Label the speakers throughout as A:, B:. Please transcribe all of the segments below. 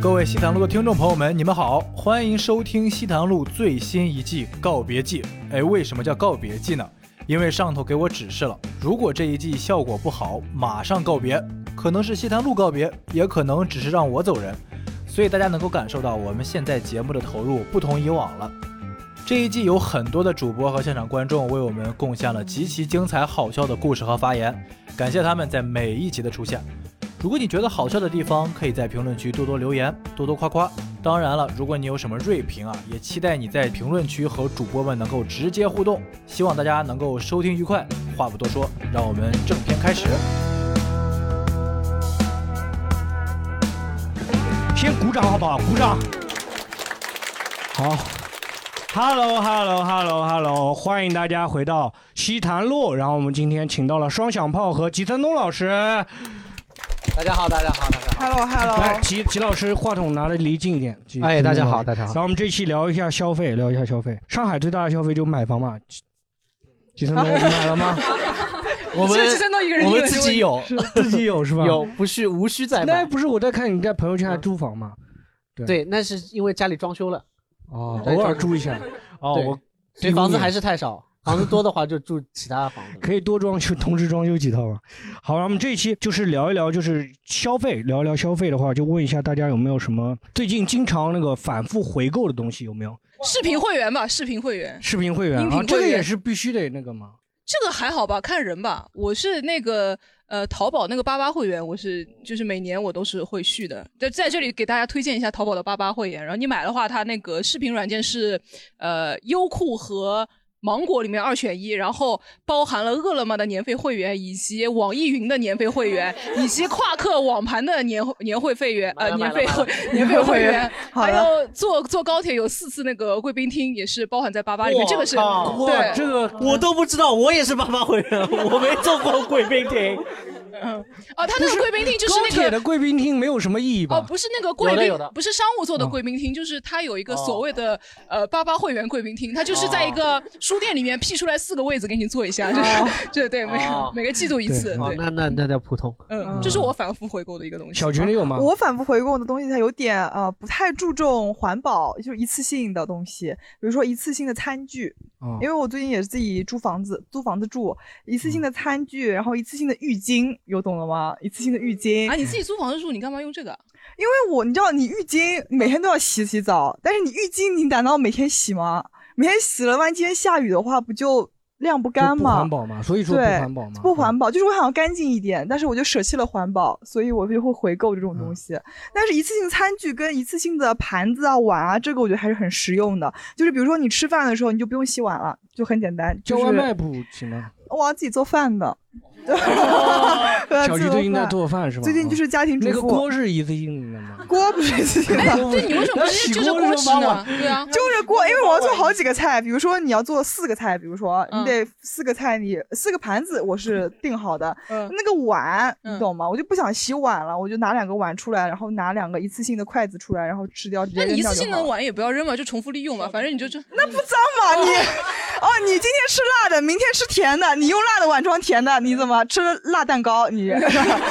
A: 各位西塘路的听众朋友们，你们好，欢迎收听西塘路最新一季《告别季》。哎，为什么叫告别季呢？因为上头给我指示了，如果这一季效果不好，马上告别，可能是西塘路告别，也可能只是让我走人。所以大家能够感受到我们现在节目的投入不同以往了。这一季有很多的主播和现场观众为我们贡献了极其精彩好笑的故事和发言，感谢他们在每一集的出现。如果你觉得好笑的地方，可以在评论区多多留言，多多夸夸。当然了，如果你有什么锐评啊，也期待你在评论区和主播们能够直接互动。希望大家能够收听愉快。话不多说，让我们正片开始。
B: 先鼓掌好不好？鼓掌。好，Hello Hello Hello Hello，欢迎大家回到西坛路。然后我们今天请到了双响炮和吉森东老师。
C: 大家好，大家好，大家好。
D: Hello Hello，
A: 哎
B: 来，哎吉吉老师话筒拿的离近一点。吉
C: 哎大家好
B: 吉
C: 大家好
B: 然后我们这期聊一下消费，聊一下消费。上海最大的消费就买房嘛。吉吉 森东，你买了吗？
C: 我们
D: 这真的一个人
C: 我
D: 一个
C: 们
D: 人
C: 自己有
B: 自己有是吧？
C: 有，。不是无需再
B: 那
C: 买。
B: 不是我在看你在朋友圈还租房嘛？
C: 对，那是因为家里装修了，
B: 哦，
C: 对
B: 偶尔租一下。哦，
C: 对
B: 我
C: 所以房子
B: 丢脸
C: 还是太少。房子多的话就 住其他房子。
B: 可以多装修，同时装修几套啊。好，那我们这一期就是聊一聊，就是消费，聊一聊消费的话，就问一下大家有没有什么最近经常那个反复回购的东西有没有？
D: 视频会员吧，视频会员，
B: 视频会员
D: 音频
B: 啊
D: 会，员
B: 这个也是必须得那个吗？
D: 这个还好吧，看人吧。我是那个呃淘宝那个八八会员，我是就是每年我都是会续的。就在这里给大家推荐一下淘宝的八八会员，然后你买的话，它那个视频软件是呃优酷和。芒果里面二选一，然后包含了饿了么的年费会员，以及网易云的年费会员，以及夸克网盘的年年会会员，呃，
C: 买了买
D: 年费
C: 了
D: 会
C: 买
D: 年费会员，
E: 好
D: 还
E: 的
D: 有坐坐高铁有四次那个贵宾厅，也是包含在八八里面。这个是
C: 哇
D: 对，
B: 这个
C: 我都不知道，我也是八八会 员，我没做过贵宾厅。
D: 哦，他那个贵宾厅就是
B: 高
D: 那
B: 铁
D: 个
B: 的贵宾厅没有什么意义
D: 哦，
B: 吧？
D: 不是那个贵
C: 有的
D: 宾
C: 有的，
D: 不是商务座的贵宾厅，就是它有一个所谓的呃八八会员贵宾厅，它就是在一个书店里面辟出来四个位置给你坐一下， 就是对对，每
C: 哦
D: 每个季度一次，
C: 哦，
D: 对，
C: 那那那叫普通。
D: 嗯，这是我反复回购的一个东西。
B: 小群里有吗？
E: 我反复回购的东西，它有点呃不太注重环保，就是一次性的东西，比如说一次性的餐具，
B: 哦
E: 因为我最近也是自己租房子，租房子住，一次
B: 嗯
E: 性的餐具，然后一次性的浴巾，有懂了吗？一次性的浴巾，
D: 啊，你自己租房子住，你干嘛用这个？啊
E: 因为我你知道，你浴巾每天都要洗洗澡，但是你浴巾你难道每天洗吗？每天洗了，万一今天下雨的话，不就晾不
B: 就
E: 干
B: 不
E: 吗？
B: 环保嘛，所以说不
E: 对
B: 环保嘛，，
E: 不环保，就是我想要干净一点，但是我就舍弃了环保，所以我就会回购这种东西。但是一次性餐具跟一次性的盘子啊、碗啊，这个我觉得还是很实用的。就是比如说你吃饭的时候，你就不用洗碗了，就很简单。
B: 叫
E: 就是
B: 外卖不行吗？
E: 我要自己做饭 的。 对
B: 小
E: 自己
B: 菊最近在
E: 饭
B: 做饭是吧？
E: 最近就是家庭主
B: 那
E: 妇，
B: 个锅是一次性的吗？
E: 锅不是一次性的。
D: 哎对，你为什么不直接就着锅吃呢？对啊，
E: 就着锅，因为我要做好几个菜，比如说你要做四个菜，比如说你得四个菜，你四个盘子我是定好的，
D: 嗯
E: 那个碗
D: 嗯
E: 你懂吗？我就不想洗碗了，我就拿两个碗出来，然后拿两个一次性的筷子出来，然后吃掉，直
D: 那
E: 接扔
D: 你一
E: 掉
D: 次
E: 就
D: 性
E: 好
D: 的
E: 了。
D: 碗也不要扔嘛，就重复利用嘛，反正你就这。嗯
E: 那不脏吗？你哦，你今天吃辣的，明天吃甜的，你用辣的碗装甜的，你怎么吃辣蛋糕？你
B: 啊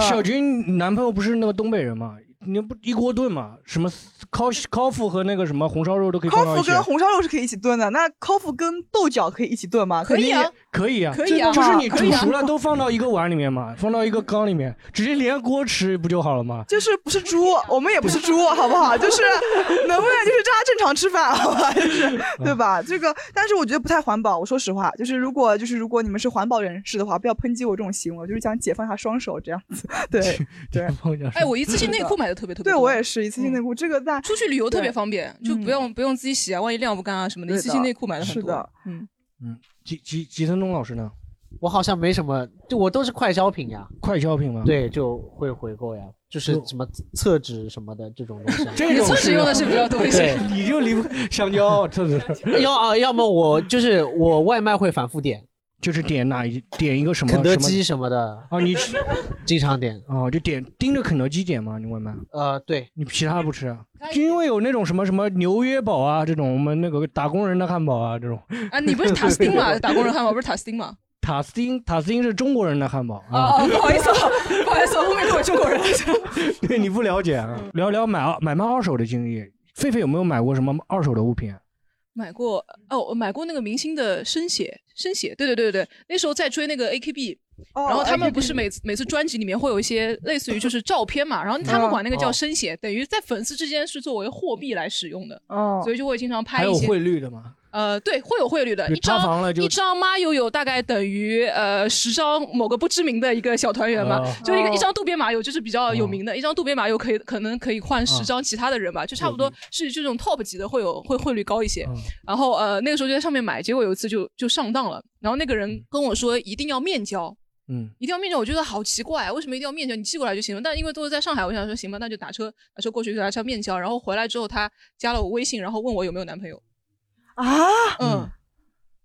B: 小军你男朋友不是那个东北人吗？你不一锅炖嘛？什么烤烤麸和那个什么红烧肉都可以放到一
E: 烤麸
B: 起。啊
E: 跟红烧肉是可以一起炖的，那烤麸跟豆角可以一起炖吗？
D: 可以啊
E: 肯定
B: 可以啊，
D: 可以啊
B: 就就是你
D: 可
B: 煮
D: 以啊
B: 熟了都放到一个碗里面嘛，放到一个缸里面，直接连锅吃不就好了吗？
E: 就是不是猪，我们也不是猪，好不好？就是 能不能就是大家正常吃饭，好吧？就是对吧？这个，但是我觉得不太环保。我说实话，就是如果就是如果你们是环保人士的话，不要抨击我这种行为，我就是想解放一下双手这样子。 对，对
B: 放下手
D: 哎，我一次性内裤买的特别特别
E: 对
D: 多。嗯
E: 我也是一次性内裤，这个在
D: 出去旅游特别方便，就不用不用自己洗啊，万一晾不干啊什么的，
E: 对
D: 一
E: 的
D: 次性内裤买了很多。
E: 是的，
D: 嗯，
B: 吉吉吉森东老师呢？
C: 我好 像没什么，就我都是快消品呀。
B: 快消品吗？，
C: 对，就会回购呀，就是
B: 就
C: 什么厕纸什么的这种东西啊。
B: 这种
D: 确实用的是比较多一些。
C: 对
B: 你就离不开香蕉，这 是
C: 要啊，要么我就是我外卖会反复点，
B: 就是点哪一点一个什么
C: 肯德
B: 什
C: 基什么的
B: 么啊？你
C: 经常点。
B: 哦就点盯着肯德基点嘛，你外卖，
C: 呃，对，
B: 你其他不吃啊？
D: 可以
B: 就因为有那种什么什么纽约堡啊这种，我们那个打工人的汉堡啊这种，
D: 啊，你不是塔斯汀嘛，打工人汉堡不是塔斯汀嘛？
B: 塔斯汀，塔斯汀是中国人的汉堡啊。
D: 哦，不好意思，不好意思，后面是我中国人。
B: 对你不了解啊。
E: 嗯
B: 聊聊买二买卖二手的经历，狒狒有没有买过什么二手的物品？
D: 买过哦，我买过那个明星的生写，生写，对对对对对，那时候在追那个 AKB，、
E: 哦
D: 然后他们
E: AKB
D: 不是每次每次专辑里面会有一些类似于就是照片嘛，然后
E: 嗯
D: 他们管那个
E: 哦
D: 叫生写，等于在粉丝之间是作为货币来使用的，
E: 哦
D: 所以就会经常拍
B: 还
D: 一
B: 有
D: 些
B: 汇率的吗？
D: 呃，对，会有汇率的，
B: 就
D: 一
B: 塌房了
D: 张
B: 就
D: 一张妈悠悠大概等于呃十张某个不知名的一个小团圆吧，
B: 哦
D: 就一个、
E: 哦
D: 一张渡边麻友就是比较有
B: 嗯
D: 名的，一张渡边麻友可以可能可以换十张其他的
B: 啊
D: 人吧，就差不多是这种 top 级的会有会汇率高一些。
B: 嗯
D: 然后呃那个时候就在上面买，结果有一次就就上当了，然后那个人跟我说一定要面交。
B: 嗯，
D: 一定要面交，我觉得好奇怪，啊为什么一定要面交？你寄过来就行了。但因为都是在上海，我想说行吧，那就打车打车过去给他车面交。然后回来之后，他加了我微信，然后问我有没有男朋友。
E: 啊，
D: 嗯，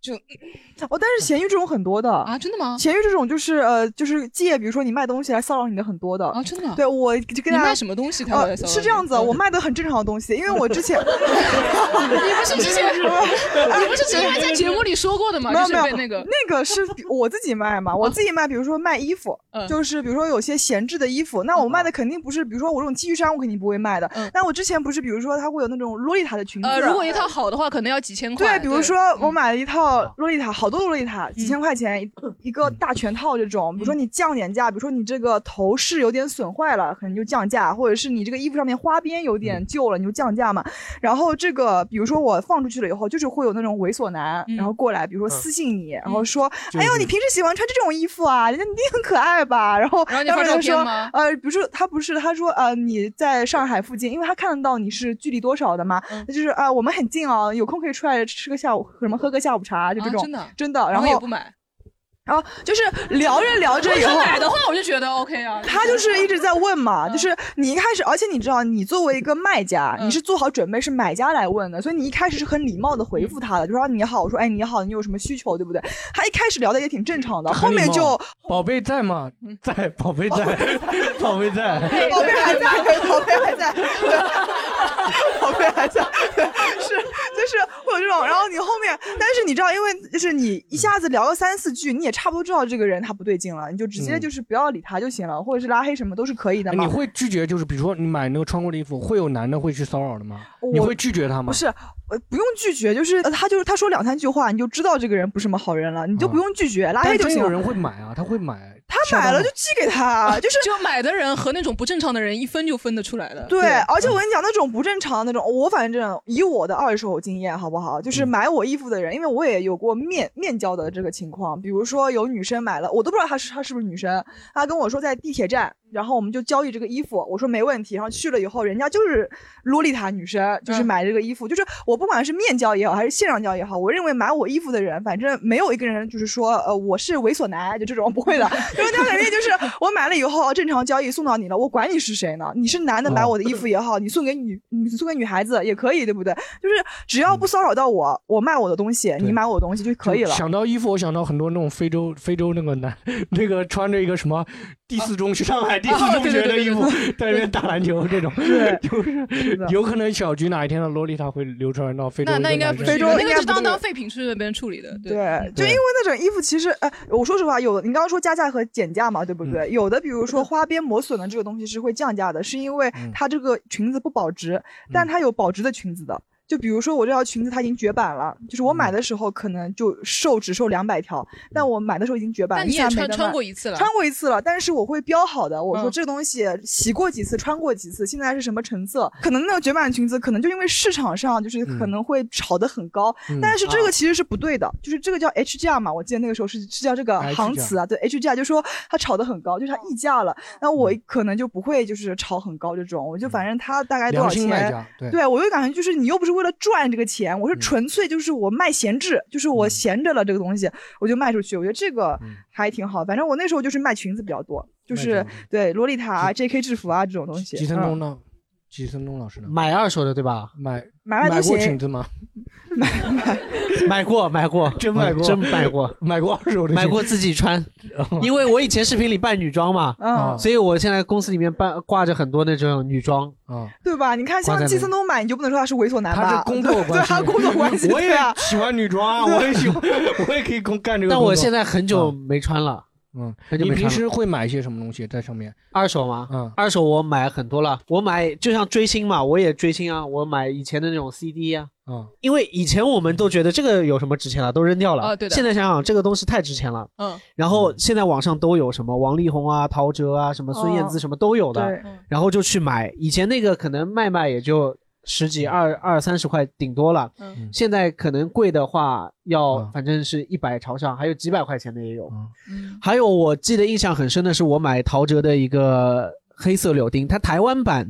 D: 就
E: 哦，但是闲鱼这种很多的啊，
D: 真的吗？
E: 闲鱼这种就是呃，就是借，比如说你卖东西来骚扰你的很多的啊，
D: 真的吗
E: 对，我就跟
D: 你
E: 大家
D: 卖什么东西他会来
E: 呃
D: 骚扰
E: 是这
D: 你嗯
E: 样子，我卖的很正常的东西，因为我之 前
D: 你不是 之前你不是之前还在节目里说过的吗
E: 没有
D: 就是
E: 没有
D: 被，那个啊
E: 那个 是我自己卖嘛，我自己卖，比如说卖衣服，
D: 嗯
E: 就是比如说有些闲置的衣服，那我卖的肯定不是，比如说我这种 T 恤衫，我肯定不会卖的。但我之前不是，比如说它会有那种洛丽塔的裙子，
D: 嗯呃，如果一套好的话，可能要几千
E: 嗯
D: 块。嗯
E: 对，比如说我买了一套洛丽塔，好多洛丽塔，几千块钱一一个大全套这种。比如说你降点价，比如说你这个头饰有点损坏了，可能就降价，或者是你这个衣服上面花边有点旧了，你就降价嘛。然后这个比如说我放出去了以后，就是会有那种猥琐男，然后过来，比如说私信你，然后说，
F: 就是
E: 哎呦，你平时喜欢穿这种衣服啊，人家你一定很可爱吧？然后
D: 然后你
E: 要不
D: 发照
E: 然他
D: 片
E: 说
D: 吗，
E: 呃，不是，他不是，他说，呃，你在上海附近，因为他看得到你是距离多少的嘛，
D: 嗯
E: 那就是啊、我们很近哦，有空可以出来吃个下午什么喝个下午茶，就这
D: 啊
E: 种，
D: 真的
E: 真的，然
D: 然
E: 后
D: 后也不买。
E: 然后就是聊着聊着以后，
D: 我买的话，我就觉得 OK 啊。嗯
E: 他就是一直在问嘛，就是你一开始，而且你知道，你作为一个卖家，你是做好准备是买家来问的，所以你一开始是很礼貌的
D: 嗯
E: 回复他的，就说啊你好，我说哎你好，你有什么需求，对不对？他一开始聊的也挺正常
D: 嗯
E: 的，啊后面就嗯哦
B: 宝贝在吗？在，宝贝在， 宝贝在，
E: 宝贝还在，宝贝还在，宝贝还在，对，是就是会有这种，然后你后面，但是你知道，因为就是你一下子聊了三四句，你也差不多知道这个人他不对劲了，你就直接
B: 嗯
E: 就是不要理他就行了，或者是拉黑什么都是可以的
B: 哎
E: 嘛。
B: 你会拒绝？就是比如说你买那个穿过的衣服，会有男的会去骚扰的吗？
E: 我
B: 你会拒绝他吗？
E: 不是，呃，不用拒绝，就是呃他就是他说两三句话，你就知道这个人不是什么好人了，你就不用拒绝，拉
B: 但
E: 黑就
B: 真
E: 行
B: 有
E: 了。
B: 人会买啊，他会买。
E: 他买了就寄给他，就是
D: 啊就买的人和那种不正常的人一分就分得出来的。嗯
E: 对，而且我跟你讲，那种不正常的那种，我反正以我的二手经验，好不好？就是买我衣服的人，因为我也有过面面交的这个情况，比如说有女生买了，我都不知道她是她是不是女生，她跟我说在地铁站，然后我们就交易这个衣服，我说没问题，然后去了以后，人家就是洛丽塔女生，就是买这个衣服，就是我不管是面交也好，还是线上交也好，我认为买我衣服的人，反正没有一个人就是说，呃，我是猥琐男，就这种不会的，就是他肯定就是我买了以后哦正常交易送到你了，我管你是谁呢？你是男的买我的衣服也好，你送给女你送给女孩子也可以，对不对？就是只要不骚扰到我，我卖我的东西，你买我的东西就可以了。
B: 想到衣服，我想到很多那种非洲非洲那个男， 那个穿着一个什 么第四中学、啊上海 第四中学的衣服，在那边打篮球这种， 就是有可能小菊哪一天的洛丽塔会流传到非洲一
D: 那
B: 个
D: 那应
B: 男生。
D: 该不是
E: 非洲
D: 那
E: 应
D: 个
E: 该
D: 是
E: 不
D: 当
E: 是
D: 当废品去那边处理的。
E: 对，就因为那种衣服，其实，哎、我说实话，有的你刚刚说加价和减价嘛，对
D: 嗯
E: 不对？有的，比如说花边磨损的这个东西是会降价的，是因为
D: 嗯
E: 它这个裙子不保值，但它有保值的裙子的。就比如说我这条裙子它已经绝版了，就是我
D: 嗯
E: 买的时候可能就售只售两百条，但我买的时候已经绝版了，
D: 但你也
E: 一下没
D: 穿
E: 得
D: 穿
E: 卖
D: 过一次了
E: 穿过一次了，但是我会标好的，我说
D: 嗯
E: 这个东西洗过几次，穿过几次，现在是什么成色？可能那个绝版裙子，可能就因为市场上就是
D: 嗯
E: 可能会炒得很高，
F: 嗯
E: 但是这
F: 啊
E: 个其实是不对的，就是这个叫 H 价嘛，我记得那个时候是是叫这个
F: H
E: 行
F: 价
E: 词啊，对 H 价，就说它炒得很高，就是它溢价了，
B: 嗯
E: 那我可能就不会就是炒很高这种，我就反正它大概多少
B: 良心卖
E: 钱
B: 家，对嗯
E: 我就感觉就是你又不是为了赚这个钱，我是纯粹就是我卖闲置，就是我闲着了这个东西，我就卖出去，我觉得这个还挺好，反正我那时候就是卖裙子比较多，就
B: 嗯卖
E: 是对洛丽塔啊、JK 制服啊这种东西。
B: 吉森东呢？季森东老师呢？
C: 买二手的对吧？
B: 买
E: 买买就
B: 过
E: 行
B: 裙子吗？
C: 买过，买过，嗯
B: 真买过，
C: 真买过，
B: 买过二手的裙子，
C: 买过自己 穿，因为我以前视频里扮女装嘛，
E: 嗯
C: 所以我现在公司里面扮挂着很多那种女装，
B: 啊。
E: 对吧？你看，
C: 挂在
E: 像
C: 那
E: 季森东买，你就不能说他是猥琐男吧？
B: 他 是工作
E: 啊对
B: 关系，
E: 他工作关系，
B: 我也
E: 对啊，
B: 喜欢女装啊，我 也喜欢，我也可以工干这个工作。啊
C: 但我现在很久没穿了，
B: 嗯，
C: 很久
B: 你
C: 没
B: 平
C: 穿了。
B: 时会买一些什么东西在上面？
C: 二手吗？
B: 嗯
C: 二手我买很多了，我买就像追星嘛，我也追星啊，我买以前的那种 CD 啊。
B: 啊，
C: 因为以前我们都觉得这个有什么值钱了，都扔掉了。
E: 哦
D: 啊对的
C: 现在想想，这个东西太值钱了。
D: 嗯，
C: 然后现在网上都有什么王力宏啊、陶喆啊、什么孙燕
D: 哦
C: 姿什么都有的，
E: 对，
C: 然后就去买。以前那个可能卖卖也就十几、二二三十块顶多了，
D: 嗯
C: 现在可能贵的话要
B: 嗯
C: 反正是一百朝上，还有几百块钱的也有。
B: 嗯
D: 嗯
C: 还有我记得印象很深的是，我买陶喆的一个黑色柳丁，它台湾版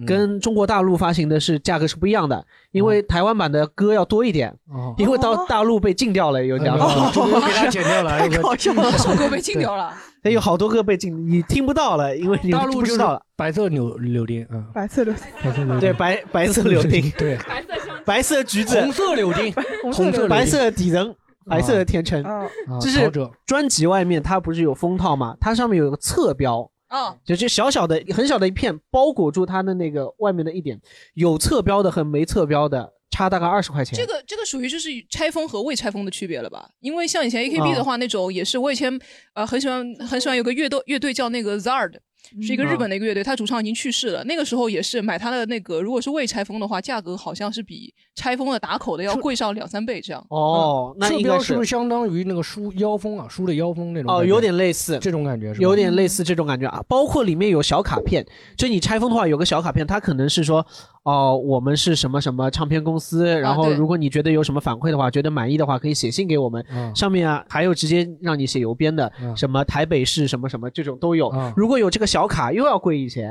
B: 嗯
C: 跟中国大陆发行的是价格是不一样的，因为台湾版的歌要多一点，
B: 哦，
C: 因为到大陆被禁掉了，有两
B: 哎没有
C: 个，
B: 这 个给他剪掉了，
E: 哦太
B: 有个
E: 搞笑了。
D: 首歌被禁 掉了，
C: 它有好多歌被禁，你听不到了，因为你
B: 大陆
C: 不
B: 就
C: 知
B: 是
C: 道了。
B: 白色柳柳丁啊，
E: 白色的，
B: 白色柳，
C: 对，白白色柳丁
B: 对，
C: 白色橘子，
B: 红色柳丁，哦红色柳丁嗯
C: 白色底层，白色的甜橙。
E: 嗯，
B: 啊
C: 这是
B: 陶喆
C: 专辑外面它不是有封套吗？它上面有个侧标，
D: 哦，
C: 就就小小的、很小的一片，包裹住它的那个外面的一点。有侧标的和没侧标的差大概二十块钱。
D: 这个这个属于就是拆封和未拆封的区别了吧？因为像以前 AKB 的话，那种也是我以前呃很喜欢很喜欢有个乐队乐队叫那个 Zard。是一个日本的一个乐队，他主唱已经去世了。那个时候也是买他的那个，如果是未拆封的话，价格好像是比拆封的打口的要贵上两三倍这样。
C: 哦，那
B: 侧
C: 应该
B: 标是不是相当于那个书腰封啊，书的腰封那种？
C: 哦，有。点类似。
B: 这种感觉是吧？
C: 有点类似这种感觉啊，包括里面有小卡片，就你拆封的话有个小卡片，它可能是说，哦、我们是什么什么唱片公司，然后
D: 啊对
C: 如果你觉得有什么反馈的话，觉得满意的话，可以写信给我们。
B: 嗯
C: 上面啊还有直接让你写邮编的，
B: 嗯
C: 什么台北市什么什么这种都有
B: 嗯。
C: 如果有这个小卡，又要贵一些，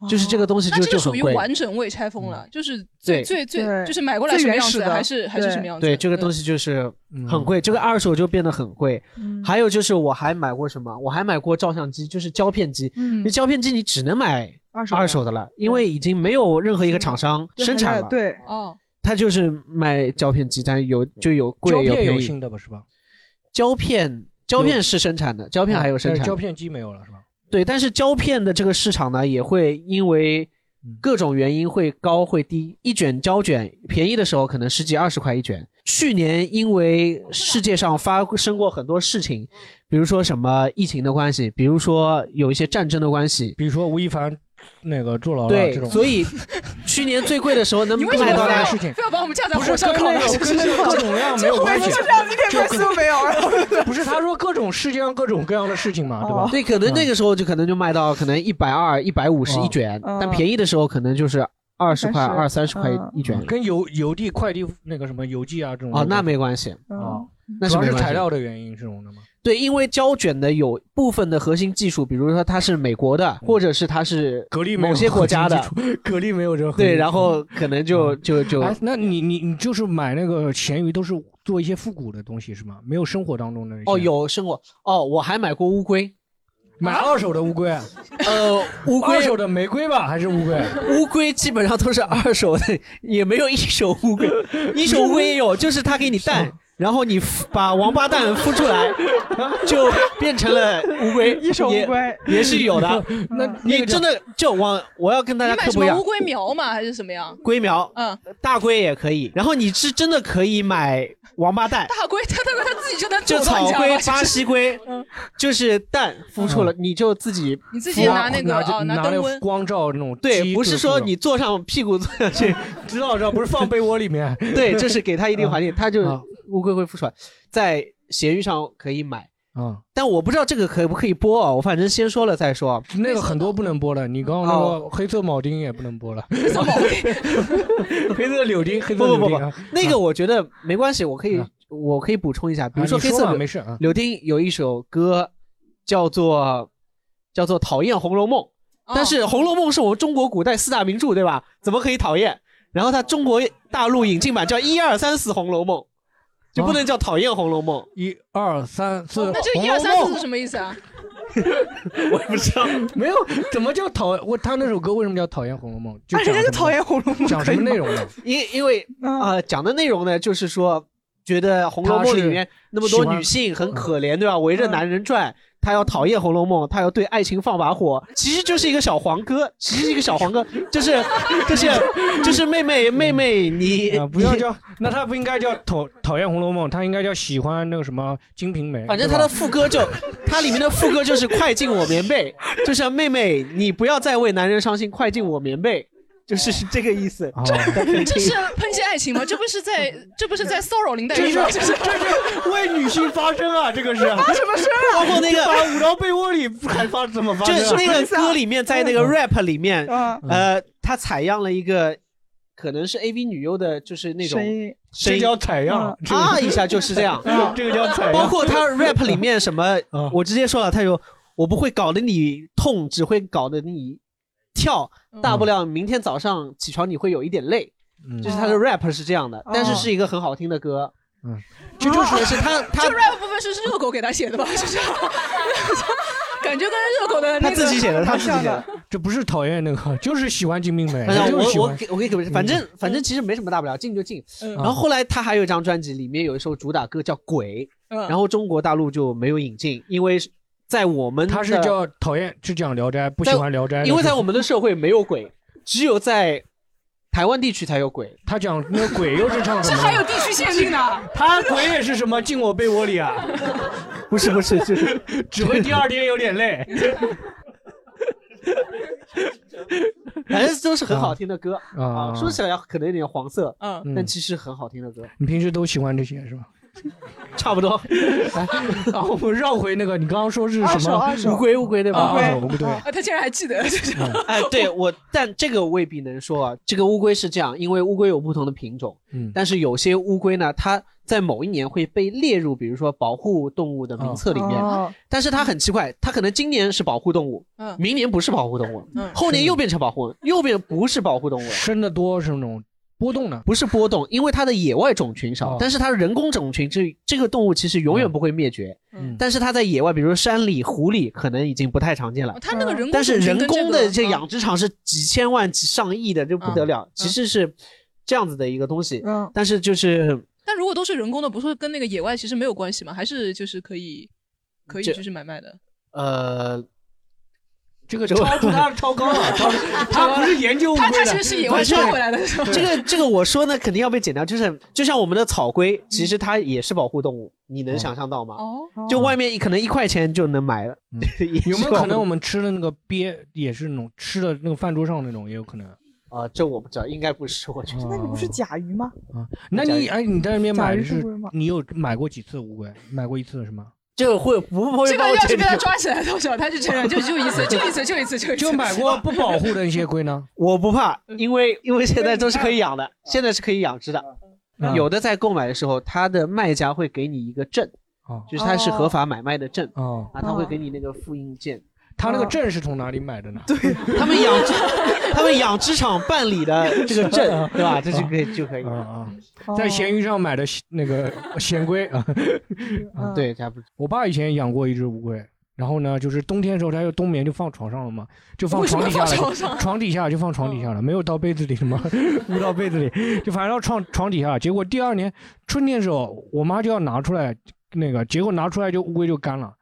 B: 哦
C: 就是这个东西
D: 那
C: 就
D: 这
C: 就
D: 个属
C: 很
D: 于
C: 贵。
D: 完整未拆封了，就是
C: 对
D: 最最最
E: 对
D: 就是买过来什么样子
E: 最原始的
D: 还是还是什么样子？
C: 对，这个东
D: 西
C: 西就是
B: 嗯
C: 很贵，这个二手就变得很贵。
E: 嗯
C: 还有就是我还买过什么？我还买过照相机，就是胶片机。
E: 嗯
C: 那，胶片机你只能买
E: 二手
C: 二手的了，因为已经没有任何一个厂商
E: 对
C: 生产
E: 还
C: 了
E: 是。对，
D: 哦，
C: 它就是卖胶片机，但有就有
B: 胶
C: 贵
B: 片
C: 便
B: 有
C: 宜。
B: 新的吧？是吧？
C: 胶片胶片是生产的，胶
B: 胶
C: 片还有生产。
B: 呃胶片机没有了是吧？
C: 对，但是胶片的这个市场呢，也会因为
B: 嗯
C: 各种原因会高会低。一卷胶卷便宜的时候可能十几二十块一卷。去年因为世界上发生过很多事情，比如说什么疫情的关系，比如说有一些战争的关系，
B: 比如说吴亦凡那个坐牢了
C: 对
B: 这，种，
C: 所以去年最贵的时候能
D: 你为什么
C: 卖
D: 非
C: 到
B: 大家
C: 的
B: 是
D: 要非要把我们架在
B: 不
D: 火
B: 是
D: 上
B: 跟
D: 烤
B: 那
D: 呢？
B: 个跟那个各种各样没有关系
E: 就，这样一点关系都没有。哦然后
B: 不是他说各种世界上各种各样的事情嘛，对吧？
C: 对，可能那个时候就可能就卖到可能一百二、一百五十
B: 嗯
C: 一卷，
E: 嗯
C: 但便宜的时候可能就是二十块、二三十块
E: 嗯
C: 一卷
B: 跟邮邮递、快递那个什么邮寄啊这种
C: 哦，那没关系，
B: 啊
E: 嗯，
C: 那是
B: 主要
C: 没
B: 是
C: 关系
B: 材料的原因这种的吗？
C: 对，因为胶卷的有部分的核心技术，比如说它是美国的，或者是它是
B: 嗯格力没有
C: 某些国家的，
B: 蛤蜊没有这个
C: 对，然后可能就就 就
B: 哎，那你你你就是买那个咸鱼都是做一些复古的东西是吗？没有生活当中的那些
C: 哦有生活哦，我还买过乌龟，
B: 买二手的乌龟，啊
C: 呃， 乌
B: 二
C: 龟
B: 手的玫瑰吧还是乌龟？
C: 乌龟基本上都是二手的，也没有一手乌龟，一手乌龟也有，就是它给你蛋。然后你孵把王八蛋孵出来，哦 就变成了乌龟，
E: 一手乌
C: 也
E: 龟，
C: 也是有的。
B: 那嗯那
C: 你
B: 个叫
C: 真的就往我要跟大
D: 你
C: 家
D: 买
C: 科
D: 什
C: 普一下
D: 么乌，龟苗吗？还是什么样？
C: 龟苗
D: 嗯，
C: 大龟也可以，然后你是真的可以买王八蛋，
D: 大龟，它大龟它自己就能
C: 就
D: 走到
C: 草
D: 你家
C: 龟
D: 了、
C: 巴
D: 就是嗯
C: 西龟，就是蛋孵出了，你就自己
D: 你自己拿那个
B: 拿
D: 哦，
B: 拿
D: 灯
B: 那
D: 温
B: 个，光照那种
C: 对，
B: 鸡
C: 不是
B: 做
C: 说
B: 的
C: 你坐上屁股坐下 去，
B: 知道知道，不 是放被窝里面
C: 对，就是给它一定环境，它就
B: 啊
C: 乌龟会孵出来，在闲鱼上可以买。
B: 啊，
C: 但我不知道这个可不可以播啊，我反正先说了再说。哦
B: 那个很多不能播的，你刚刚那个黑色铆钉也不能播了，
D: 什么毛病？
B: 黑色柳丁，黑色
C: 不不
B: 柳
C: 不
B: 丁
C: 不
B: 啊，，
C: 那个我觉得没关系，我可以
B: 啊
C: 我可以补充一下，比如
B: 啊你
C: 说
B: 说
C: 黑色
B: 吧
C: 柳
B: 没事啊，
C: 柳丁有一首歌叫做叫做《讨厌红楼梦》，但是《红楼梦》是我们中国古代四大名著，对吧？怎么可以讨厌？然后它中国大陆引进版叫《一二三四红楼梦》，
B: 哦
C: 就不能叫讨厌《红楼梦》
B: 一二三 四，
D: 哦那这
B: 红
D: 一
B: 楼
D: 二三四
B: 梦
D: 是什么意思啊？
B: 我也不知道， 没有怎么叫讨我他那首歌为什么叫讨厌红楼梦？就
C: 啊人家就
B: 讲什么
C: 讨厌红楼梦
B: 讲什么内容呢？
C: 因因为呃讲的内容呢，就是说觉得《红楼梦》里面那么多女性很可怜，对吧？围着男人转，她要讨厌《红楼梦》，她要对爱情放把火，其实就是一个小黄歌，其实是一个小黄歌，就是就是就是妹妹妹妹你
B: 啊，不要
C: 你
B: 叫，那他不应该叫讨讨厌《红楼梦》，他应该叫喜欢那个什么《金瓶梅》。
C: 反正它
B: 他
C: 的副 歌就，它里面的副歌就是“快进我棉被”，就是妹妹，你不要再为男人伤心，快进我棉被，就是 这个意思。大家可以
D: 这是
C: 听
D: 抨击爱情吗？这不是在这不是在骚扰林黛
B: 这
D: 玉
B: 是
D: 吗？
B: 这是为女性发声啊，这个是
D: 发什么声啊
C: 包括那个
B: 把捂到被窝里还发怎么发
C: 就
B: 声啊？
C: 是那个歌里面，在那个 rap 里面，
E: 嗯
C: 呃，他采样了一个可能是 AV 女优的，就是那种
B: 声音嗯
C: 声音
B: 这叫采样这个，
C: 啊一下就是这样
B: 这个叫采样
C: 包括他 rap 里面什么，
B: 嗯
C: 我直接说了，他有我不会搞得你痛，只会搞得你跳，
B: 嗯
C: 大不了明天早上起床你会有一点累。就是他的 rap 是这样
B: 哦
C: 的，但是是一个很好听的歌。
B: 嗯，
C: 这就是是他他
D: 这 rap 部分是热狗给他写的吧？ 就是，感觉跟热狗的那个像的，，
B: 这不是讨厌那个，就是喜欢金瓶梅。
C: 反正
B: 就
C: 哎
B: 是
C: 我
B: 喜
C: 我
B: 欢嗯
C: 给我给给，反正反正其实没什么大不了，进就进。
D: 嗯
C: 然后后来他还有一张专辑，里面有一首主打歌叫《鬼》，
D: 嗯
C: 然后中国大陆就没有引进，因为在我们
B: 他是
C: 的
B: 叫讨厌，是讲《聊斋》，不喜
C: 在
B: 欢《聊斋》的是，
C: 因为在我们的社会没有鬼，只有在台湾地区才有鬼。
B: 他讲那鬼又是唱什么呢？
D: 有地区限定的。
B: 他鬼也是什么进我被窝里啊？
C: 不是不是，就是
B: 只会第二天有点累。
C: 反正都是很好听的歌
B: 啊
C: 啊，说起来可能有点黄色，
D: 嗯
C: 但其实很好听的歌，
B: 你平时都喜欢这些是吧？
C: 差 不多。
B: 来，哎然后我们绕回那个，你刚刚说是
C: 二
B: 什
C: 手
B: 么
C: 二？手乌龟乌龟对吧
B: 啊
C: 乌龟
B: 二手乌龟对。
D: 啊，他竟然还 记得，就是
C: 哎，对我，但这个未必能说啊。这个乌龟是这样，因为乌龟有不同的品种，
B: 嗯
C: 但是有些乌龟呢，它在某一年会被列入，比如说保护动物的名册里面。
E: 哦
C: 但是它很奇怪，它可能今年是保护动物，
D: 嗯
C: 明年不是保护动物，
D: 嗯
C: 后年又变成保护，又变不是保护动物了。
B: 生的多是那种波动的，
C: 不是波动，因为它的野外种群少，
B: 哦
C: 但是它人工种群这这个动物其实永远不会灭绝。
B: 嗯
C: 但是它在野外，比如说山里、湖里，可能已经不太常见了。
D: 哦它那个人工
C: 但是
D: 种群
C: 人
D: 跟
C: 工
D: 这
C: 的
D: 个嗯
C: 这养殖场是几千万、几上亿的，这不得了，其实是这样子的一个东西。
E: 嗯，
C: 但是就是
D: 但如果都是人工的，不是跟那个野外其实没有关系吗？还是就是可以，可以
C: 这
D: 就是买卖的。
C: 呃，
B: 这个
C: 这个
B: 超 出他的超纲了，超出他不是研究乌龟的，
D: 他他其实是野外
C: 反正
D: 抓回来的是吧
C: 这个这个我说呢，肯定要被剪掉。就是就像我们的草龟，其实它也是保护动物，你能想象到吗？
D: 嗯哦
C: 就外面一可能一块钱就能买了，
B: 嗯 有没有可能我们吃的那个鳖也是那种吃的那个饭桌上那种也有可能？
C: 啊？这我不知道，应该不是，我觉得。
B: 哦
E: 那个不是甲鱼吗？
B: 那你哎，你在那边
E: 甲
B: 买
E: 鱼
B: 的
E: 是
B: 是
E: 乌龟吗
B: 你有买过几次乌龟？买过一次是吗？
C: 就会不
D: 这
C: 会
D: 个
C: 把我
D: 要是
C: 剪
D: 被他
C: 掉？
D: 抓起来多少，他就承认，就就一次，就一次，就一次，就一次。
B: 就买过不保护的一些龟呢？
C: 我不怕， 因为因为现在都是可以养的，现在是可以养殖的。
B: 嗯
C: 有的在购买的时候，它的卖家会给你一个证，
B: 哦
C: 就是它是合法买卖的证
B: 哦
C: 啊，他会给你那个复印件。
B: 他
D: 哦
B: 那个证是从哪里买的呢？
C: 他们养殖，他们 养殖场办理的这个证，对吧？这就可以就可以。
B: 啊啊，
F: 哦
B: 在闲鱼上买的咸那个咸龟啊，
C: 嗯对，还不
B: 我爸以前养过一只乌龟，然后呢，就是冬天的时候，它就冬眠就放床上了嘛，就放
F: 为什
B: 床
F: 么
B: 底下
F: 放
B: 了，
F: 床上
B: 床底下就放床底下了，没有到被子里嘛， 捂到被子里，就反正到床床底下。结果第二年春天的时候，我妈就要拿出来那个，结果拿出来就乌龟就干了。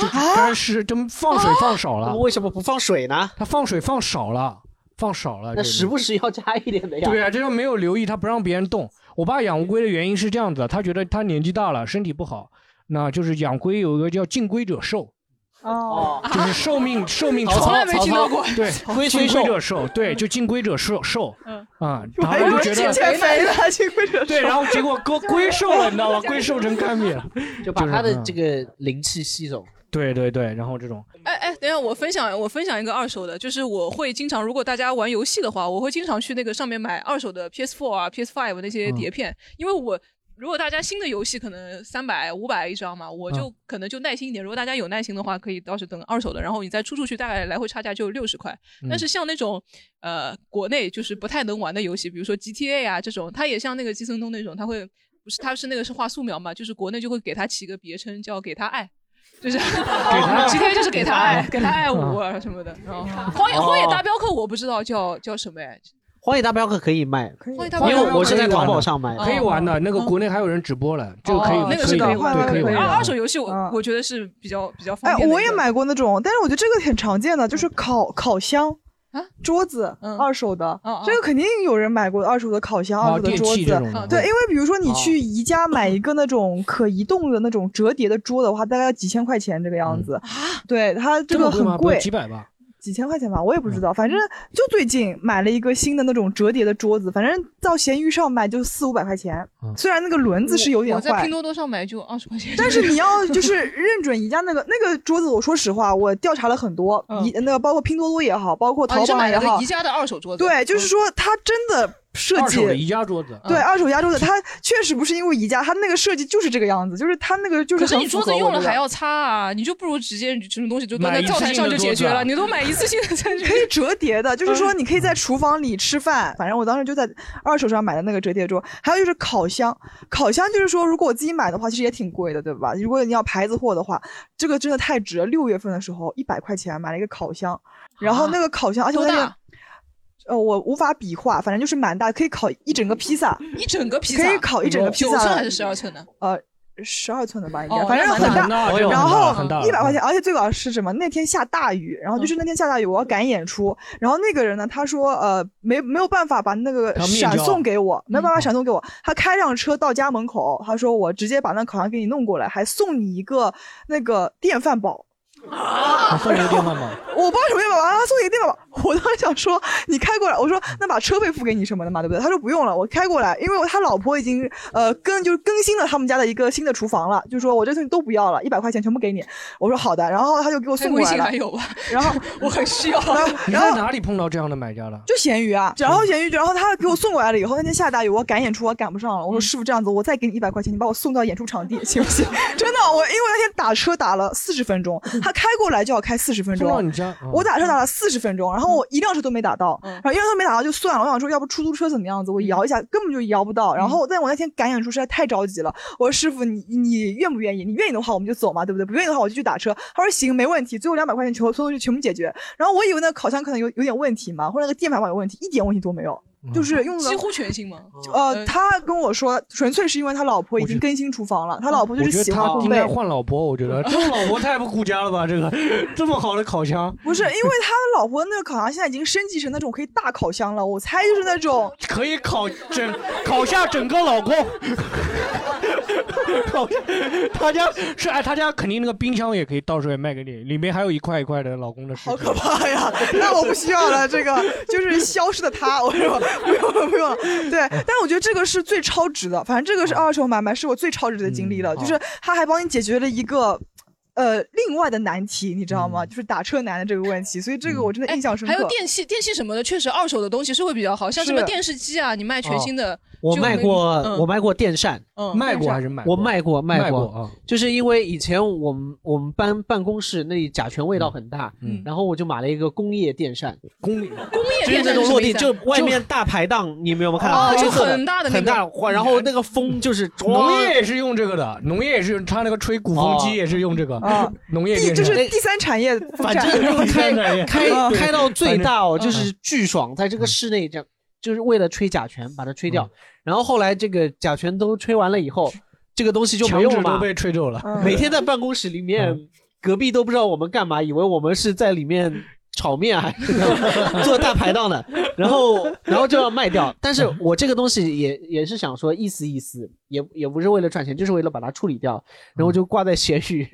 B: 就干湿，就放水放少了。
C: 为什么不放水呢？
B: 它放水放少了，放少了。
C: 那
B: 就是
C: 时不时要加一点的呀。
B: 对啊，这就没有留意，他不让别人动。我爸养乌龟的原因是这样子，他觉得他年纪大了，身体不好，那就是养龟有一个叫敬龟者寿，
E: 哦，
B: 就是寿 命寿命
E: 曹
B: 长。
E: 操从来没曹操听到过
B: 对，
E: 龟虽
B: 敬龟
E: 寿
B: 者寿，对，就敬龟者寿寿。
D: 嗯
B: 啊，然后就觉得
E: 减肥了，这龟者
B: 对，然后结 果龟龟瘦了，你知道吗？龟瘦成干瘪了，
C: 就把
B: 是
C: 它的
B: 嗯
C: 这个灵气吸走。
B: 对对对，然后这种
D: 哎哎，等一下，我分享我分享一个二手的，就是我会经常，如果大家玩游戏的话，我会经常去那个上面买二手的 PS4 啊、PS5 那
G: 嗯
D: 些碟片，因为我如果大家新的游戏可能三百、五百一张嘛，我就
G: 嗯
D: 可能就耐心一点。如果大家有耐心的话，可以到时等二手的，然后你再出出去，大概来回差价就六十块。
G: 嗯
D: 但是像那种呃国内就是不太能玩的游戏，比如说 GTA 啊这种，它也像那个寄生虫那种，它会不是它是那个是画素描嘛，就是国内就会给它起一个别称叫给它爱。就是
F: 爱
D: 今天哦就是给他
E: 嗯
D: 爱，给他爱五
C: 啊
D: 什么的。然后荒
E: 哦
D: 野荒野大镖客我不知道叫叫什么哎，
C: 荒野大镖客可以卖，
D: 荒野大镖
C: 因
D: 客
C: 为我是在淘宝上买的，
B: 可以玩的，那个国内还有人直播了，哦这个可以
D: 哦，那个
B: 可
D: 是
B: 以
D: 可以
B: 玩，对，可以玩。
D: 二二
E: 嗯
D: 手游戏我我觉得是比较比较方
E: 哎，
D: 便的一个。嗯
E: 我也买过那种，但是我觉得这个很常见的，就是烤烤箱。
D: 啊
E: 桌子二手
D: 哦
E: 的，这个肯定有人买过二手的烤箱、
B: 哦
E: 二手的
B: 电器
E: 桌子
B: 这种的。
E: 对，
B: 嗯
E: 因为比如说你去宜家 买一个那种可移动的那种折叠的桌的话，大概要几千块钱这个样
D: 啊
E: 子。对，它这
B: 嗯这么
E: 个很
B: 贵吗不是
E: 贵，
B: 几百 吧？
E: 几千块钱吧，我也不
B: 嗯
E: 知道，反正就最近买了一个新的那种折叠的桌子，反正到闲鱼上买就四五百块钱，
B: 嗯
E: 虽然那个轮子是有点
D: 我在
E: 坏
D: 拼，多多上买就二十块钱，
E: 但是你 要就是认准宜家那个那个桌子，我说实话，我调查了很多，宜那个包括拼多多也好，包括
D: 啊
E: 淘
D: 嗯你是
E: 宝
D: 买
E: 也
D: 了
E: 好
D: 个宜，家的二手桌子，嗯
E: 对，就是说它真的设
B: 二
E: 计
B: 手的宜家桌子，
E: 对，二手压桌子，它确实不是因为宜家，它那个设计就是这个样子，就是它那个就是
D: 可是
E: 很
D: 你
E: 符
D: 桌
E: 合
D: 子
E: 我
D: 用了
E: 这个
D: 还要擦啊，你就不如直接什么东西就端
E: 买
D: 在
E: 一
D: 灶
E: 次
D: 台
E: 性
D: 上
E: 的
D: 就
E: 桌
D: 解
E: 子
D: 决
E: 啊
D: 了，你都买一次性的餐具。嗯
E: 可以折叠的，就是说你可以在厨房里吃饭。反正我当时就在二手上买的那个折叠桌，还有就是烤箱，烤箱就是说如果我自己买的话，其实也挺贵的，对吧？如果你要牌子货的话，这个真的太值了。六月份的时候，一百块钱买了一个烤箱，然后那个烤箱，而且我
D: 啊多
E: 那
D: 大
E: 个。呃，我无法比划，反正就是蛮大，可以烤一整个披萨，
D: 一整个披萨哎
E: 可以烤一整个披萨
D: 九
E: 了，
D: 寸还是十二寸的？
E: 呃，十二寸的吧，应
D: 哦
E: 该，反正
D: 那
E: 很
D: 蛮大的
E: 然
D: 哦
E: 后
D: 很大了嗯
E: 一百块钱，而且最搞笑是什么？那天下大雨，然后就是那天下大雨，我要赶演出，然后那个人呢，他说呃，没没有办法把那个
F: 他面
E: 闪
F: 交
E: 送给我，
D: 嗯
E: 没有办法闪送给我，他开辆车到家门口，他说我直接把那烤箱给你弄过来，还送你一个那个电饭煲。
B: 啊，送个电饭 煲。
E: 我不知道什么电饭煲，他送你个电饭煲。我当时想说，你开过来，我说那把车费付给你什么的嘛，对不对？他说不用了，我开过来，因为他老婆已经呃更就是更新了他们家的一个新的厨房了，就说我这东西都不要了，一百块钱全部给你。我说好的，然后他就给我
D: 哎
E: 送过
D: 微
E: 来
D: 信
E: 了
D: 还。有吧？
E: 然后
D: 我很需要。
B: 你在哪里碰到这样的买家了？嗯
E: 就咸鱼啊，然后咸鱼，然后他给我送过来了以后，那天下大雨，我赶演出，我赶不上了。
B: 嗯
E: 我说师傅这样子，我再给你一百块钱，你把我送到演出场地 行不行？真的，我因为那天打车打了四十分 钟，他开过来就要开四十分钟，
B: 送到你家哦嗯
E: 我打车打了四十分钟，然后我一辆车都没打到，然后一辆车没打到就算了，我想说要不出租车怎么样子，我摇一下根本就摇不到。然后但我那天赶演出实在太着急了，我说师傅你你愿不愿意？你愿意的话我们就走嘛，对不对？不愿意的话我就去打车。他说行，没问题，最后两百块钱全部所有东西全部解决。然后我以为那烤箱可能有有点问题嘛，或者那个电饭煲有问题，一点问题都没有。
D: 嗯
E: 就是用的
D: 几乎全新吗？
E: 呃，他跟我说，纯粹是因为他老婆已经更新厨房了，他老婆就
B: 我
E: 是
B: 觉得
E: 喜欢
B: 他
E: 烘
B: 应该
E: 焙。
B: 换老婆，我觉 得这老婆太不顾家了吧？这个这么好的烤箱，
E: 不是，因为他老婆那个烤箱现在已经升级成那种可以大烤箱了，我猜就是那种
B: 可以烤整烤下整个老公。 烤下他家是哎，他家肯定那个冰箱也可以，到时候也卖给你，里面还有一块一块的老公的尸体。好可
E: 怕呀！那我不需要了，这个就是消失的他，我说不用了，不用了。对，但是我觉得这个是最超值的，反正这个是二手买卖，是我最超值的经历了，
B: 嗯哦
E: 就是他还帮你解决了一个。呃，另外的难题你知道
B: 嗯
E: 吗？就是打车难的这个问题，所以这个我真的印象深刻。
D: 哎还有电器，电器什么的，确实二手的东西是会比较好，像什么
C: 是
D: 电视机啊，你卖全新的，
C: 哦我
D: 就
C: 卖
D: 没
C: 过，
D: 嗯
C: 我卖过电扇，
D: 嗯卖过电扇还是买
C: 我卖过，
B: 卖
C: 卖
B: 过啊
C: 就是因为以前我们我们班办公室那里甲醛味道很大，
B: 嗯
C: 然后我就买了一个工业电扇，
B: 工业
D: 工业
C: 就是
D: 电
C: 那
D: 扇是
C: 种
D: 什
C: 落
D: 么
C: 地，
D: 意思啊
C: 就外面大排档，你们有没有看到？
D: 哦
C: 黑
D: 就
C: 色的
D: 很大的那
C: 很大
D: 种，
C: 然后那个风就是
B: 农业也是用这个的，农业也是用他那个吹鼓风机也是用这个
C: 啊，
B: 农业
E: 第
B: 电
E: 就
B: 扇
E: 是第三产 业，
C: 反正开 开 开到最大哦，
B: 嗯
C: 就是巨爽，在这个室内这样，就是为了吹甲醛把它吹
B: 嗯
C: 掉。然后后来这个甲醛都吹完了以后，这个东西就没用了
B: 墙纸
C: 嘛
B: 都，被吹走了。
A: 嗯
D: 嗯
C: 每 天在办公室里
B: 嗯
C: 面，隔壁都不知道我们干嘛，以为我们是在里面炒面还是 做大排档的，然后然后就要卖掉。但是我这个东西也也是想说意思意思，也也不是为了赚钱，就是为了把它处理掉，然后就挂在闲鱼。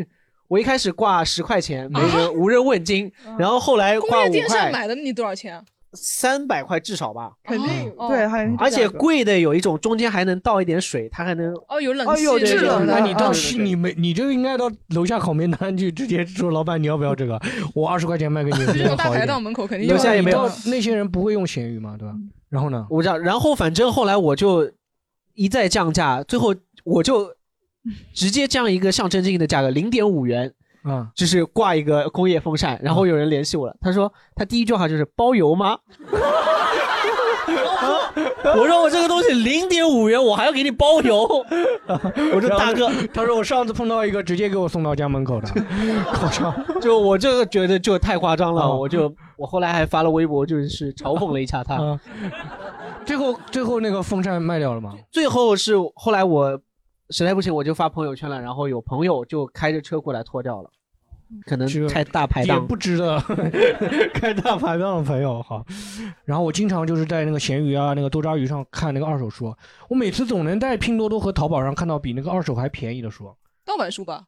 C: 我一开始挂十块钱，
D: 啊
C: 没人无人问津，然后后来
D: 工
C: 挂
D: 业
C: 五
D: 嗯电扇
C: 块，
D: 买的你多少钱啊？
C: 三百块至少吧。
E: 肯定
D: 哦
E: 对，还
C: 而且贵的有一种，中间还能倒一点水，它还能
D: 哦，有冷
E: 哦
D: 气，
E: 有制冷的
B: 那你到
E: 嗯
B: 西哎你没你这个应该到楼下烤面摊去，直接说老板你要不要这个？我二十块钱卖给你，
D: 就是
B: 这个
D: 大
B: 好一
D: 排
B: 点
D: 档门口肯定
C: 楼下也没有
B: 你到那些人不会用咸鱼嘛，对吧？然后呢？
C: 我不知道。然后反正后来我就一再降价，最后我就直接降一个象征性的价格，零点五元，
B: 啊，
C: 就是挂一个工业风扇。然后有人联系我了，他说他第一句话就是包邮吗？
F: 我说我这个东西零点五元，我还要给你包邮。我说大哥，
B: 他说我上次碰到一个直接给我送到家门口的，我操！
C: 就我这个觉得就太夸张了，我就我后来还发了微博，就是嘲讽了一下他。
B: 嗯最后最后那个风扇卖掉了吗？
C: 最后是后来我实在不行我就发朋友圈了，然后有朋友就开着车过来拖掉了，可能太大排
B: 也
C: 档
B: 不值得开大排档的朋友好。然后我经常就是在那个闲鱼啊、那个多抓鱼上看那个二手书，我每次总能在拼多多和淘宝上看到比那个二手还便宜的书，
D: 盗版书吧？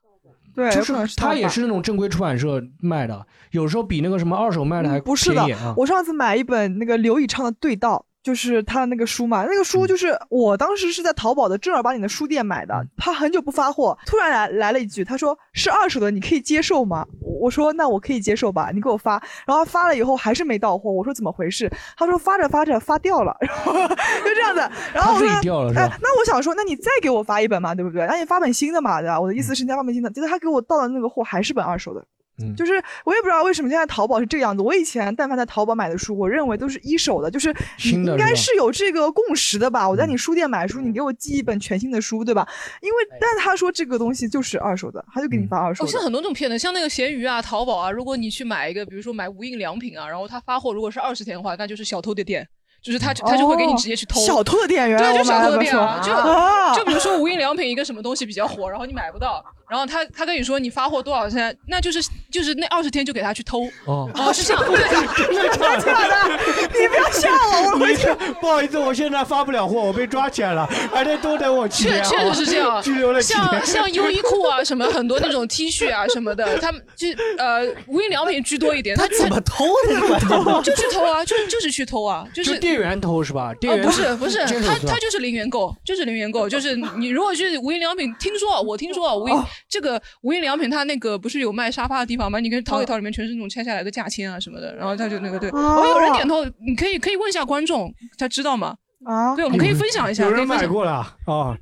E: 对
B: 就是它也是那种正规出版社卖的，有时候比那个什么二手卖的还
E: 嗯不是的
B: 便宜啊，。
E: 我上次买一本那个刘以畅的《对道》，就是他的那个书嘛。那个
B: 嗯
E: 书就是我当时是在淘宝的正儿八经的书店买的，他很久不发货，突然来来了一句，他说是二手的，你可以接受吗？我我说那我可以接受吧，你给我发。然后发了以后还是没到货，我说怎么回事？他说发着发着发掉了，然后 就这样子。然后我
B: 他自己
E: 说
B: 掉哦了是吧
E: 哎，那我想说，那你再给我发一本嘛，对不对？那你发本新的嘛，对吧？我的意思是你再发本新的，结果他给我到的那个货还是本二手的。
B: 嗯
E: 就是我也不知道为什么现在淘宝是这个样子。我以前但凡在淘宝买的书，我认为都是一手的，就是你
B: 新的
E: 应
B: 是
E: 该
B: 吧嗯
E: 是有这个共识的吧？我在你书店买书，你给我寄一本全新的书，对吧？因为
B: 哎
E: 但他说这个东西就是二手的，他就给
B: 嗯
E: 你发二手
D: 哦，
E: 的。
D: 现在很多这种骗的，像那个闲鱼啊、淘宝啊，如果你去买一个，比如说买无印良品啊，然后他发货如果是二十天的话，那就是小偷的店，就是他就他就会给你直接去偷。
E: 哦小偷的店员
D: 对，就
E: 我
D: 小
E: 买了
D: 偷的
E: 本
D: 店啊，
E: 书
D: 就
E: 啊
D: 就比如说无印良品一个什么东西比较火，然后你买不到，然后他他跟你说你发货多少钱，那就是就是那二十天就给他去偷。
B: 哦
D: 哦，是这样，对，
E: 真的假的？你不要吓我，我回去。
B: 不好意思，我现在发不了货，我被抓起来了，还得多等我 七
D: 确
B: 天。
D: 确
B: 好吧
D: 实是这样啊
B: 拘 留，了七天。
D: 像像优衣库 啊，什么很多那种 T 恤啊什么的，他们就呃无印良品居多一点，他
F: 怎么偷的这玩意儿？
D: 他 就去偷啊，就就是去偷啊，就
B: 就是店员偷是吧？店
D: 哦，
B: 员、
D: 不是 不是，
B: 监守
D: 他
B: 是吧
D: 他就是零元购，就是零元购，就是你如果去无印良品，听说我听说啊无
E: 哦
D: 印、这个无印良品，它那个不是有卖沙发的地方吗？你可以淘一淘，里面全是那种拆下来的价签啊什么的，然后他就那个对，
E: 哦
D: 哦，有人点头，你可以可以问一下观众，他知道吗？
E: 啊，
D: 对，我们可以分享一下，
B: 有
D: 可以
B: 人
D: 分
B: 买
D: 享，
B: 过了啊、哦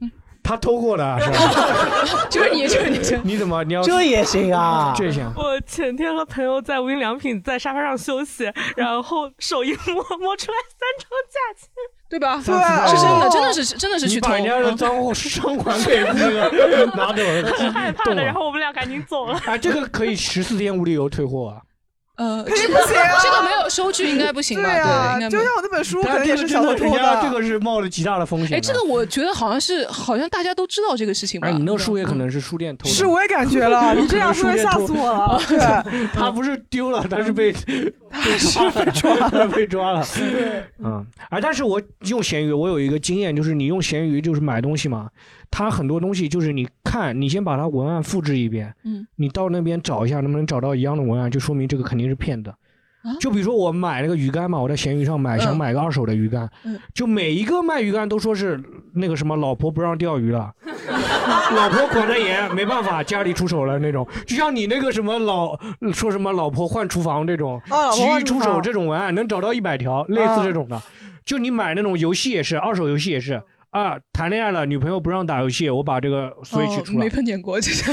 B: 他偷过的是吧？
D: 就是你就是你就是你
B: 你怎么你要
F: 这也行啊？
B: 这行？
G: 我前天和朋友在无印良品在沙发上休息，然后手一摸摸出来三张价签，
D: 对吧？
E: 对啊，
D: 是真的，
E: 哦
D: 真的是真的是去
B: 你
D: 偷
B: 把。人家的
D: 嗯
B: 赃货 赃款给那个拿走了，
G: 挺 害怕
B: 动
G: 的。
B: 了
G: 然后我们俩赶紧 走了。
B: 哎，这个可以十四天无理由退货啊！
D: 呃，
E: 肯定
D: 这
E: 不行啊
D: 这个没有收据应该不行
E: 对
D: 吧？对，
E: 啊
D: 应，该没
E: 就
D: 有
E: 像。我那本书，可
B: 但
E: 能
B: 啊这
E: 也
B: 个
E: 是小
B: 真的，
E: 偷
B: 人
E: 偷
B: 家
E: 的。啊
B: 这个是冒着极大的风险。
D: 哎，这个，我觉得好像是，好像大家都知道这个事情吧？
B: 哎，你那个书也可能是书店偷的。
E: 是，我也感觉 了，你这样说吓死我了。对，
B: 他不是丢了，他是被 被抓了， 被 抓了。嗯，哎，但是我用闲鱼，我有一个经验，就是你用闲鱼就是买东西嘛，它很多东西就是你看，你先把它文案复制一遍，
D: 嗯，
B: 你到那边找一下能不能找到一样的文案，就说明这个肯定是骗的。就比如说我买那个鱼竿嘛，我在闲鱼上买，
D: 啊嗯
B: 想买个二手的鱼竿，
D: 嗯
B: 就每一个卖鱼竿都说是那个什么老婆不让钓 鱼了，老婆管得严，没办法，家里出手了那种。就像你那个什么老说什么老婆换厨房这种，
E: 哦老婆
B: 急于
E: 换厨
B: 出手
E: 房哦
B: 这种文案能找到一百条，类似这种的。就你买那种游戏也是，二手游戏也是。啊，谈恋爱了，女朋友不让打游戏，我把这个所以去
D: 哦
B: 出来
D: 没。碰见过，就是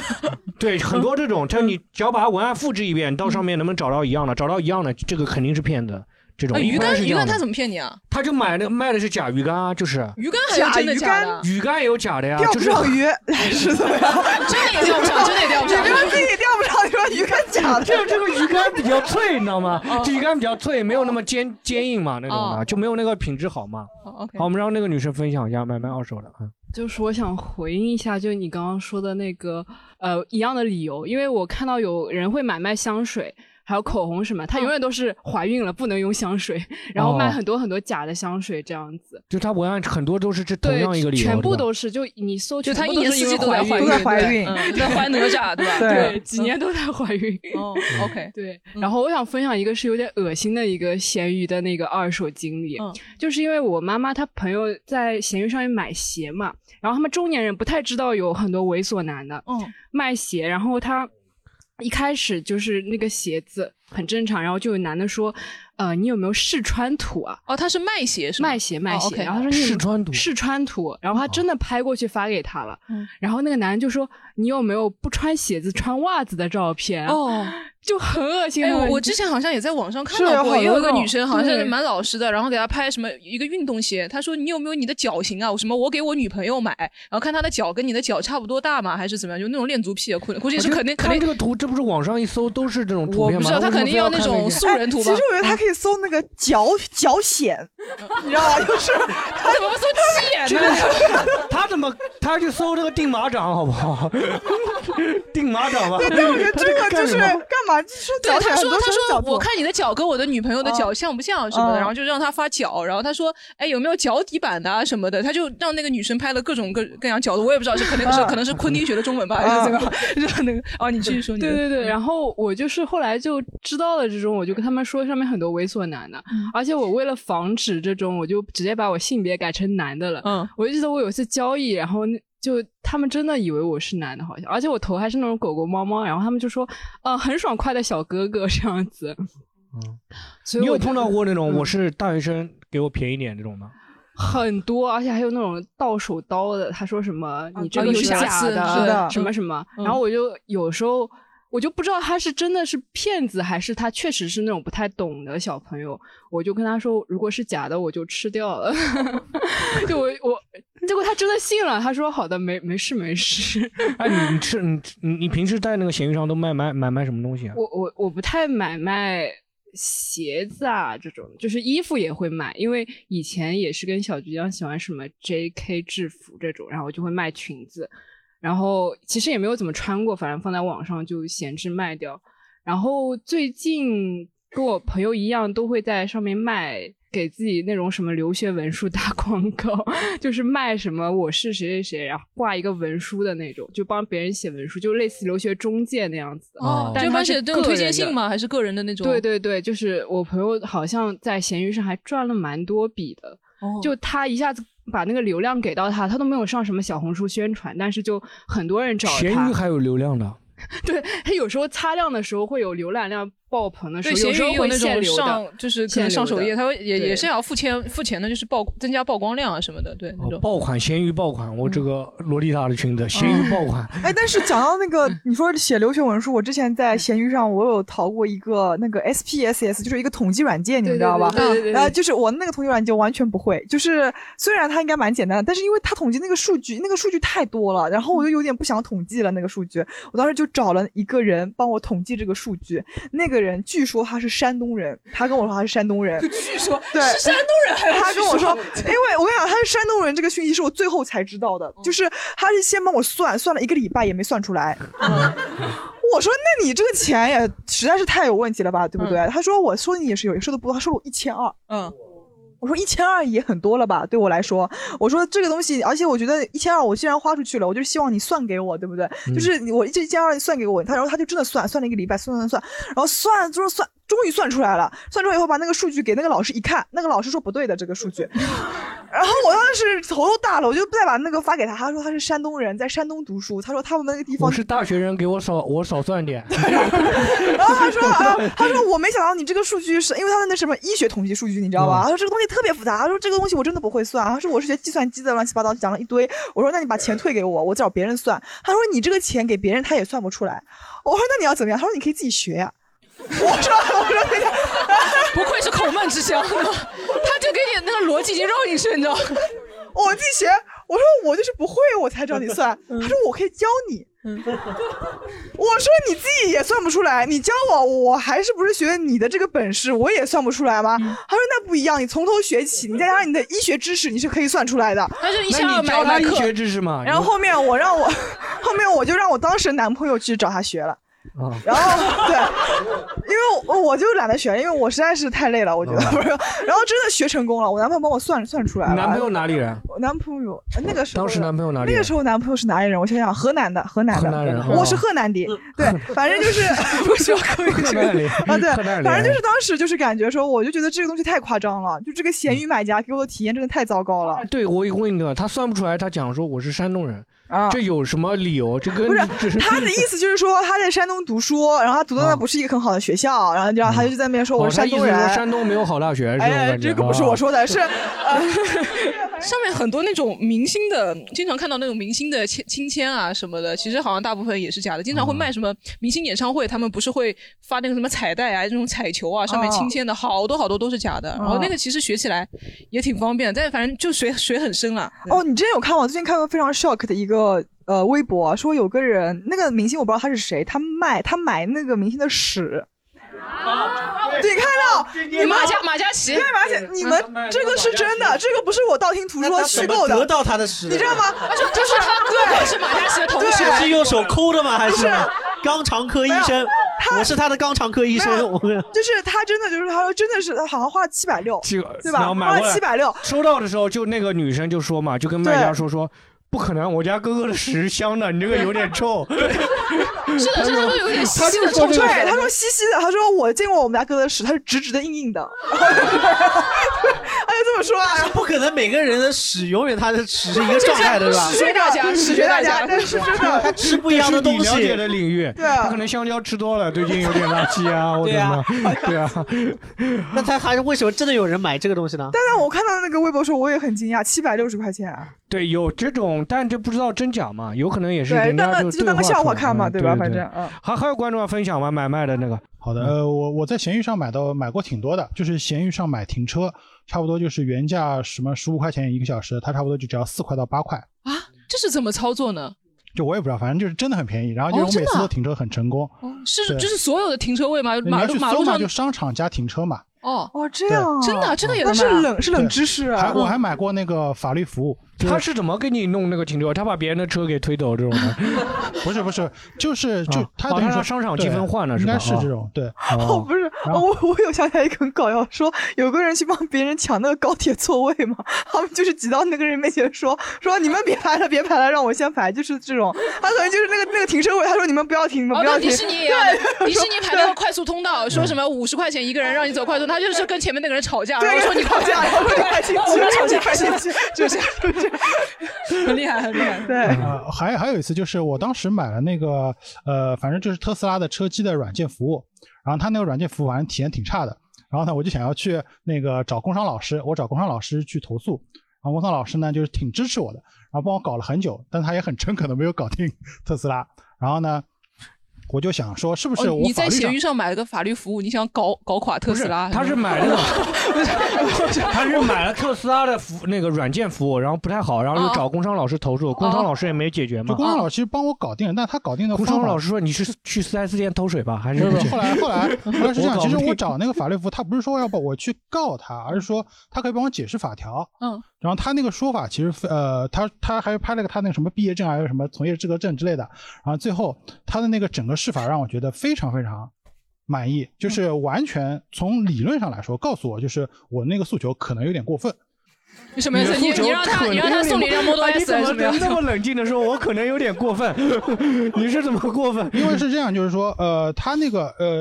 B: 对，很多这
E: 嗯
B: 种，就是你只要把文案复制一遍，到上面能不能找到一样的？找到一样的，这个肯定是骗子。这种
D: 啊鱼
B: 一般
D: 竿，
B: 是这
D: 鱼竿
B: 样的
D: 他怎么骗你啊？
B: 他就买那个卖的是假鱼竿啊，就是
D: 鱼竿还是真的假的？啊
B: 鱼竿也有假的呀，
E: 钓
B: 就
E: 不
B: 是
E: 上鱼是怎么样？
D: 真的也钓不上，真的也钓不
E: 你这
D: 上。
E: 个自己钓不上，你说鱼竿假的？
B: 这 这个鱼竿比较脆，你知道吗
D: 哦？
B: 这鱼竿比较脆，没有那么坚坚硬嘛，那种的
H: 哦
B: 就没有那个品质好嘛。
D: 哦，OK
B: 好，我们让那个女生分享一下买卖二手的啊。
H: 就是我想回应一下，就你刚刚说的那个呃一样的理由，因为我看到有人会买卖香水。还有口红什么，
D: 嗯
H: 她永远都是怀孕了不能用香水， 然
D: 哦
H: 后卖很多很多假的香水这样子，
B: 就他文案很多都是这同
H: 对
B: 样一个，理由，
H: 全部
B: 对吧
H: 都是就你搜，
D: 就她
H: 全
D: 一
H: 部
D: 年
H: 是因
D: 四
H: 为
D: 季都在
H: 怀
D: 怀嗯
H: 孕，
E: 都在怀孕
H: 对
D: 在怀哪吒 对吧？
E: 对
H: 对，几年都在怀孕。
D: 哦，OK，
H: 对，
D: 嗯
H: 然后我想分享一个是有点恶心的一个闲鱼的那个二手经历，
D: 嗯
H: 就是因为我妈妈她朋友在闲鱼上面买鞋嘛，然后他们中年人不太知道有很多猥琐男的
D: 嗯
H: 卖鞋，然后她一开始就是那个鞋子很正常。然后就有男的说，呃，你有没有试穿图啊？
D: 哦，他是卖鞋是
H: 吗？卖鞋卖
D: 哦
H: 鞋。
D: ，OK
H: 然后他说你有没有
D: 试穿图哦
H: 试穿图，然后他真的拍过去发给他了。
D: 嗯
H: 然后那个男人就说，你有没有不穿鞋子穿袜子的照片啊？
D: 哦，
H: 就很恶心的
D: 哎，
H: 问
D: 我
H: 题。
D: 我之前啊好像也在网上看
H: 是好
D: 到过，也
H: 多
D: 有一个
H: 那种
D: 女生好像
H: 对
D: 是蛮老实的，然后给她拍什么一个运动鞋，她说你有没有你的脚型啊？我什么我给我女朋友买，然后看她的脚跟你的脚差不多大嘛，还是怎么样？就那种恋足癖，啊估估计是
B: 我觉得
D: 肯定肯
B: 看这
D: 定
B: 个图，这不是网上一搜都是这种图
D: 我
B: 片
D: 不
B: 吗？
D: 知道他肯
B: 为什么
D: 定
B: 非
D: 要
B: 要
D: 那
B: 看
D: 种
B: 个
D: 素人图
E: 哎其
D: 吧嗯
E: 实我觉得他可以搜那个脚脚显，你知道吧？就是
D: 他怎么搜鸡眼
B: 这
D: 呢？
B: 个他怎么他去搜这个定马掌好不好？ 定马掌吧。
E: 对，但我觉得
B: 他
E: 这个就
B: 干
E: 是
B: 什么
E: 干嘛？说
D: 对，
E: 脚显
D: 他
E: 很
D: 说
E: 多
D: 他
E: 时候
D: 说
E: 脚
D: 我
E: 多
D: 看你的脚跟我的女朋友的脚
E: 哦
D: 像不像什么的，
E: 哦
D: 然后就让他发脚，然后他说哎有没有脚底板的啊什么的，他就让那个女生拍了各种各各样脚的，我也不知道是肯定是
E: 嗯
H: 啊
D: 可能是昆汀学的中文吧，还是怎么样？让那个哦你继续说你的
H: 对对对，然后我就是后来就知道了这种，我就跟他们说上面很多猥琐男的，而且我为了防止这种，我就直接把我性别改成男的了。
D: 嗯，
H: 我就记得我有一次交易，然后那就他们真的以为我是男的，好像，而且我头还是那种狗狗猫猫，然后他们就说，呃，很爽快的小哥哥这样子。所以
B: 你有
H: 我就
B: 碰到过那种
H: 嗯
B: 我是大学生，给我便宜点这种吗？
H: 很多，而且还有那种到手刀的，他说什么你这
D: 哦
H: 个
D: 有
H: 是
D: 瑕
H: 假
D: 疵是的
H: 什么什么，
D: 嗯
H: 然后我就有时候我就不知道他是真的是骗子，还是他确实是那种不太懂的小朋友，我就跟他说，如果是假的，我就吃掉了。 就我我，结果他真的信了，他说好的，没没事没事。
B: 哎，你你吃你你你平时在那个闲鱼上都卖买买卖什么东西啊？
H: 我我我不太买卖鞋子啊这种，就是衣服也会买，因为以前也是跟小菊一样喜欢什么 J.K. 制服这种，然后就会卖裙子，然后其实也没有怎么穿过，反正放在网上就闲置卖掉。然后最近跟我朋友一样，都会在上面卖。给自己那种什么留学文书打广告， 就是卖什么我是谁谁谁，然后挂一个文书的那种，就帮别人写文书，就类似留学中介那样子的。
D: 哦，
H: 但
D: 就
H: 它
D: 而
H: 是
D: 且这种
H: 个
D: 推
H: 人
D: 荐
H: 的
D: 信吗？还是个人的那种？
H: 对对对，就是我朋友好像在闲鱼上还赚了蛮多笔的，
D: 哦
H: 就他一下子把那个流量给到他，他都没有上什么小红书宣传，但是就很多人找
B: 闲鱼
H: 他。
B: 还有流量的，
H: 对他有时候擦亮的时候会有浏览量爆棚的时
D: 对，
H: 候，
D: 闲
H: 时候
D: 鱼有
H: 会
D: 那
H: 限
D: 种
H: 流
D: 上
H: 的，
D: 就是可
H: 限
D: 能
H: 流
D: 上首
H: 的
D: 页，它会也也
H: 对
D: 是要付钱付钱的，就是曝增加曝光量啊什么的，对
H: 哦
D: 那种。
B: 爆款闲鱼爆款，
E: 嗯
B: 我这个洛丽塔的裙子闲鱼爆款，
E: 哎，但是讲到那个，你说写留学文书，我之前在闲鱼上我有淘过一个那个 SPSS，就是一个统计软件，你们知道吧？
H: 对对对对对
E: 然后就是我那个统计软件完全不会，就是虽然它应该蛮简单的，但是因为它统计那个数据，那个数据太多了，然后我就有点不想统计了那个数据。我当时就找了一个人帮我统计这个数据，那个人据说他是山东人，他跟我说他是山东人，
D: 据说
E: 对，
D: 是山东人还是
E: 他跟我说，
D: 据
E: 因为我跟你讲，他是山东人这个讯息是我最后才知道
D: 嗯
E: 的，就是他是先帮我算，算了一个礼拜也没算出来。
D: 嗯
E: 我说，那你这个钱也实在是太有问题了吧，对不对？他说，我说你也是有，说的不多，他说我一千二。
D: 嗯，
E: 我说一千二也很多了吧，对我来说，我说这个东西，而且我觉得一千二我既然花出去了，我就希望你算给我，对不对？就是你我这一千二算给我，他然后他就真的算，算了一个礼拜，算算算，然后算就是算，终于算出来了，算出来以后把那个数据给那个老师一看，那个老师说不对的这个数据， 然后我当时头都大了，我就再把那个发给他，他说他是山东人，在山东读书，他说他们那个 地方啊
B: 我是大学生，给我少我少算 点。
E: 然后他说、啊，他说我没想到你这个数据是因为他的那什么医学统计数据，你知道吧？他说这个东西特别复杂，他说这个东西我真的不会算，啊他说我是学计算机的，乱七八糟讲了一堆。我说那你把钱退给我，我找别人算。他说你这个钱给别人他也算不出来。我说那你要怎么样？他说你可以自己学呀、 我说我说等一下
D: 不愧是口闷之乡， 他就给你那个逻辑已经绕进去了，你知道吗？
E: 我自己学。我说我就是不会，我才找你算。他说我可以教你。 我说你自己也算不出来，你教我，我还是不是学你的这个本事，我也算不出来吗？他说那不一样，你从头学起，你再加上你的医学知识，你是可以算出来的。
D: 他是一下
B: 那
D: 要
B: 你
D: 买
B: 教
D: 一
B: 他
D: 百
B: 医
D: 克，
B: 学知识嘛？
E: 然后后面我让 我，后面我就让我当时男朋友去找他学了。
B: 啊，
E: 然后对，因为我我就懒得学，因为我实在是太累了，我觉得。不是 然后真的学成功了，我男朋友帮我算算出来了。
B: 你男朋友哪里人？
E: 我男朋友呃那个时候的，
B: 当时男朋友哪里人
E: 那个时候男朋友是哪里人？我想想，河南的，河南的，
B: 河南人哦
E: 我是河南的，对， 反正就是不是我可以
B: 河南人
E: 啊，对
B: 河南，人
E: 反正就是当时就是感觉说，我就觉得这个东西太夸张了，就这个
B: 嗯
E: 闲鱼买家给我的体验真的太糟糕了。
B: 啊对，我也问你个，他算不出来，他讲说我是山东人，
E: 啊，
B: 这有什么理由？这跟
E: 不是
B: 这
E: 他的意思就是说他在山东读书，然后他读的那不是一个很好的学校，然后然后他就在那边说我
B: 嗯哦
E: 是
B: 他
E: 山
B: 意
E: 东
B: 思是
E: 人。
B: 说山东没有好大学，是这种
E: 哎，
B: 感觉啊
E: 这个不是我说的，是呃，
D: 上面很多那种明星的，经常看到那种明星的亲亲签啊什
I: 哦
D: 么的，其实好像大部分也是假的。经常会卖什么明星演唱会，他们不是会发那个什么彩带啊、这种彩球啊，上面
E: 哦
D: 亲签的好多好多都是假
I: 哦
D: 的。然后那个其实学起来也挺方便，但反正就水水很深啊了。
E: 哦，你之前有看我最近看过非常 shock 的一个呃微博，说有个人那个明星我不知道他是谁，他卖他买那个明星的屎。你看到你们
D: 马嘉马嘉祺
E: 对马嘉，
F: 嗯
E: 你们这个是真的，这个不是我道听途说虚构的，
F: 得到他的屎了？
E: 你知道吗？
D: 他说就是他根本是马嘉祺的同学
E: 对
F: 是用手抠的吗？还
E: 不是
F: 是肛肠科医
E: 没
F: 生？我是他的肛肠科医
E: 没有
F: 生。我们
E: 就是他真的就是他说真的是他好像花了七百六，
B: 这个
E: 对吧
B: 然后买
E: 花
B: 过来
E: 了760
B: 收到的时候就那个女生就说嘛，就跟卖家
E: 对
B: 说说。不可能，我家哥哥的屎是香的，你这个有 点臭。
D: 是的，是的，他说有点稀
B: 他就
D: 稀的臭
B: 说这
E: 对
D: 臭
B: 个，
E: 他说稀稀的，他说我见过我们家哥哥的屎，他是直直的硬硬的， 他就这么说啊。然后
F: 不可能每个人的屎永远他的屎是一个状态的，是吧
D: 屎？学大家，屎
E: 史
D: 学
E: 学
D: 大
E: 大
D: 家
E: 家，，但是真的，
F: 吃不一样的
B: 这是
F: 东
B: 你了解
F: 西。
B: 的领域，
E: 对啊
B: 他可能香蕉吃多了，最近有点垃圾啊，我的妈，对啊，
F: 那他还是为什么真的有人买这个东西呢？
E: 但是我看到那个微博说，我也很惊讶，七百六十块钱啊，
B: 对，有这种，但这不知道真假嘛，有可能也是
E: 对，
B: 人
E: 当
B: 家
E: 当
B: 就
E: 就当个
B: 对出来
E: 笑话看嘛，
B: 嗯对
E: 吧？
B: 对
E: 反
B: 对
E: 正嗯，
B: 还还有观众要分享吗？买卖的那个，
I: 好的，呃，我我在闲鱼上买到买过挺多的，就是闲鱼上买停车，差不多就是原价什么十五块钱一个小时，它差不多就只要四块到八块，
D: 啊，这是怎么操作呢？
I: 就我也不知道，反正就是真的很便宜。然后就是
D: 哦
I: 我
D: 真
I: 每
D: 的啊
I: 次都停车很成功，
D: 哦，是
I: 对
D: 就是所有的停车位吗？
I: 你
D: 马
I: 要
D: 路
I: 去
D: 马
I: 搜
D: 路
I: 嘛，
D: 上
I: 就商场加停车嘛。嗯
D: 哦，
E: 哦，这样啊
D: 真的啊这个也能
E: 但
D: 卖啊
E: 是冷是冷
I: 对
E: 知识啊
D: 嗯
I: 还，我还买过那个法律服务，就是
B: 他是怎么给你弄那个停车？他把别人的车给推走这种的？
I: 不是不是，就是就
B: 啊
I: 他
B: 哦
I: 等于
B: 他
I: 说
B: 让商场
I: 对
B: 积分换了是
I: 应
B: 吧
I: 该是
B: 哦
I: 这种对。
E: 哦，不是，哦我我有想起来一个很搞笑，说有个人去帮别人抢那个高铁座位嘛，他们就是挤到那个人面前说说你们别排了，别排了，让我先排，就是这种，他可能就是那个那个停车位，他说你们不要停，你们
D: 哦，
E: 不
D: 那
E: 要停，
D: 迪士尼 也一样的，迪士尼排那个快速通道，说什么五十块钱一个人让你走快速，他就是跟前面那个人吵架，然后
E: 对，
D: 说你
E: 吵架，然后你快进去，
D: 我们吵架
E: 你快进去，就这样，就这样，
D: 很厉害，很厉害。
E: 对。
I: 呃，还还有一次就是我当时买了那个呃，反正就是特斯拉的车机的软件服务，然后它那个软件服务反正体验挺差的，然后呢我就想要去那个找工商老师，我找工商老师去投诉，然后工商老师呢就是挺支持我的，然后帮我搞了很久，但他也很诚恳的没有搞定特斯拉，然后呢我就想说是不是
D: 哦
I: 我
D: 你
I: 法
D: 在
I: 律
D: 闲
I: 上
D: 鱼上买了个法律服务，你想搞搞垮特
B: 不
D: 斯
B: 是
D: 拉？，
B: 他是买那个， 他是买了特斯拉的服那个软件服务，然后不太好，然后
C: 哦
B: 又找工商老师投诉，工商老师也没解决
I: 就
B: 嘛。
I: 工商老师帮我搞定了，但他搞定的
B: 工
I: 方
B: 商
I: 法
B: 老师说你是去四 S 店偷水吧，还是
I: 不是不是，后来后 来后来是这
B: 我
I: 样，
B: 搞
I: 其实
B: 不定
I: 我找那个法律服务，他不是说要不我去告他，而是说他可以帮我解释法条。
D: 嗯，
I: 然后他那个说法其实非呃，他他还拍了个他那个什么毕业证啊，还有什么从业资格证之类的。然后最后他的那个整个释法让我觉得非常非常满意，就是
D: 嗯
I: 完全从理论上来说告诉我，就是我那个诉求可能有点过分。
D: 你什么意思？你你让他你让他送你一辆 Model
B: 哎你
D: S
B: 怎
D: 还是什
B: 么
D: 么样
B: 能？那么冷静的说，我可能有点过分？ 你是怎么过分？
I: 因为是这样，就是说，呃，他那个呃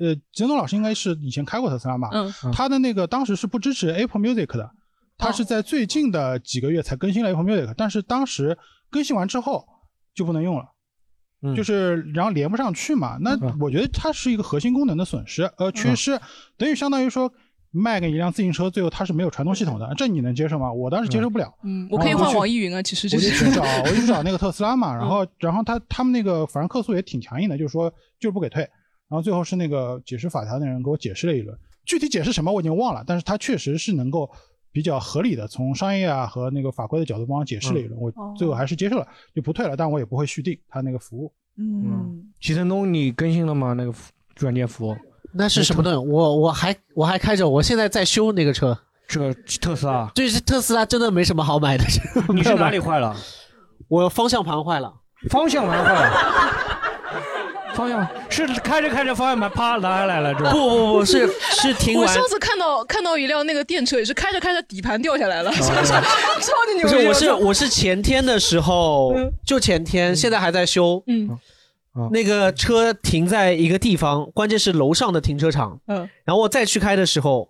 I: 呃，杰东老师应该是以前开过特斯拉嘛，
D: 嗯
I: 他的那个当时是不支持 Apple Music 的，他是在最近的几个月才更新了 Apple Music，但是当时更新完之后就不能用了。
B: 嗯
I: 就是，然后连不上去嘛，那我觉得它是一个核心功能的损失，呃，缺
B: 嗯
I: 失，等于相当于说卖给你一辆自行车，最后它是没有传动系统的，这你能接受吗？我当时接受不了，
D: 嗯，我可以换网易云啊，其实就
I: 我就是嗯去找，我 就去找那个特斯拉 嘛，然后然后他他们那个反正客诉也挺强硬的，就是说就是不给退，然后最后是那个解释法条的人给我解释了一轮，具体解释什么我已经忘了，但是他确实是能够比较合理的从商业啊和那个法规的角度帮我解释了一轮，我最后还是接受了，就不退了，但我也不会续订他那个服务。
E: 嗯，
B: 齐晨东，你更新了吗？那个服软件服务，
C: 那是什么东西？我我还我还开着，我现在在修那个车。，
B: 这特斯拉
C: 对，这特斯拉真的没什么好买 的。
B: 你
C: 没
B: 是
C: 有
B: 哪
C: 买
B: 里坏了？
C: 我方向盘坏了，
B: 方向盘 坏了。方向是开着开着方向盘啪拿下来了，这
F: 不不不是是停
D: 哎我
F: 完
D: 上。次看到看到一辆那个电车，也是开着开着底盘掉下来了， 超级牛
C: 不是，
D: 逼！啊
C: 我是我是前天的时候，就前天，现在还在修。
D: 嗯
C: 那个车停在一个地方，关键是楼上的停车场。
D: 嗯
C: 然后我再去开的时候，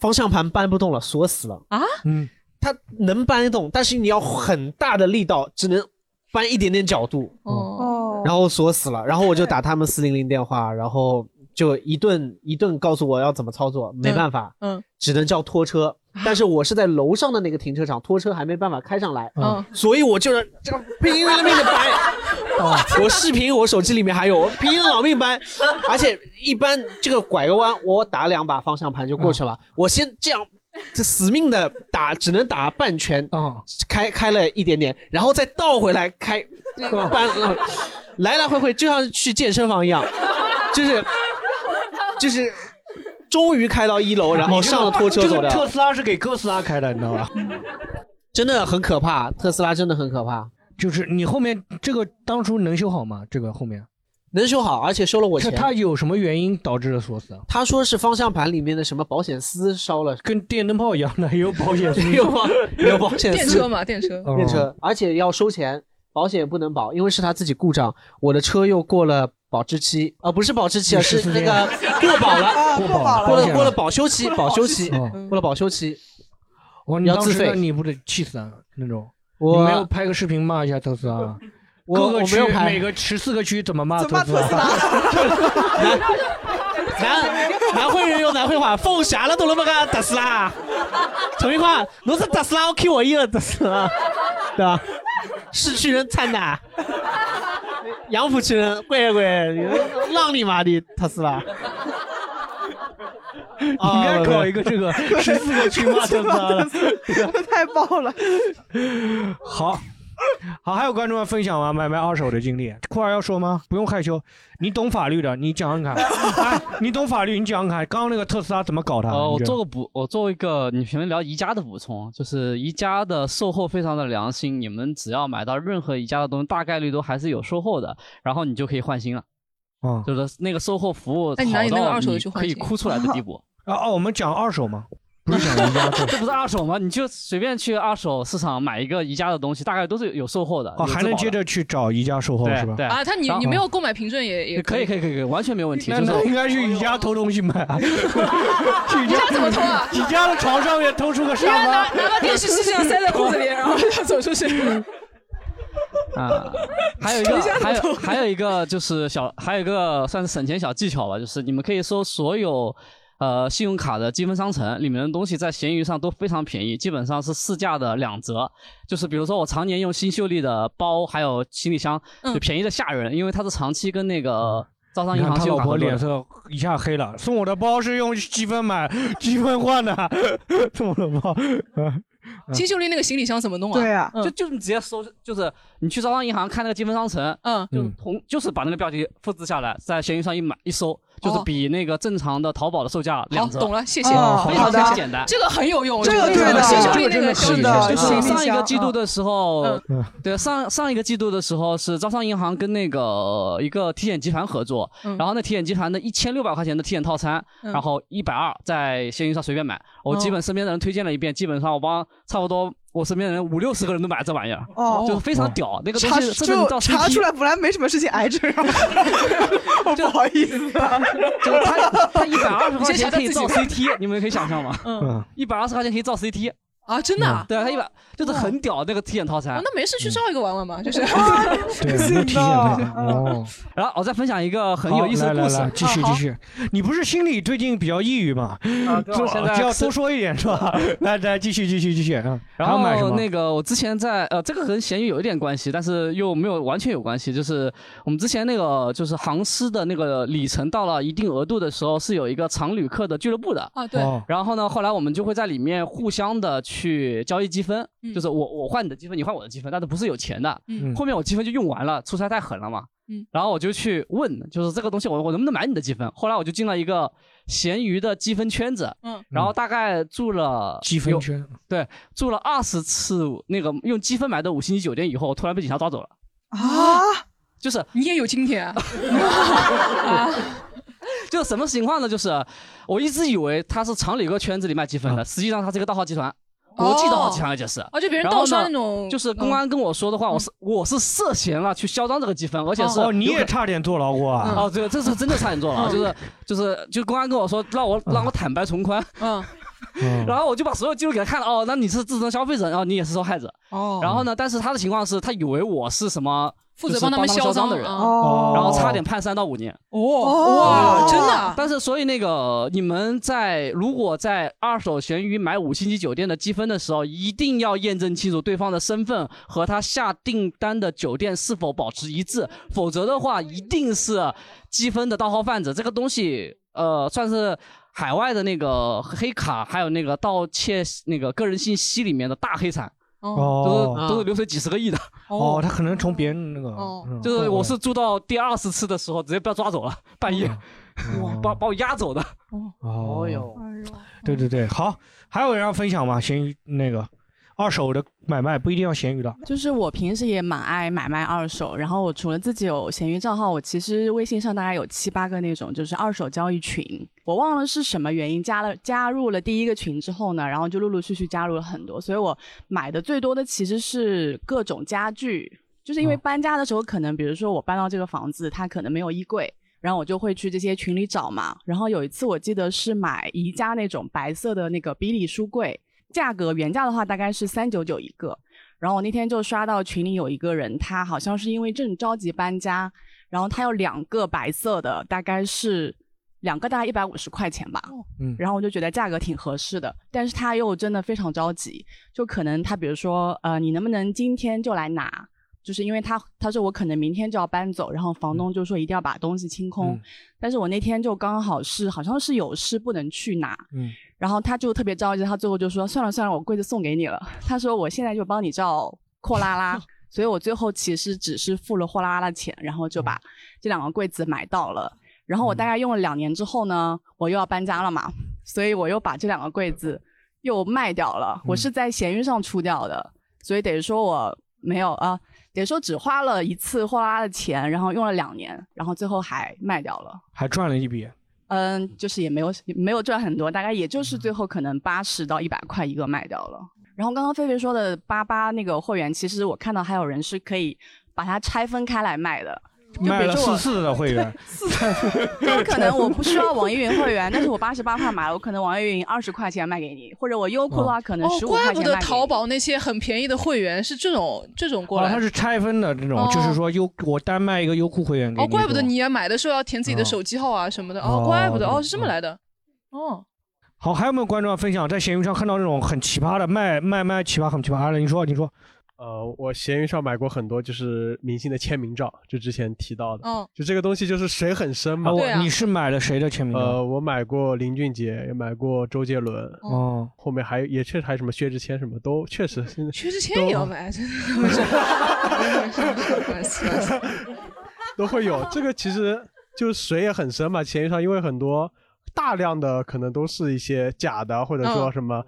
C: 方向盘搬不动了，锁死了。
D: 啊，
B: 嗯，
C: 它能搬得动，但是你要很大的力道，只能搬一点点角度，
B: 嗯
E: 哦，
C: 然后锁死了，然后我就打他们四零零电话，然后就一顿一顿告诉我要怎么操作，没办法，
D: 嗯，
C: 只能叫拖车。但是我是在楼上的那个停车场，拖车还没办法开上来，
F: 嗯
C: 所以我就是这样拼了命的搬。 啊我视频，我手机里面还有，我拼了老命搬，而且一般这个拐个弯，我打两把方向盘就过去了。
B: 嗯
C: 我先这样，这死命的打，只能打半圈，
B: 嗯
C: 开开了一点点，然后再倒回来开，搬、嗯来来回回就像去健身房一样，就是就是，终于开到一楼，然后上了拖车
B: 这
C: 走
B: 个
C: 的。
B: 特斯拉是给哥斯拉开的，你知道吧？
C: 真的很可怕，特斯拉真的很可怕。
B: 就是你后面这个当初能修好吗？这个后面
C: 能修好，而且收了我
B: 这
C: 钱。
B: 它有什么原因导致的锁死啊？
C: 他说是方向盘里面的什么保险丝烧了，
B: 跟电灯泡一样的，有保险丝 哦
C: 有保有 保险丝。
D: 电车嘛，电车，
C: 电车，而且要收钱，保险不能保，因为是他自己故障。我的车又过了保质期，啊、不是保质期啊，
B: 你是
C: 是
B: 司
C: 那
B: 机
C: 个
B: 啊
C: 过保
E: 啊
C: 了，
E: 过
C: 过
E: 保了
B: 过保
C: 了
B: 了
C: 过了保修期，保修期，
B: 嗯
C: 过了保修期。
B: 哦，你
C: 要
B: 当
C: 自
B: 时
C: 费
B: 那你不得气死啊那种？
C: 我
B: 你没有拍个视频骂一下特斯拉啊？
C: 我
B: 各个
C: 我
B: 区
C: 没有拍
B: 每个十四个区怎么骂
E: 怎么骂
B: 特斯拉？
E: 特斯拉
C: 南南汇人用南汇话，放下了都那么个特斯拉，陈明话，侬是特斯拉，我看我一个特斯拉，对吧？市区人惨呐，杨浦区人乖乖，让你妈的特斯拉。
B: 你 应该搞一个这
C: 啊
B: 个十四个区骂特斯拉 的。
E: 太爆了！
B: 好。好，还有观众要分享吗？买卖二手的经历，酷儿要说吗？不用害羞，你懂法律的，你讲讲看。哎，你懂法律，你讲讲看。刚刚那个特斯拉怎么搞的？
J: 呃，
B: 啊你
J: 我
B: 觉得
J: 做个补，我做一个你前面聊宜家的补充，就是宜家的售后非常的良心，你们只要买到任何宜家的东西，大概率都还是有售后的，然后你就可以换新了。
B: 嗯，
J: 就是那个售后服务
D: 哎那你拿
J: 好
D: 你那个
J: 到
D: 二手的
J: 你
D: 去换
J: 可以
D: 新
J: 哭出来的地步。
B: 啊哦，我们讲二手吗？不是讲宜家做
J: 这不是二手吗？你就随便去二手市场买一个宜家的东西，大概都是有售后的，
B: 哦，还能接着去找宜家售后
J: 对
B: 是吧？
J: 对
D: 啊，他你
J: 然后
D: 你没有购买凭证也也
J: 可以可以可以可以，完全没有问题。
B: 那
J: 就是
B: 那应该去宜家偷东西买 啊，去宜家
D: 怎么偷啊？
B: 宜家的床上面偷出个
D: 你要
B: 沙
D: 拿
B: 发，
D: 拿把电视机这样塞在裤子里，然后就走出去。
J: 啊， 还有一个，
D: 下
J: 还有 还有一个就是小，还有一个算是省钱小技巧吧，就是你们可以搜所有。呃，信用卡的积分商城里面的东西在闲鱼上都非常便宜，基本上是市价的两折。就是比如说我常年用新秀丽的包还有行李箱，
D: 嗯
J: 就便宜的吓人，因为它是长期跟那个招商
B: 嗯你
J: 银行
B: 看他
J: 信用
B: 老
J: 卡
B: 婆
J: 合作
B: 脸
J: 的。
B: 色一下黑了。送我的包是用积分买、积分换的， 送我的 包。嗯
D: 新秀丽那个行李箱怎么弄啊？
E: 对啊
D: 嗯
J: 就就你直接搜，就是你去招商银行看那个积分商城，
D: 嗯，
J: 就同就是把那个标题复制下来，在闲鱼上一买一搜，就是
D: 哦
J: 比那个正常的淘宝的售价
D: 好，
J: 两折。嗯
D: 懂了，谢谢。
E: 哦
J: 非
E: 好
J: 常非常
E: 的，
J: 简单。
D: 这个很有用，
E: 这个
D: 我觉得
E: 对的
D: 新秀
E: 这
D: 丽
E: 个
D: 那个
E: 真的
D: 标
E: 是
D: 志
J: 就是
E: 行李
J: 上一个
E: 箱
J: 季度的时候
B: 嗯，
J: 对上上一个季度的时候是招商银行跟那个一个体检集团合作，
D: 嗯
J: 然后那体检集团的一千六百块钱的体检套餐，
D: 嗯
J: 然后一百二在闲鱼上随便买，我
D: 哦
J: 基本身边的人推荐了一遍，基本上我帮差不多我身边的人五六十个人都买这玩意儿，
E: 哦
J: 就非常屌，那个东
E: 查
J: 西真的你到
E: 就查
J: CP
E: 出来本来没什么事情，癌症，
D: 哦
E: 我不好意思啊。
J: 就是 他他一百二十块
D: 你先查
J: 钱
D: 查
J: 可以
D: 自己
J: 造 CT，你们可以想象吗？
B: 嗯，
J: 一百二十块钱可以造 CT，
D: 啊，真的啊，
J: 对啊，他一百就是很屌那个体检套餐
D: 嗯哦。那没事去照一个玩玩嘛，就是。
B: 嗯 对，没有体检 他。
J: 嗯
B: 哦，
J: 然后我再分享一个很有意思的故
B: 好
J: 事。
B: 来来来继续
D: 啊好
B: 继续。你不是心理最近比较抑郁吗？就
J: 啊现在
B: 就要多说一点 是吧？来来，继续继续继续。嗯，
J: 然
B: 还要买什
J: 后
B: 么？
J: 那个，我之前在呃，这个跟咸鱼有一点关系，但是又没有完全有关系。就是我们之前那个，就是航司的那个里程到了一定额度的时候，是有一个常旅客的俱乐部的。
D: 啊，对，
B: 哦
J: 然后呢，后来我们就会在里面互相的去交易积分，
D: 嗯
J: 就是我我换你的积分，你换我的积分，但是不是有钱的。
B: 嗯
J: 后面我积分就用完了，出差太狠了嘛。
D: 嗯
J: 然后我就去问，就是这个东西我我能不能买你的积分？后来我就进了一个闲鱼的积分圈子，
D: 嗯，
J: 然后大概住了
B: 积
J: 有
B: 分圈。
J: 对，住了二十次那个用积分买的五星级酒店以后，我突然被警察抓走了。
E: 啊，
J: 就是
D: 你也有今天啊，
J: 就是什么情况呢？就是我一直以为他是常理哥圈子里卖积
B: 啊
J: 分的，实际上他是一个盗号集团，国际盗号集团，而且是。
D: 啊，哦就别人
J: 然后
D: 盗刷
J: 呢
D: 那种，嗯
J: 就是公安跟我说的话，我是我是涉嫌了去销赃这个积分，而且是
B: 哦，你
J: 有
B: 也
J: 可嗯哦
B: 差点坐牢过啊？
D: 嗯
B: 嗯
J: 哦，对，这是真的差点做了，就是就是就公安跟我说让我让我坦白从宽，
D: 嗯，
J: 然后我就把所有记录给他看了，哦，那你是自身消费者，然后你也是受害者。
D: 哦
J: 然后呢，但是他的情况是他以为我是什么
D: 负责
J: 就是
D: 帮
J: 帮
D: 他们销
J: 销
D: 赃
J: 的人，
D: 哦
J: 然后差点判三到五年。
D: 哦哇，真的啊，
J: 但是所以那个你们在如果在二手闲鱼买五星级酒店的积分的时候，一定要验证清楚对方的身份和他下订单的酒店是否保持一致，否则的话一定是积分的盗号贩子。这个东西呃算是。海外的那个黑卡，还有那个盗窃那个个人信息里面的大黑产，
B: 哦
J: 都是都是流水几十个亿的。
B: 哦，他可能从别人那个，嗯
J: 就是哦我是住到第二十次的时候，直接被他抓走了，半夜， 把把我押走的。哎
B: 哦哟，对对对，好，还有人要分享吗？闲鱼那个二手的买卖不一定要闲鱼的，
K: 就是我平时也蛮爱买卖二手，然后我除了自己有闲鱼账号，我其实微信上大概有七八个那种就是二手交易群，我忘了是什么原因加了加入了第一个群之后呢，然后就陆陆续续加入了很多，所以我买的最多的其实是各种家具，就是因为搬家的时候可能，比如说我搬到这个房子，它可能没有衣柜。然后我就会去这些群里找嘛，然后有一次我记得是买宜家那种白色的那个比利书柜，价格原价的话大概是三九九一个，然后我那天就刷到群里有一个人，他好像是因为正着急搬家，然后他有两个白色的，大概是两个大概一百五十块钱吧。
B: 嗯
K: 然后我就觉得价格挺合适的，但是他又真的非常着急，就可能他比如说呃，你能不能今天就来拿？就是因为他他说我可能明天就要搬走，然后房东就说一定要把东西清空，
L: 嗯
K: 但是我那天就刚好是好像是有事不能去拿，
B: 嗯
K: 然后他就特别着急，他最后就说算了算了，我柜子送给你了。他说我现在就帮你叫货拉拉，所以我最后其实只是付了货拉拉的钱，然后就把这两个柜子买到了。然后我大概用了两年之后呢，我又要搬家了嘛，所以我又把这两个柜子又卖掉了。我是在闲鱼上出掉的，所以等于说我没有啊，等于说只花了一次货拉拉的钱，然后用了两年，然后最后还卖掉了。
B: 还赚了一笔。
K: 嗯，就是也没有没有赚很多，大概也就是
D: 嗯
K: 最后可能八十到一百块一个卖掉了。然后刚刚菲菲说的八八那个会员，其实我看到还有人是可以把它拆分开来卖 的，就比
B: 卖
K: 如
B: 了
K: 说
B: 四
K: 我
B: 次的会员，
K: 就可能我不需要网易云会员，但是我八十八块买了，我可能网易云二十块钱卖给你，或者我优酷的话可能
D: 哦
K: 十，五块
D: 怪
K: 钱卖
D: 不
K: 给你。
D: 得淘宝那些很便宜的会员是这种这种 过
B: 哦，
D: 来
B: 它
D: 的，
B: 是拆分的这种，
D: 哦
B: 就是说优我单卖一个优酷会员给你。
D: 哦，怪不得
B: 是吧
D: 你也买的时候要填自己的手机号啊什么的，哦
B: 哦，
D: 怪不得
B: 对
D: 哦是这么来的，哦，
B: 好，还有没有观众要分享在闲鱼上看到那种很奇葩的卖卖卖奇葩很奇葩的？你说你说，
M: 呃，我闲鱼上买过很多就是明星的签名照，就之前提到的，
D: 嗯，
M: 就这个东西就是水很深嘛。
B: 啊我你是买了谁的签名啊照？
M: 呃，我买过林俊杰，也买过周杰伦，
B: 哦，
M: 后面还也确实还有什么薛之谦什么都确实现在
D: 薛之谦
M: 啊
D: 也要买，真的， 没事没事没事
M: 都会有。这个其实就是水也很深嘛，闲鱼上因为很多大量的可能都是一些假的，或者说
I: 嗯
M: 什么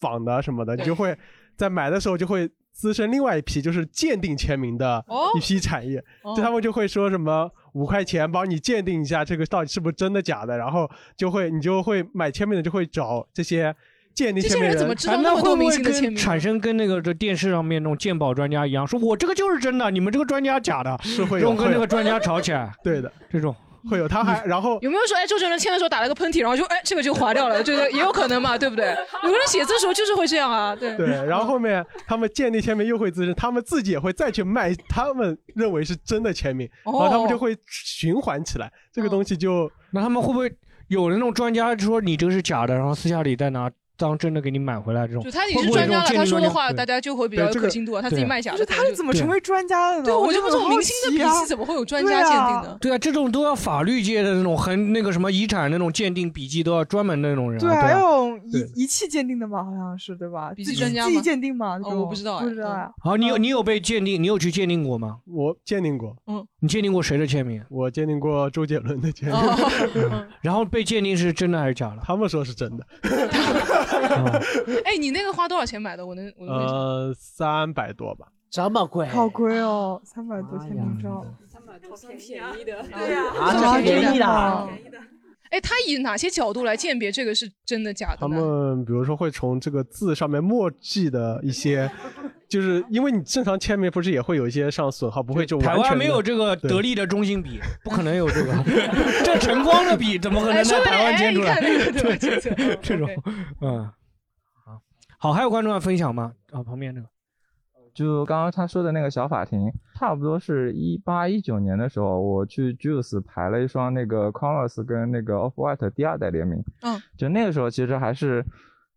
M: 仿的什么的，你
I: 对
M: 就会在买的时候就会滋生另外一批就是鉴定签名的
I: 哦
M: 一批产业，
I: 哦
M: 就他们就会说什么。五块钱帮你鉴定一下这个到底是不是真的假的，然后就会你就会买签名的就会找这些鉴定
D: 这些
M: 签名
D: 人
M: 人，哎
D: 怎么
B: 哎
D: 知道那么多明星的签名
B: 产生跟那个这电视上面那种鉴宝专家一样，说我这个就是真的，你们这个专家假的，
M: 是会有
B: 用跟
M: 会
B: 那
M: 有
B: 个专家吵起来。
M: 对的，
B: 这种
M: 会有他还然后
D: 有没有说，哎，周杰伦签的时候打了个喷嚏，然后就哎这个就划掉了，这个也有可能嘛，对不对？有个人写字的时候就是会这样啊， 对
M: 对，然后后面他们建立签名又会滋生，他们自己也会再去卖他们认为是真的签名，然后他
D: 哦
M: 们就会循环起来。这个
D: 嗯
M: 东西就
B: 那他们会不会有的那种专家说你这个是假的，然后私下里再拿当真的给你买回来这种？
D: 就他已
B: 会
D: 经是
B: 不会有
D: 专家
B: 这
D: 了，
B: 种鉴
D: 他
B: 定
D: 说的
B: 专家
D: 话
B: 对
D: 大家就会比较有
B: 对这
D: 可
B: 个
D: 信度啊，他自己
B: 对
D: 卖假
B: 不
D: 的，
B: 是
D: 可
B: 他
D: 能
B: 是
D: 就
B: 怎么成为
E: 专家的呢
D: 对，
B: 我
D: 我就
B: 就
D: 不懂
B: 很
D: 明
B: 好
D: 星
B: 奇
D: 的笔
B: 啊
D: 记怎么会有专家鉴定 呢？
B: 对啊，这种都要法律界的那种很那个什么遗产那种鉴定笔记都要专门那种人啊。
E: 对啊，
B: 啊
E: 要用
B: 对
E: 仪仪器鉴定的嘛，好像是对吧？
D: 笔
E: 自
D: 记
E: 己
D: 专家
E: 自己
D: 吗
E: 鉴定嘛？
D: 哦
E: 这种
D: 我不知道哎
E: 不知道呀。
B: 好，你有
M: 嗯
B: 你有被鉴定，你有去鉴定过吗？
M: 我鉴定过，
D: 嗯，
B: 你鉴定过谁的签名？
M: 我鉴定过周杰伦的签名，哦
B: 然后被鉴定是真的还是假的？
M: 他们说是真的，
D: 哎，你那个花多少钱买的？我能我能问一下
M: 呃，三百 多吧。
C: 这么贵，
E: 好贵哦，三百多签名照，
G: 便宜的，
E: 对呀
C: 啊这是便宜的啊
D: 哎，他以哪些角度来鉴别这个是真的假的
M: 他？们比如说会从这个字上面默记的 一些，就是因为你正常签名不是也会有一些上损耗，不会就
B: 台
M: 完全
B: 湾
M: 地
B: 没 有这个
M: 对
B: 得力的中性笔，不可能有这个。 这晨光的笔怎么可能
M: 哎
B: 在
M: 说不定
B: 台湾煎出来？
M: 哎你看那个
B: 对
M: 对对对
B: 这种
M: OK，
B: 嗯，好，还有观众要分享吗？啊，旁边这个，
L: 就刚刚他说的那个小法庭，差不多是一八一九年的时候，我去 Juice 排了一双那个 Converse 跟那个 Off White 第二代联名，
D: 嗯，
L: 就那个时候其实还是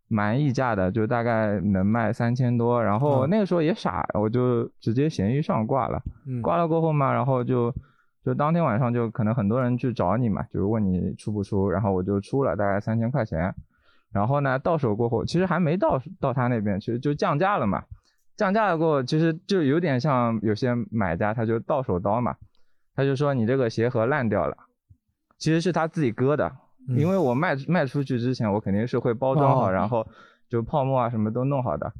L: 蛮溢价的，就大概能卖三千多。然后
N: 嗯
L: 那个时候也傻，我就直接闲鱼上挂了。
N: 嗯
L: 挂了过后嘛，然后就就当天晚上就可能很多人去找你嘛，就是问你出不出，然后我就出了大概三千块钱。然后呢，到手过后其实还没到到他那边，其实就降价了嘛。降价了过后，其实就有点像有些买家他就到手刀嘛，他就说你这个鞋盒烂掉了，其实是他自己割的，因为我卖卖出去之前，我肯定是会包装好，
N: 哦
L: 然后就泡沫啊什么都弄好的。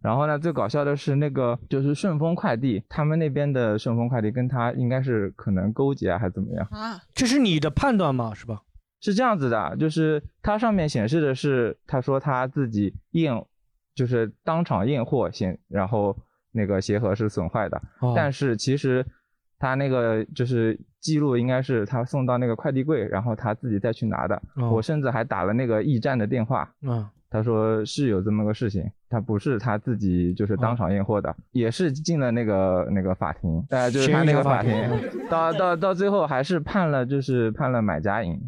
L: 然后呢，最搞笑的是那个就是顺丰快递，他们那边的顺丰快递跟他应该是可能勾结啊，还是怎么样？
D: 啊，
B: 这是你的判断嘛，是吧？
L: 是这样子的，就是它上面显示的是，他说他自己验，就是当场验货显，然后那个鞋盒是损坏的，
N: 哦
L: 但是其实他那个就是记录应该是他送到那个快递柜，然后他自己再去拿的。
N: 哦
L: 我甚至还打了那个驿站的电话，
B: 嗯，
L: 他说是有这么个事情，他不是他自己就是
B: 哦
L: 当场验货的，也是进了那个那个法庭，大家啊就是
B: 先
L: 他那
B: 验
L: 个
B: 法
L: 法
B: 庭
L: 庭，到到到最后还是判了，就是判了买家赢。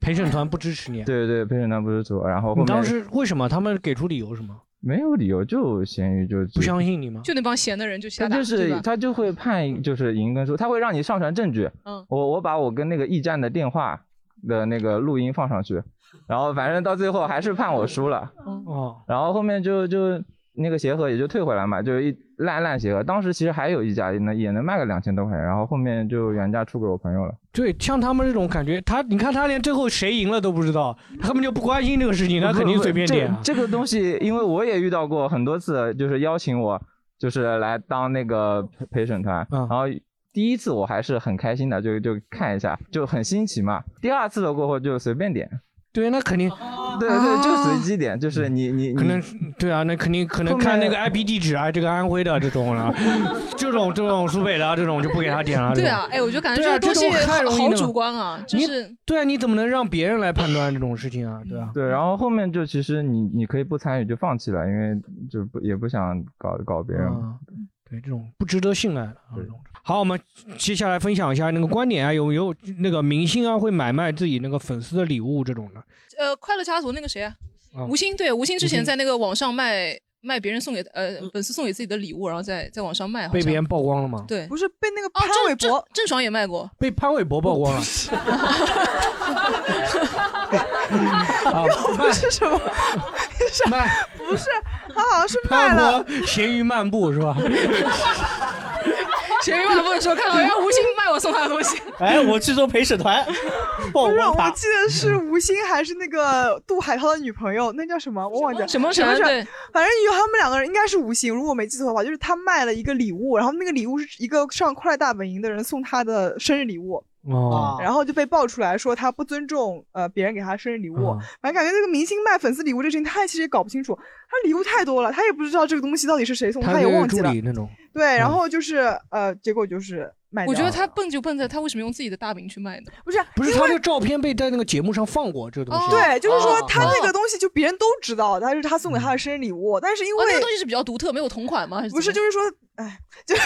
B: 陪审团不支持你。
L: 对对，陪审团不是主，然后后
B: 你
L: 面
B: 当时为什么他们给出理由什么？
L: 没有理由，就闲鱼就
B: 不相信你吗？
D: 就那帮闲的人就瞎
L: 他
D: 打，
L: 就是
D: 对吧？
L: 他就会判就是赢跟输，他会让你上传证据。
D: 嗯
L: 我我把我跟那个驿站的电话的那个录音放上去，然后反正到最后还是判我输了。
D: 嗯
B: 哦，
L: 然后后面就就那个鞋盒也就退回来嘛，就一烂烂鞋盒，当时其实还有一家也能也能卖个两千多块钱，然后后面就原价出给我朋友了。
B: 对，像他们这种感觉，他你看他连最后谁赢了都不知道，哦他根本就不关心这个事情，他肯定随便点啊。
L: 这。这个东西，因为我也遇到过很多次，就是邀请我，就是来当那个陪陪审团，
B: 嗯
L: 然后。第一次我还是很开心的，就就看一下，就很新奇嘛。第二次的过后就随便点，
B: 对，那肯定，
L: 对对，就
D: 啊
L: 随机点，就是你你你
B: 可能啊对啊，那肯定可能
L: 后面
B: 看那个 IP 地址啊，这个安徽的这 种了，这种这种苏北的啊这种就不给他点了。
D: 对
B: 这
D: 啊
B: 种，
D: 哎，我就感觉
B: 对啊
D: 个东西
B: 这种太
D: 好
B: 容易弄
D: 好
B: 了
D: 主观啊，就
B: 你
D: 是嗯
B: 对啊，你怎么能让别人来判断这种事情啊？对啊，
L: 对，然后后面就其实你你可以不参与就放弃了，因为就不也不想搞搞别人。
B: 嗯对这种不值得信赖的啊。这种好，我们接下来分享一下那个观点啊，有有那个明星啊会买卖自己那个粉丝的礼物这种的。
D: 呃，快乐家族那个谁啊，
B: 啊
D: 吴昕，对，吴昕之
B: 吴
D: 前
B: 昕嗯
D: 在那个网上卖卖别人送给呃粉丝送给自己的礼物，然后在在网上卖，好
B: 被
D: 像
B: 别人曝光了吗？，
D: 对，不是被那个潘玮柏、郑郑爽也卖过，
B: 被潘玮柏曝光了。 啊，
E: 不 是什么，
B: 是
E: 不是，他好像是卖
B: 潘
E: 了。
B: 玮柏咸鱼漫步是 吧？
D: 谁万不能说看到人家吴昕卖我送他的东西，
F: 哎， 我去做陪审团，曝
E: 不是，
F: 光
E: 我
F: 他。
E: 记得是吴昕还是那个杜海涛的女朋友，那叫什么？我忘记了
D: 什么
E: 什么
D: 什
E: 陈
D: 么对，
E: 反正有他们两个人应该是吴昕，如果我没记错的话，就是他卖了一个礼物，然后那个礼物是一个上《快乐大本营》的人送他的生日礼物。
D: 啊
B: 哦
E: 然后就被爆出来说他不尊重呃别人给他生日礼物
B: 嗯，
E: 反正感觉这个明星卖粉丝礼物这事情，他其实也搞不清楚，他礼物太多了，他也不知道这个东西到底是谁送，
B: 他
E: 他也忘记
B: 助
E: 了。
B: 理那嗯种。
E: 对，然后就是、呃，结果就是卖掉
D: 我
E: 了。
D: 觉得他笨就笨在他为什么用自己的大名去卖呢？
E: 不是
B: 不是他这个照片被在那个节目上放过，这个东西。
E: 对，就是说
B: 哦嗯
E: 他那个东西就别人都知道，但是他送给他的生日礼物，但是因为
D: 哦那个东西是比较独特，没有同款吗？
E: 不是，就是说，哎， 就是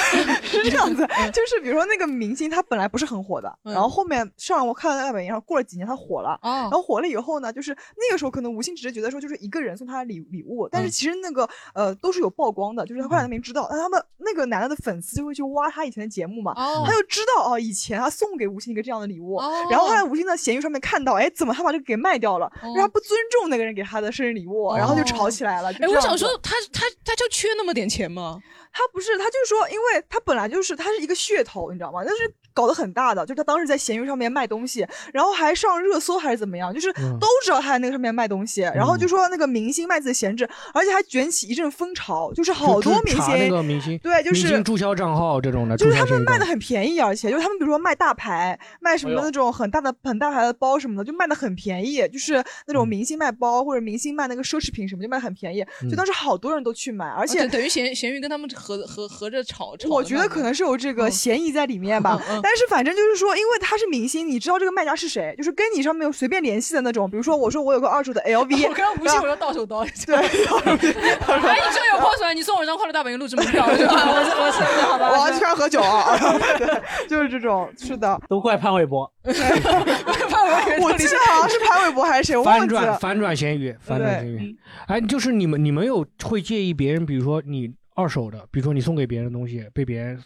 E: 是这样子，就是比如说那个明星他本来不是很火的，
D: 嗯哦
E: 然后后面上我看了大本营，然后过了几年他火了，然后火了以后呢，就是那个时候可能吴昕只是觉得说就是一个人送他礼礼物，
D: 嗯
E: 但是其实那个呃都是有曝光的，就是他快乐大本营知道，但他们那个男的的粉丝就会去挖他以前的节目嘛，
D: 哦
E: 他就知道哦以前他送给吴昕一个这样的礼物，然后他在吴昕的闲鱼上面看到，哎，怎么他把这个给卖掉了，
D: 哦
E: 让他不尊重那个人给他的生日礼物，然后就吵起来了。就
D: 哎，
E: 这
D: 我
E: 样
D: 想
E: 子
D: 说他他他就缺那么点钱吗？
E: 他不是，他就是说，因为他本来就是他是一个噱头，你知道吗？但是搞得很大的，就是他当时在闲鱼上面卖东西，然后还上热搜还是怎么样，就是
N: 嗯
E: 都知道他在那个上面卖东西，然后
B: 嗯
E: 就说那个明星卖自己闲置，而且还卷起一阵风潮，就是好多明
B: 就查
E: 星
B: 那个明星，
E: 对，就
B: 明
E: 是
B: 星注销账号这种的，
E: 就是他
B: 注销
E: 们
B: 这种
E: 卖的很便宜，而且就是他们比如说卖大牌，卖什么
B: 哎呦
E: 那种很大的、很大牌的包什么的，就卖的很便宜，就是那
B: 嗯
E: 种明星卖包或者明星卖那个奢侈品什么就卖得很便宜，
D: 嗯
E: 就当时好多人都去买，而且
D: 啊等于闲闲鱼跟他们合合合着炒炒的卖。
E: 我觉得可能是有这个嫌疑在里面吧。
D: 嗯嗯嗯
E: 但是反正就是说，因为他是明星，你知道这个卖家是谁，就是跟你上面有随便联系的那种。比如说，我说我有个二手 的 LV，
D: 我刚刚不信，我说到手刀。
E: 对，
D: 哎，你这有破损，你送我一张快乐大本营录制门票是吧？我是我是好吧？
E: 我要去那儿喝酒啊！ 对，就是这种，是 的。
F: 都怪潘玮柏，
E: 我记得好像是潘玮柏还是谁，我忘
B: 翻
E: 记了
B: 转。反转咸鱼，反转咸
E: 对
B: 鱼。哎，就是你们你们有会介意别人，比如说你二手的，比如说你送给别人的东西被别人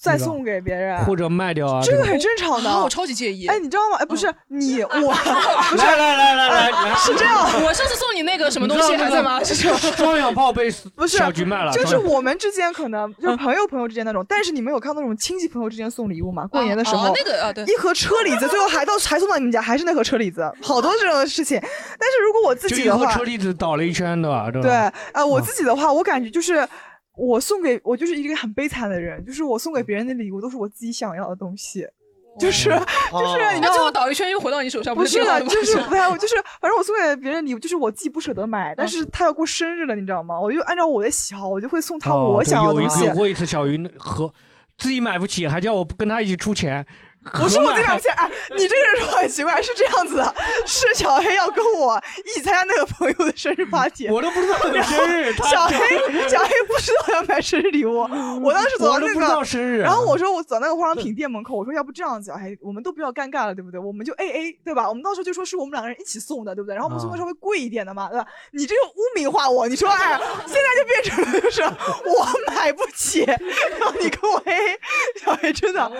E: 再
B: 那个
E: 送给别人，
B: 或者卖掉啊，
E: 这个
B: 种
E: 很正常的。
D: 啊我超级介意嗯
E: 哎，你知道吗？哎，不是 你， 我不是
B: 来来来来来
E: 哎
B: 来
E: 是这样。
D: 我上次送你那个什么东西还在吗？
E: 你知道那个
B: 双氧炮被
E: 不是
B: 小菊卖了，嗯
E: 就是
B: 双氧
E: 我们之间可能就是朋友朋友之间那种，但是你们有看到那种亲戚朋友之间送礼物吗？过年的时
D: 哦
E: 候，
D: 那个啊对啊
E: 一盒车厘子，最后还到还送到你们家，还是那盒车厘子，好多这种事情。但是如果我自
B: 就
E: 己
B: 一
E: 的
B: 盒
E: 话
B: 车，厘子倒了一圈的吧，对
E: 对
B: 吧？，嗯
E: 呃，我自己的话，我感觉就是。我送给我就是一个很悲惨的人，就是我送给别人的礼物都是我自己想要的东西，就是、
B: 哦
E: 就是你知
D: 那
E: 道
D: 最
E: 吗
D: 后倒一圈又回到你手
E: 哦
D: 上，
E: 不
D: 是
E: 是
D: 挺好
E: 的，
D: 的吗
E: 就是不太，我就是反正我送给别人礼物，就是我自己不舍得买，但是他要过生日了，你知道吗？我就按照我的喜好，我就会送他
B: 哦
E: 我
B: 对
E: 想要的
B: 有一
E: 东
B: 次
E: 西
B: 有。过一次小鱼和自己买不起，还叫我跟他一起出钱，
E: 我说我这个
B: 合买
E: 而且哎，你这个人说很奇怪，是这样子的，是小黑要跟我一起参加那个朋友的生日 party，
B: 我都不知道有生日
E: 然后
B: 他
E: 小黑小黑不知道要买生日礼物，我当时走到
B: 我都
E: 那
B: 不知道
E: 个
B: 生日啊
E: 然后我说我走到那个化妆品店门口，我说要不这样子，哎，我们都不要尴尬了，对不对？我们就 A A，对吧？我们到时候就说是我们两个人一起送的，对不对？然后我们送的
B: 啊
E: 稍微贵一点的嘛，对吧？你这个污名化我，你说哎，现在就变成了就是我买不起，然后你跟我 A A，小黑真的。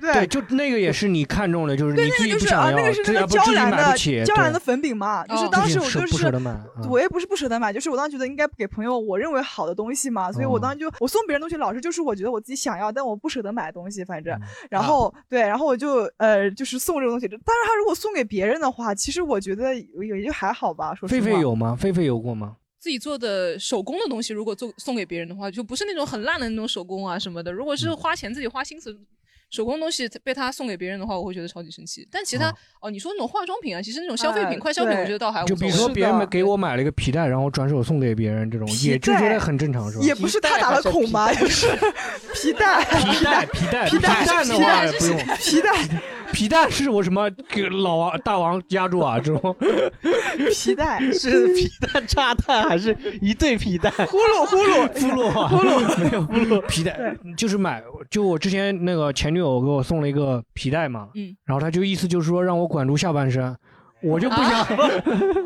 B: 对，就那个也是你看中的，就是
E: 对，
B: 你
E: 那
B: 自
E: 个就
B: 己不
E: 是啊
B: 想，要，
E: 那个是
B: 自己
E: 那个
B: 不
E: 娇
B: 自己
E: 兰
B: 买
E: 的
B: 不起，
E: 娇兰
B: 对
E: 的粉饼嘛，就是
B: 哦
E: 当
B: 自己
E: 时我
B: 舍
E: 就
B: 不
E: 是
B: 舍得买嗯
E: 我也不是不舍得买，就是我当时觉得应该给朋友我认为好的东西嘛，所以我
B: 嗯
E: 当时就我送别人东西，老是就是我觉得我自己想要，但我不舍得买的东西，反正
B: 嗯啊
E: 然后对，然后我就呃就是送这个东西，但是他如果送给别人的话，其实我觉得也也就还好吧，说实
B: 狒
E: 话。
B: 狒有吗？狒狒有过吗？
D: 自己做的手工的东西，如果做送给别人的话，就不是那种很烂的那种手工啊什么的。如果是花钱自己花心思。手工东西被他送给别人的话，我会觉得超级生气。但其他、哦，你说那种化妆品啊，其实那种消费品、
E: 哎
D: 快消品，
E: 对
D: 我觉得倒还无所
B: 就
D: 谓。
B: 比如说别人买
E: 哎
B: 给我买了一个皮带，然后转手送给别人，这种
E: 皮
B: 也就觉
E: 带
B: 得很正常，是吧？
E: 也不是他打了孔吧，就是皮带，
B: 皮带，皮带，
E: 皮带
B: 皮带的话也不用，
E: 皮带，
B: 皮带是我什么 给老王大王压住啊？这种
E: 皮带
F: 是皮蛋炸弹还是一对皮蛋？呼
E: 噜呼噜
B: 呼噜啊，
E: 呼噜
B: 没 有呼噜皮带，就是买就我之前那个前女友给我送了一个皮带嘛，
D: 嗯，
B: 然后她就意思就是说让我管住下半身，我就不 想，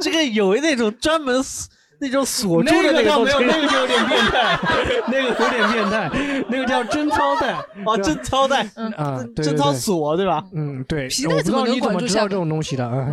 F: 这个有那种专门锁那种锁住的
B: 那个
F: 东
B: 倒没
F: 西
B: 有，那个就有点变态，那个有点变态，那个叫贞操带
F: 哦，贞操带
B: 啊，对
F: 贞
B: 对
F: 操
B: 对
F: 锁对吧？
B: 嗯，对，
F: 皮
B: 我
F: 带
B: 不知
F: 怎么
B: 道
F: 能
B: 你怎
F: 管
B: 么
F: 住
B: 知道
F: 下
B: 这种东西的啊？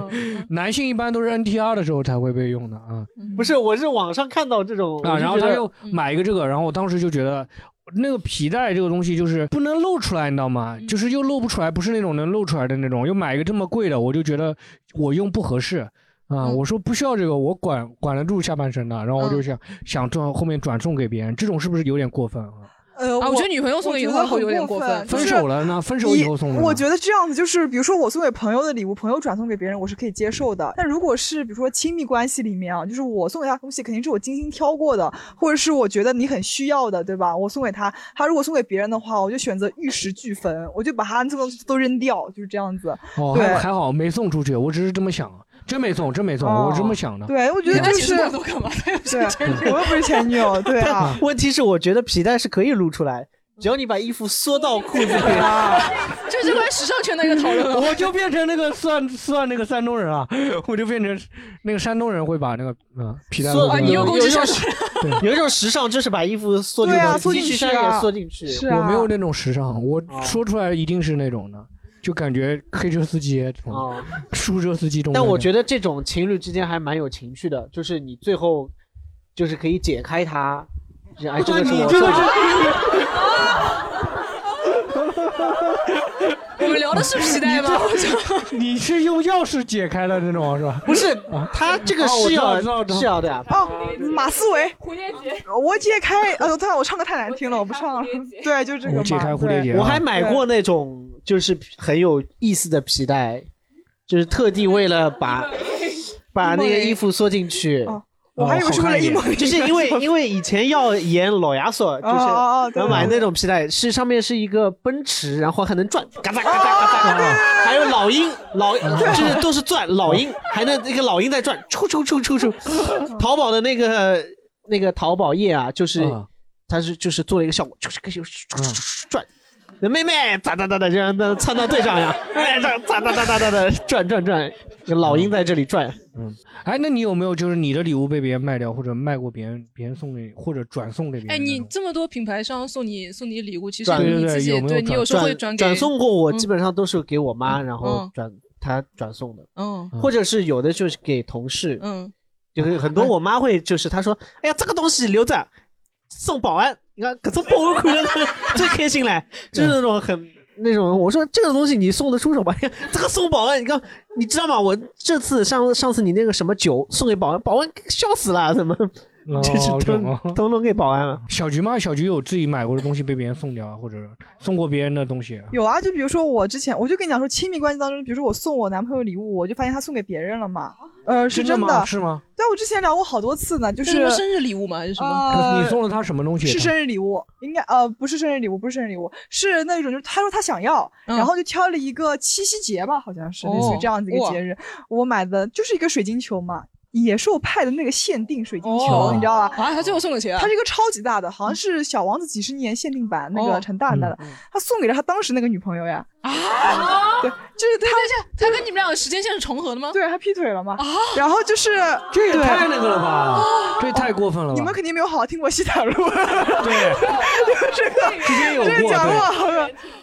B: 男性一般都是 NTR 的时候才会被用的啊
F: 不是，我是网上看到这种
B: 啊，然后他又
F: 嗯
B: 买一个这个，然后我当时就觉得。那个皮带这个东西就是不能露出来，你知道吗？
E: 嗯
B: 就是又露不出来，不是那种能露出来的那种。又买一个这么贵的，我就觉得我用不合适啊、
E: 嗯
B: 我说不需要这个，我管管得住下半身的。然后我就想、想转后面转送给别人，这种是不是有点过分啊？
E: 呃，
D: 啊我觉得女朋友送给你的话
E: 我觉得
D: 会有点
E: 很
D: 过
E: 过
D: 分
E: 分，就
B: 分
E: 是
B: 手了呢？分手以后送的呢？
E: 我觉得这样子就是，比如说我送给朋友的礼物，朋友转送给别人，我是可以接受的。但如果是比如说亲密关系里面啊，就是我送给他的东西，肯定是我精心挑过的，或者是我觉得你很需要的，对吧？我送给他，他如果送给别人的话，我就选择玉石俱焚，我就把他这个东西都扔掉，就是这样子。
B: 哦，
E: 对
B: 还还好没送出去，我只是这么想，啊真没送，真没送，
E: 哦
B: 我这么想的。
E: 对，我觉得
B: 嗯
E: 就是
D: 那都干嘛？
E: 对，我又不是前女友，对啊。
F: 问题是，我觉得皮带是可以露出来， 只要你把衣服缩到裤 子里。啊
D: 这是关于时尚圈的一个讨论啊。
B: 我就变成那个算算那个山东人了，我就变成那个山东人会把那个嗯皮带
F: 缩
B: 弄
D: 啊
B: 出来
F: 有一种时，有一种时尚就是把衣服缩进
B: 对啊
F: 去，
B: 缩进
F: 去
B: 去
F: 也
B: 啊
F: 缩进去。啊
B: 我没有那种时尚，我说出来一定是那种的，就感觉黑车司机这种，
F: 哦
B: 舒车司机这种。
F: 但我觉得这种情侣之间还蛮有情趣的，就是你最后就是可以解开它。就是哎，这个是我
B: 你这
F: 做
B: 个
F: 的。
D: 聊的是皮带吗
B: 你这你是用钥匙解开的那种是吧？
C: 不是
B: 啊，
C: 他这个是要是要的。
E: 哦，马思唯，蝴蝶结，我解开，呃，对，我唱的太难听了，我不唱了。 对，就这个嘛。对
C: 我还买过那种就是很有意思的皮带，就是特地为了 把把那个衣服缩进去。
E: 哦我还以为是为了一模一样
C: 就是因为因为以前要演老亚索，就是
E: 哦哦哦对
C: 然后买那种皮带，是上面是一个奔驰，然后还能转，嘎
E: 哦
C: 哒嘎哒嘎哒，还有老鹰， 老就是都是转老鹰，还能那个老鹰在转，抽抽抽抽抽。淘宝的那个那个淘宝页啊，就是它是就是做了一个效果，就是转。妹妹，哒哒哒哒，这样的窜到队上呀，哎，哒哒哒哒哒哒哒，转转转，就老鹰在这里转。
B: 嗯，哎，那你有没有就是你的礼物被别人卖掉，或者卖过别人，别人送给你，或者转送给别人？
D: 哎，你这么多品牌商送你送你礼物，其实
C: 转
D: 你自己对你有时候会
C: 转
D: 给
C: 转送过，我基
D: 本
C: 本上都是给我妈，然后
D: 嗯
C: 转她转送的，
D: 嗯
C: 或者是有的就是给同事，
D: 嗯，
C: 就是很多我妈会就是她说，哎呀，这个东西留着送保安，你看，可是保安看了最开心嘞，就是那种很。那种我说这个东西你送得出手吧？哎呀这个送保安，你看你知道吗？我这次上上次你那个什么酒送给保安，保安笑死了，怎么？哦这是都都弄给保安了。
B: 哦小菊吗？小菊有自己买过的东西被别人送掉啊，或者送过别人的东西？
E: 有啊，就比如说我之前，我就跟你讲说，亲密关系当中，比如说我送我男朋友礼物，我就发现他送给别人了嘛。呃，是
B: 真的
E: 的，
B: 吗是吗？
E: 对，我之前聊过好多次呢，就
D: 那什
E: 是
D: 么生日礼物吗？还是什么？
E: 呃
B: 你送了他什么东西？
E: 是生日礼物，应该呃不是生日礼物，不是生日礼物，是那种就是他说他想要，
D: 嗯
E: 然后就挑了一个七夕节吧，好像是类
D: 哦
E: 似于这样子一个节日，我买的就是一个水晶球嘛。野兽派的那个限定水晶球，
D: 哦
E: 你知道吧？
D: 啊他最后送给谁啊
E: 它是一个超级大的，好像是《小王子》几十年限定版那
D: 哦
E: 个很大很大的，他送给了他当时那个女朋友呀。
D: 啊，
E: 对，就是他，
D: 他跟你们俩的时间线是重合的吗？啊
E: 对，他劈腿了嘛。然后哦就是
B: 这也
E: 对
B: 太那个了吧，这也太过分了吧！
E: 你们肯定没有好好听过西塔 路， 对，这个
B: 之前有过
E: 这个讲过，
B: 对
E: 好像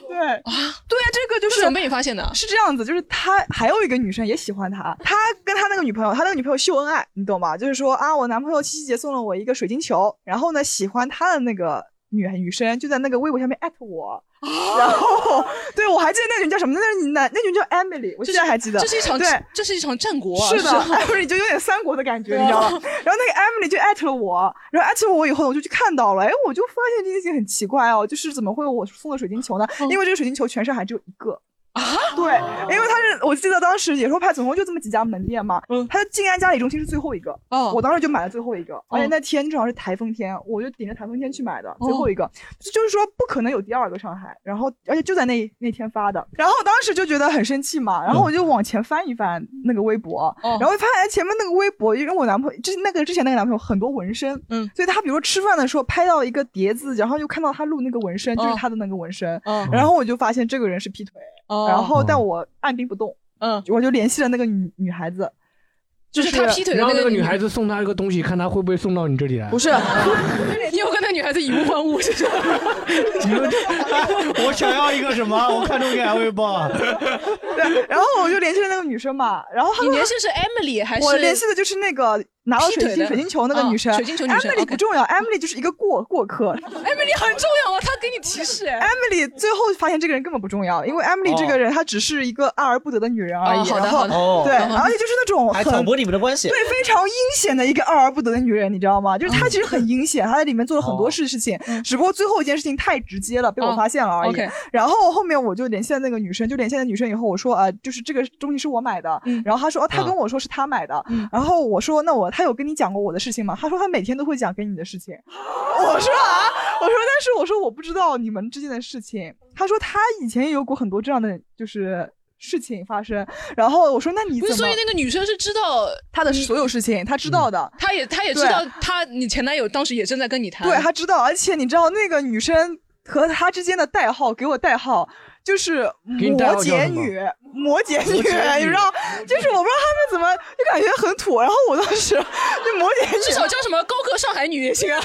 E: 对啊，对啊，这个就是
D: 这怎么被你发现的
E: 是这样子，就是他还有一个女生也喜欢他，他跟他那个女朋友，他那个女朋友秀恩爱，你懂吧？就是说啊，我男朋友七夕节送了我一个水晶球，然后呢，喜欢他的那个女女生就在那个微博下面艾特我。
D: 啊
E: 然后，对我还记得那个女叫什么？那个男那女叫 Emily，我
D: 这
E: 现
D: 是
E: 在还记得。
D: 这是一场
E: 对，
D: 这是一场战国啊，
E: 是的
D: 吧 啊
E: ，Emily 就有点三国的感觉，你知道吗？ 然后那个 Emily 就艾特了我，然后艾特了我以后，我就去看到了，哎，我就发现这件事情很奇怪哦，就是怎么会有我送的水晶球呢？
D: 嗯
E: 因为这个水晶球全上海只有一个。啊， 对，因为他是，我记得当时野兽派总共就这么几家门店嘛，他静安嘉里中心是最后一个，
D: 嗯哦
E: 我当时就买了最后一个，而且那天正好是台风天，我就顶着台风天去买
D: 哦
E: 的最后一个，就就是说不可能有第二个上海，然后而且就在那那天发的，然后当时就觉得很生气嘛，然
B: 嗯
E: 后我就往前翻一翻那个微博，
D: 哦
E: 然后发现哎前面那个微博，因为我男朋友之那个之前那个男朋友很多纹身，
D: 嗯，
E: 所以他比如说吃饭的时候拍到一个碟子，然后就看到他录那个纹身，
D: 哦
E: 就是他的那个纹身，
D: 嗯
E: 然后我就发现这个人是劈腿，
D: 哦
E: 然后但我按兵不动，
D: 嗯，
E: 我就联系了那个女女孩子，就是
B: 是让那个女孩子送他一个东西，看他会不会送到你这里 来。
E: 不是，
D: 你有跟那女孩子以物换物是吧？
B: 你们
A: 我想要一个什么？我看中给 L V 包。
E: 对，然后我就联系了那个女生嘛，然后她
D: 你联系的是 Emily 还是
E: 我联系的就是那个拿到
D: 劈
E: 水
D: 腿
E: 晶
D: 的
E: 水晶球那个
D: 啊
E: 女生，
D: 水晶球女生
E: Emily
D: ，OK
E: 不重要，Emily 就是一个过过客。
D: Emily 很重要啊，她给你提示哎。
E: Emily 最后发现这个人根本不重要，因为 Emily 这个人她只是一个爱而不得的女人而
C: 哦
E: 已。
C: 好的
E: 然后
C: 好的哦
E: 对，
C: 好的
E: 而且就是那种
C: 还
E: 很
C: 挑拨你们的关系
E: 对，非常阴险的一个爱而不得的女人，你知道吗？就是
D: 嗯
E: 她其实很阴险，她在里面做了很多事事情，只不过最后一件事情太直接了，被我
D: 哦
E: 发现了而已
D: OK。
E: 然后后面我就联系了那个女生，就联系了女生以后，我说啊，就是这个东西是我买的，然后她说哦，她
D: 嗯
E: 跟我说是她买的，然后我说那我她有跟你讲过我的事情吗？她说她每天都会讲给你的事情。 我说啊，我说，但是我说我不知道你们之间的事情。他说他以前也有过很多这样的就是事情发生。然后我说，那你
D: 不
E: 怎
D: 是，
E: 么？
D: 所以那个女生是知道
E: 他的所有事情，她知道的，
D: 嗯她也她也知
E: 对
D: 道她你前男友当时也正在跟你谈，
E: 对他知道，而且你知道那个女生和他之间的代号，给我代号就是
D: 给你代
E: 摩
D: 号叫
E: 羯
D: 什么
E: 女，摩羯女，
D: 摩羯女
E: 你知 道，就是我不知道他们怎么就感觉很土，然后我当时 就摩羯女，
D: 至少叫什么高科上海女也行啊。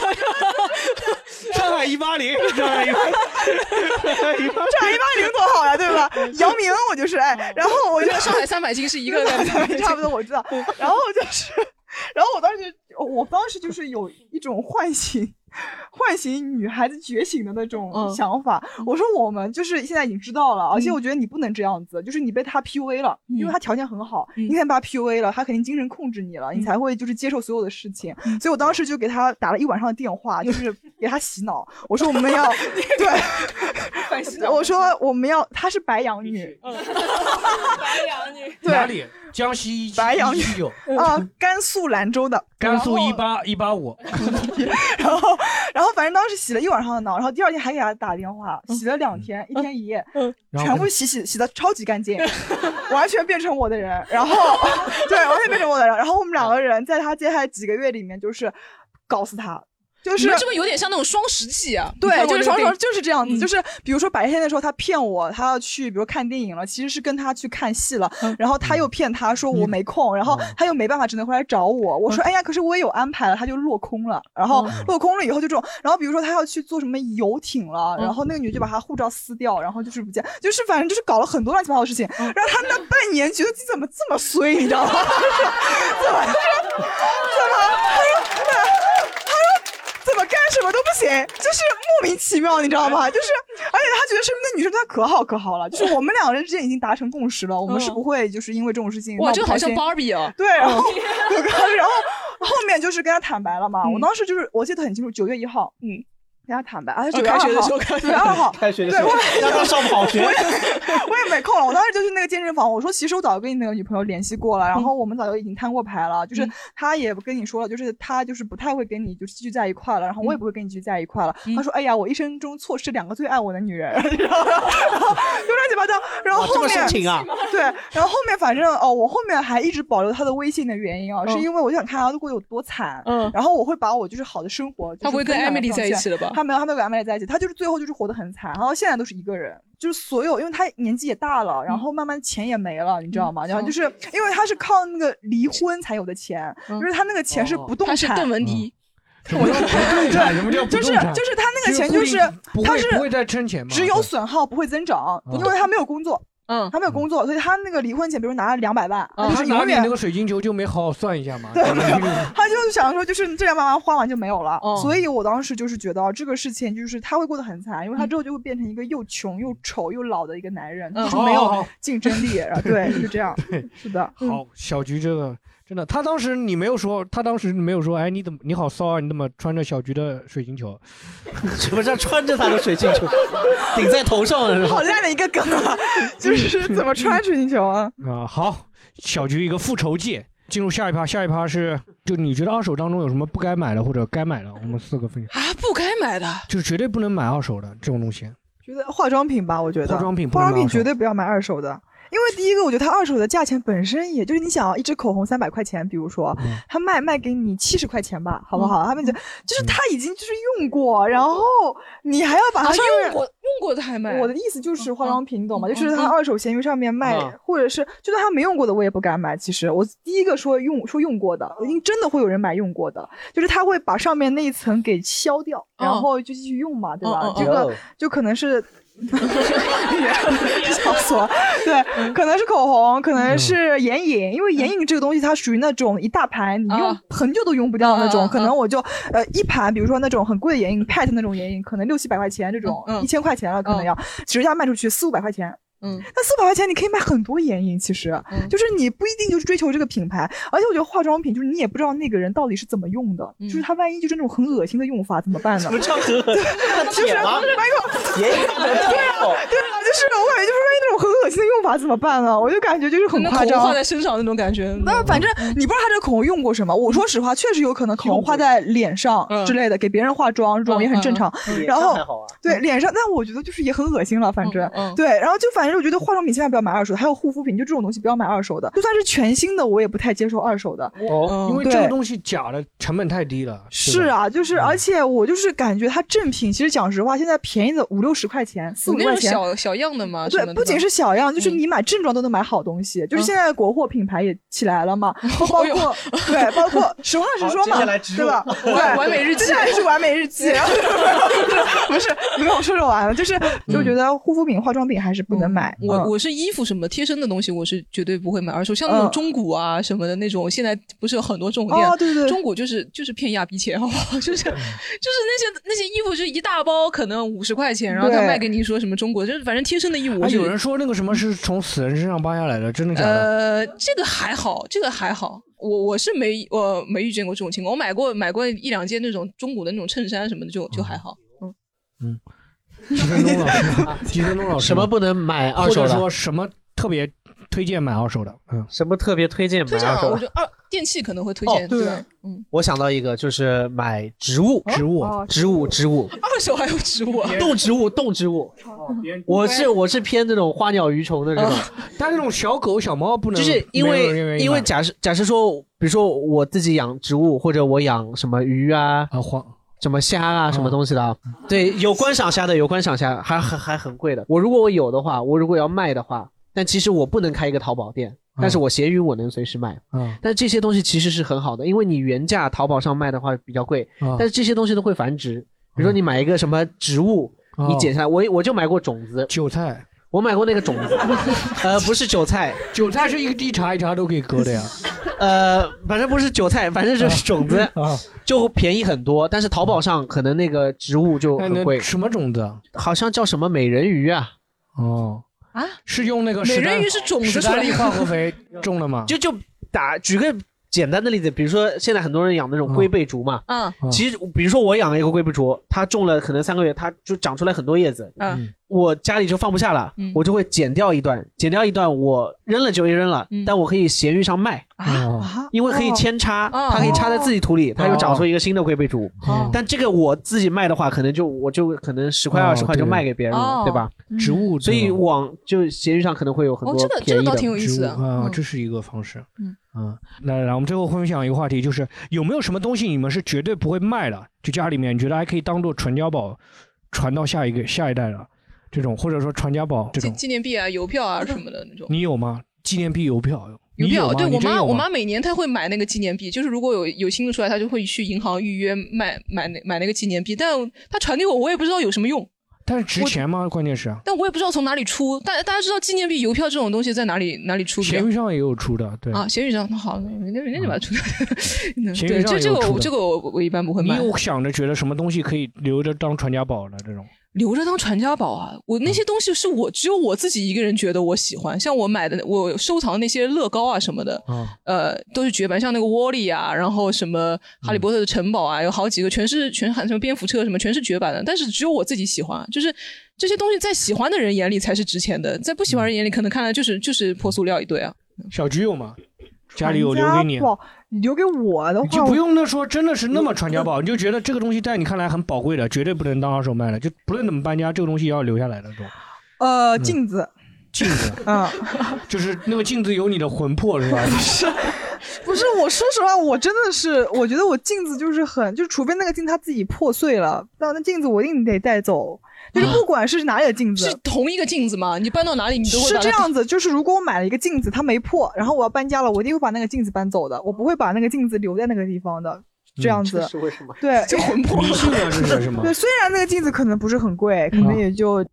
B: 上海一八零，上海一八
D: 哎
B: 零，
E: 上海一八零多好呀，对吧？姚明我就是哎，然后我就
D: 上海三百斤是一个
E: 差不多我知道。然后就是，然后我当时就哦我当时就是有一种唤醒、唤醒女孩子觉醒的那种
D: 嗯
E: 想法。我说我们就是现在已经知道了，而且我觉得你不能这样子，就是你被他 PUA 了，
D: 嗯
E: 因为他条件很好，你肯定把他 PUA 了，他肯定精神控制你
D: 嗯
E: 了，你才会就是接受所有的事情。所以我当时就给他打了一晚上的电
D: 嗯
E: 话，就是给他洗脑，我说我们 要对，我说我们要，她是白羊女，
G: 白羊女
E: 对
N: 哪里？江西一
E: 白羊女
N: 九，
E: 啊，甘肃兰州的，
N: 甘肃
E: 然后
N: 一八一八五，
E: 然后，然后反正当时洗了一晚上的脑，然后第二天还给他打电话，洗了两天，一天一夜，
N: 然后
E: 全
N: 跟
E: 部洗洗洗的超级干净，完全变成我的人。然后， 对，完全变成我的人。然后我们两个人在他接下来几个月里面，就是搞死他。 就
D: 你
E: 是
D: 们是不是有点像那种双十记啊？你
E: 对，
D: 看过
E: 就是
D: 那个
E: 双
D: 电嗯
E: 手
D: 影
E: 就是这样子，就是比如说白天的时候他骗我，他要去比如看电影了，其实是跟他去看戏了，
D: 嗯
E: 然后他又骗他说我没空，然后他又没办法，只能回来找我。我
D: 嗯
E: 说哎呀，可是我也有安排了，他就落空了。然后落空了以后就这种，然后比如说他要去做什么游艇了，
D: 嗯
E: 然后那个女的就把他护照撕掉，然后就是不见，就是反正就是搞了很多乱七八糟的事情，
D: 嗯
E: 让他那半年觉得自己怎么这么衰，你知道吗？ 怎么 怎么他说他说哎怎么干什么都不行，就是莫名其妙，你知道
D: 哎
E: 吗？就是，而且他觉得身边的女生对他可好可好了，就是我们两个人之间已经达成共识了，我们是不会就是因为这种事情
D: 哇
E: 闹不
D: 这个好
E: 开心
D: 像 Barbie 哦
E: 对，然后
D: 嗯
E: 然后后面就是跟他坦白了嘛，我当时就是我记得很清楚，九月一号，嗯。跟他坦白，啊，
D: 啊
E: 九月二
D: 开学的
E: 号
D: 时候，
E: 九月二号，
D: 开学的
E: 对
D: 时候
E: 我
D: 让他上不好学
E: 我也 我也没空了。我当时就去那个健身房，我说其实我早就跟你那个女朋友联系过了，然
D: 嗯
E: 后我们早就已经摊过牌了，就是她也跟你说了，就是她就是不太会跟你就是继续在一块了，然后我
D: 嗯
E: 也不会跟你继续在一块了。她说哎呀，我一生中错失两个最爱我的女人， 然后就乱七八糟。然后
F: 哇这
E: 后
F: 么
E: 面
F: 深情啊
E: 对，然后后面反正哦，我后面还一直保留她的微信的原因啊，是因为我就想看她过得有多惨，
D: 嗯
E: 然后我会把我就是好的生活，
D: 她不会跟
E: 艾米
D: Emily
E: 丽
D: 在一起了吧
E: 没有，他没有跟安排在一起，他就是最后就是活得很惨，然后现在都是一个人，就是所有，因为他年纪也大了，然后
D: 嗯
E: 慢慢钱也没了，你知道吗？然后
D: 哦
E: 就是因为他是靠那个离婚才有的钱，就是他那个钱是不动产，
D: 嗯哦他是邓
B: 嗯
D: 文 迪。
E: 我就
B: 动产什么叫不
E: 就是
B: 动产
E: 就是他那个钱就是
B: 不会
E: 他是
B: 不会再挣钱嘛
E: 只有损耗不会增长，因为他没有工作。
D: 嗯，
E: 他没有工作，所以他那个离婚钱，比如拿了两百万，就
B: 啊他
E: 是
B: 拿
E: 永
B: 你
E: 远
B: 那个水晶球就没好好算一下嘛？
E: 对，没有，他就想说，就是这两百万花完就没有了。
B: 哦
E: 所以我当时就是觉得这个事情，就是他会过得很惨，因为他之后就会变成一个又穷又丑又老的一个男人，
B: 嗯
E: 就是
B: 好
E: 没
B: 好
E: 有
B: 好
E: 竞争力。然后对，就这样。是的，
B: 好，小菊真的真的，他当时你没有说，他当时没有说，哎，你怎么你好骚啊？你怎么穿着小菊的水晶球？
F: 什么叫穿着他的水晶球， 顶在头上了是吧？
E: 好烂的一个梗啊！ 就是怎么穿水晶球啊？
B: 啊，好，小菊一个复仇记。进入下一趴，下一趴是就你觉得二手当中有什么不该买的或者该买的？我们四个分享，
D: 啊，不该买的。
B: 就是绝对不能买二手的这种东西。
E: 觉得化妆品吧，我觉得
B: 化妆品不
E: 化妆品
B: 能买二手
E: 绝对不要买二手的。因为第一个，我觉得它二手的价钱本身也就是你想啊一支口红三百块钱，比如说
D: 嗯
E: 它卖卖给你七十块钱吧，好不好？他们就就是它已经就是用过，然后你还要把它
D: 啊
E: 上面
D: 用过用过的还卖。
E: 我的意思就是化妆品，你懂吗？
D: 嗯
E: 就是它
D: 嗯
E: 二手闲鱼上面卖
D: 嗯，
E: 或者是就算它没用过的，我也不敢买。其实我第一个说用说用过的，一定真的会有人买用过的，就是他会把上面那一层给削掉，然
D: 嗯
E: 后就继续用嘛，对
D: 嗯
E: 吧
D: 嗯？
E: 这
D: 嗯
E: 个就可 能是。笑死我！
F: 嗯
E: 对，可能是口红，可能是眼影，因为眼影这个东西它属于那种一大盘你
F: 嗯
E: 用很久都用不掉的那种，可能我就呃一盘，比如说那种很贵的眼影，Pat 那种眼影，可能六七百块钱这种，
F: 嗯
E: 一千块钱了可能要，其实要卖出去四五百块钱。
D: 嗯，
E: 那四百块钱你可以买很多眼影，其实、
F: 嗯
E: 就是你不一定就是追求这个品牌，而且我觉得化妆品就是你也不知道那个人到底是怎么用的，就是他万一就是那种很恶心的用法怎么办呢？
F: 嗯什么叫很恶 心
E: 就是
F: 舔吗
E: Michael，
F: 眼影
E: 对 啊，对
D: 哦
E: 啊，就是我感觉就是万一那种很恶心的用法怎么办啊呢？我就感觉就是很
D: 那
E: 夸
D: 口
E: 张，
D: 红画在身啊嗯上那种感觉。
E: 那反正你不知道他这个口红用过什么。我说实话，确实有可能口红画在脸上
D: 嗯
E: 之类的，给别人化妆这种也很正常
F: 嗯嗯嗯。
E: 然
F: 脸上
E: 后
F: 还好啊
E: 对脸上，但我觉得就是也很恶心了，反正
D: 嗯
E: 对。然后就反正我觉得化妆品千万不要买二手，还有护肤品就这种东西不要买二手的，就算是全新的我也不太接受二手的。
D: 嗯
B: 哦，因为这
E: 对
B: 个东西假的成本太低了。
E: 是啊，就是，
F: 嗯
E: 而且我就是感觉它正品，其实讲实话，现在便宜的五六十块钱、四
D: 有
E: 五
D: 那
E: 块
D: 种
E: 钱，
D: 小小样的嘛。
E: 对
D: 啊什么，的
E: 不仅
D: 吧嗯
E: 是小样，就是你买正装都能买好东西。就是现在国货品牌也起来 了
D: 哦
E: 嘛，包括对，包括实话实说
F: 好接
E: 嘛
F: 下来，植
E: 对
F: 入？
E: 吧对，
F: 完美 日记
E: 接下来就是完美日记。
D: 嗯
E: 然后不是，没有说说完了，就是就觉得护肤品、化妆品还是不能买买。
D: 我
E: 嗯
D: 我是衣服什么贴身的东西，我是绝对不会买二手，像那种
E: 嗯
D: 中古啊什么的那种，现在不是有很多这种店，
E: 哦对对对
D: 中古就是就是骗亚逼钱，好不好？就是就是那些那些衣服，就是一大包可能五十块钱，然后他
B: 对
D: 卖给你说什么中国，就是反正贴身的衣服我
B: 啊，
D: 是、
B: 有人说那个什么是从死人身上扒下来的，真的假的？
D: 呃，这个还好，这个还好，我我是没我没遇见过这种情况，我买过买过一两件那种中古的那种衬衫什么的，就就还好。嗯，
B: 吉森东老
C: 呃
B: 师
C: 什么不能买二手
B: 或
C: 的
B: 者说什么特别推荐买二手的？嗯，
C: 什么特别推荐
D: 推
C: 买
D: 荐
C: 二
D: 啊，
C: 手
D: 我觉
C: 的？
D: 得二电器可能会推荐，
C: 哦
D: 对
C: 对
D: 吧？嗯，
C: 我想到一个，就是买植物，
B: 植物
D: 哦
C: 植物，植物，
D: 二手还有植物啊，
C: 动植物，动植物。我是我是偏这种花鸟鱼虫的这
D: 哦
C: 种，
B: 但是那种小狗小猫不能，
C: 就是因
B: 没有人愿
C: 为
B: 意
C: 因为
B: 买
C: 假设假设说，比如说我自己养植物，或者我养什么鱼啊，
B: 啊嗯黄
C: 什么虾啊，什么东西的啊，对，有观赏虾的，有观赏虾，还还还很贵的。我如果我有的话，我如果要卖的话，但其实我不能开一个淘宝店，但是我闲鱼我能随时卖。
B: 嗯，
C: 但这些东西其实是很好的，因为你原价淘宝上卖的话比较贵，
B: 嗯
C: 但是这些东西都会繁殖。比如说你买一个什么植物，
B: 啊哦
C: 你剪下来，我我就买过种子，
B: 韭菜，
C: 我买过那个种 子，呃，不是韭菜，
B: 韭菜是一个一茬一茬都可以割的呀。
C: 呃，反正不是韭菜，反正就是种子，
B: 啊
C: 就便宜很多。但是淘宝上可能那个植物就
B: 哎
C: 很
B: 那
C: 贵。
B: 什么种子？
C: 好像叫什么美人鱼啊？
B: 哦，
D: 啊，
B: 是用那个
C: 美
B: 史丹
C: 人鱼是种子
B: 史
C: 出
B: 丹
C: 来
B: 利
C: 的
B: 化 合肥种的吗？
C: 就就打举个简单的例子，比如说现在很多人养那种龟背竹嘛，
D: 嗯
C: 其实比如说我养了一个龟背竹，它种了可能三个月，它就长出来很多叶子，
D: 嗯，
C: 我家里就放不下了，
D: 嗯
C: 我就会剪掉一段，剪掉一段我扔了就扔了，
E: 嗯
C: 但我可以闲鱼上卖
B: 啊
C: 因为可以扦插，
B: 哦
C: 它可以插在自己土里，它又长出
B: 哦
C: 一个新的龟背竹。
E: 哦
C: 但这个我自己卖的话，可能就我就可能十块
B: 哦
C: 二十块就
B: 对
C: 卖给别人
B: 哦
C: 了，对吧？
E: 嗯
B: 植物
C: 所以网就闲鱼上可能 会有很
B: 哦
C: 多
B: 这个
C: 便宜的
B: 植物啊，这是一个方式。
D: 嗯
B: 啊，来来来，我们最后分享一个话题，就是有没有什么东西你们是绝对不会卖的？就家里面你觉得还可以当做传家宝，传到下一个下一代的这种，或者说传家宝这
D: 纪
B: 种，
D: 纪念币啊、邮票啊什么的那种。
B: 你有吗？纪念币邮票，
D: 邮
B: 你有
D: 票，
B: 吗
D: 对
B: 你
D: 我
B: 真
D: 妈，
B: 有
D: 我
B: 吗
D: 妈每年她会买那个纪念币，就是如果有有新的出来，她就会去银行预约买买那买那个纪念币，但她传给我，我也不知道有什么用，
B: 但是值
D: 我
B: 钱吗？关键是啊
D: 但我也不知道从哪里出。大大家知道纪念币、邮票这种东西在哪里哪里出比较
B: 闲鱼上也有出的，对
D: 啊，闲鱼上那好，那那人家就把它 出来。
B: 闲鱼
D: 对，
B: 上
D: 这这
B: 有
D: 个
B: 出
D: 我
B: 的
D: 这个我我一般不会
B: 你
D: 买。
B: 有想着觉得什么东西可以留着当传家宝的这种？
D: 留着当传家宝啊！我那些东西是我只有我自己一个人觉得我喜欢，像我买的我收藏的那些乐高啊什么的，
B: 啊，
D: 呃，都是绝版，像那个沃利啊，然后什么哈利波特的城堡啊，有好几个全是全喊什么蝙蝠车什么，全是绝版的，但是只有我自己喜欢，啊就是这些东西在喜欢的人眼里才是值钱的，在不喜欢人眼里可能看来就是就是破塑料一堆啊。
B: 小菊有吗？家里有留给你
E: 传家？宝留给我的话，
B: 就不用那说，真的是那么传家
E: 嗯
B: 宝，你就觉得这个东西在你看来很宝贵的，绝对不能当二手卖的，
E: 嗯
B: 就不论怎么搬家，这个东西要留下来的这种。
E: 我。呃，
D: 嗯
E: 镜 子，
B: 镜 子，
E: 嗯，
B: 就是那个镜子有你的魂魄是吧？
E: 不是，我说实话，我真的是，我觉得我镜子就是很，就除非那个镜子它自己破碎了，但那镜子我一定得带走，就是不管是哪里的镜子，
D: 啊是同一个镜子吗？你搬到哪里你都会
E: 是
D: 把它
E: 这样子，就是如果我买了一个镜子，它没破，然后我要搬家了，我一定会把那个镜子搬走的，我不会把那个镜子留在那个地方的。这样子，
C: 嗯为什么
E: 对，
C: 这魂魄迷信啊这是什么
E: 对，虽然那个镜子可能不是很贵，可能也就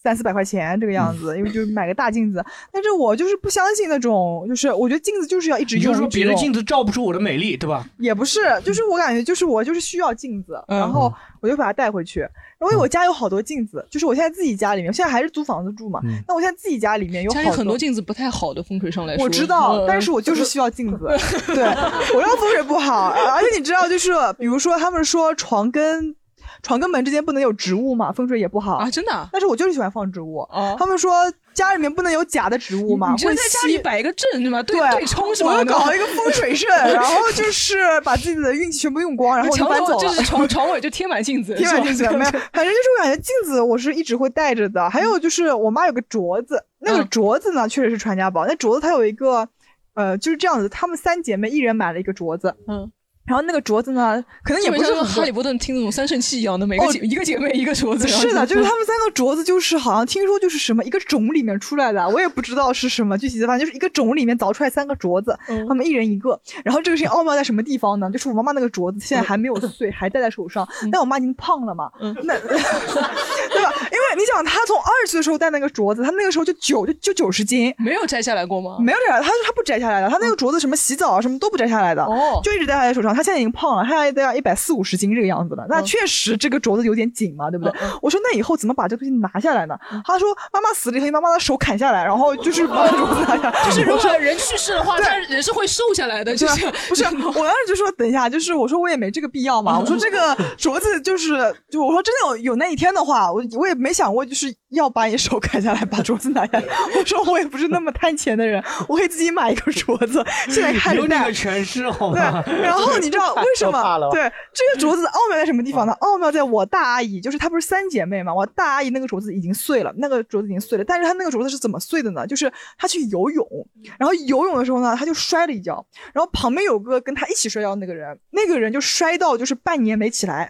E: 三四百块钱这个样子，因为就是买个大镜子。但是我就是不相信那种，就是我觉得镜子就是要一直
B: 你
E: 用，
B: 就说
E: 一直
B: 别的
E: 用
B: 镜子照不出我的美丽，对吧？
E: 也不是，就是我感觉就是我就是需要镜子，
B: 嗯
E: 然后我就把它带回去。然后我家有好多镜子，就是我现在自己家里面，我现在还是租房子住嘛。那我现在自己家里面有
D: 家
E: 好
D: 里很多镜子不太好的风水上来说，
E: 我知道
D: 嗯，
E: 但是我就是需要 镜子。对，我知道风水不好，而且你知道，就是比如说他们说床跟。床跟门之间不能有植物嘛，风水也不好
D: 啊，真的、
E: 但是我就是喜欢放植物。他们说家里面不能有假的植物嘛，
D: 你就
E: 会
D: 在家里
E: 吸
D: 摆一个阵是吗？对
E: 对
D: 对冲是吗？
E: 我又搞了一个风水 阵， 然后就是把自己的运气全部用光，然后我就
D: 墙
E: 搬
D: 头
E: 走
D: 就
E: 了。
D: 是床床尾就贴满镜子，
E: 贴满镜
D: 是
E: 子，
D: 吧
E: 没有，反正啊就是我感觉镜子我是一直会带着的。还
D: 嗯
E: 有就是我妈有个镯子，那个镯子呢确实是传家宝。那镯子它有一个，呃，就是这样子，她们三姐妹一人买了一个镯子，
D: 嗯，
E: 然后那个镯子呢，可能也
D: 基
E: 不
D: 本
E: 是
D: 上
E: 很
D: 跟哈
E: 贵
D: 利波特听那种三圣器一样的，每个
E: 哦
D: 姐、一个姐妹一个镯子。
E: 是的， 就是他们
D: 在
E: 三个镯子，就是好像听说就是什么一个种里面出来的，我也不知道是什么具体的，反正就是一个种里面凿出来三个镯子，
D: 嗯
E: 他们一人一个。然后这个事情奥妙在什么地方呢？就是我妈妈那个
D: 嗯
E: 镯子现在还没有碎，还戴在手上，但我妈已经胖了嘛，那对吧？因为对，你想他从二十岁的时候戴那个镯子，他那个时候就九就就九十斤，
D: 没有摘下来过吗？嗯
E: 没有摘下来，他说他不摘下来的，他那个镯子什么洗澡啊什么都不摘下来的，
D: 哦
E: 就一直戴在手上。他现在已经胖了，他现在要一百四五十斤这个样子了，
D: 嗯
E: 那确实这个镯子有点紧嘛，对不对？我说那以后怎么把这个东西拿下来呢？
D: 嗯
E: 他说妈妈死了以后，你把妈妈的手砍下来，然后就是把镯子拿下来。
D: 就是如
E: 我说
D: 果人去世的 话，
E: 对
D: 他人是会瘦下来的，就
E: 对啊
D: 是
E: 不 是？我当时就说等一下，就是我说我也没这个必要嘛。我说这 个镯子就是，就我说真的有有那一天的话，我我也没想过就是要把你手砍下来，把镯子拿下来。我说我也不是那么贪钱的人，我会自己买一个镯子，现在开始
B: 有
E: 戴
B: 那。个权势好吗？
E: 对，然后你知道为什
B: 太可
E: 么
B: 怕了？嗯
E: 对，这个镯子奥妙在什么地方呢？奥妙在我大阿姨，就是她不是三姐妹嘛，我大阿姨那个镯子已经碎了，那个镯子已经碎了，但是她那个镯子是怎么碎的呢？就是她去游泳，
B: 嗯
E: 然后游泳的时候呢，她就摔了一跤，然后旁边有个跟她一起摔跤的那个人，那个人就摔到就是半年没起 来，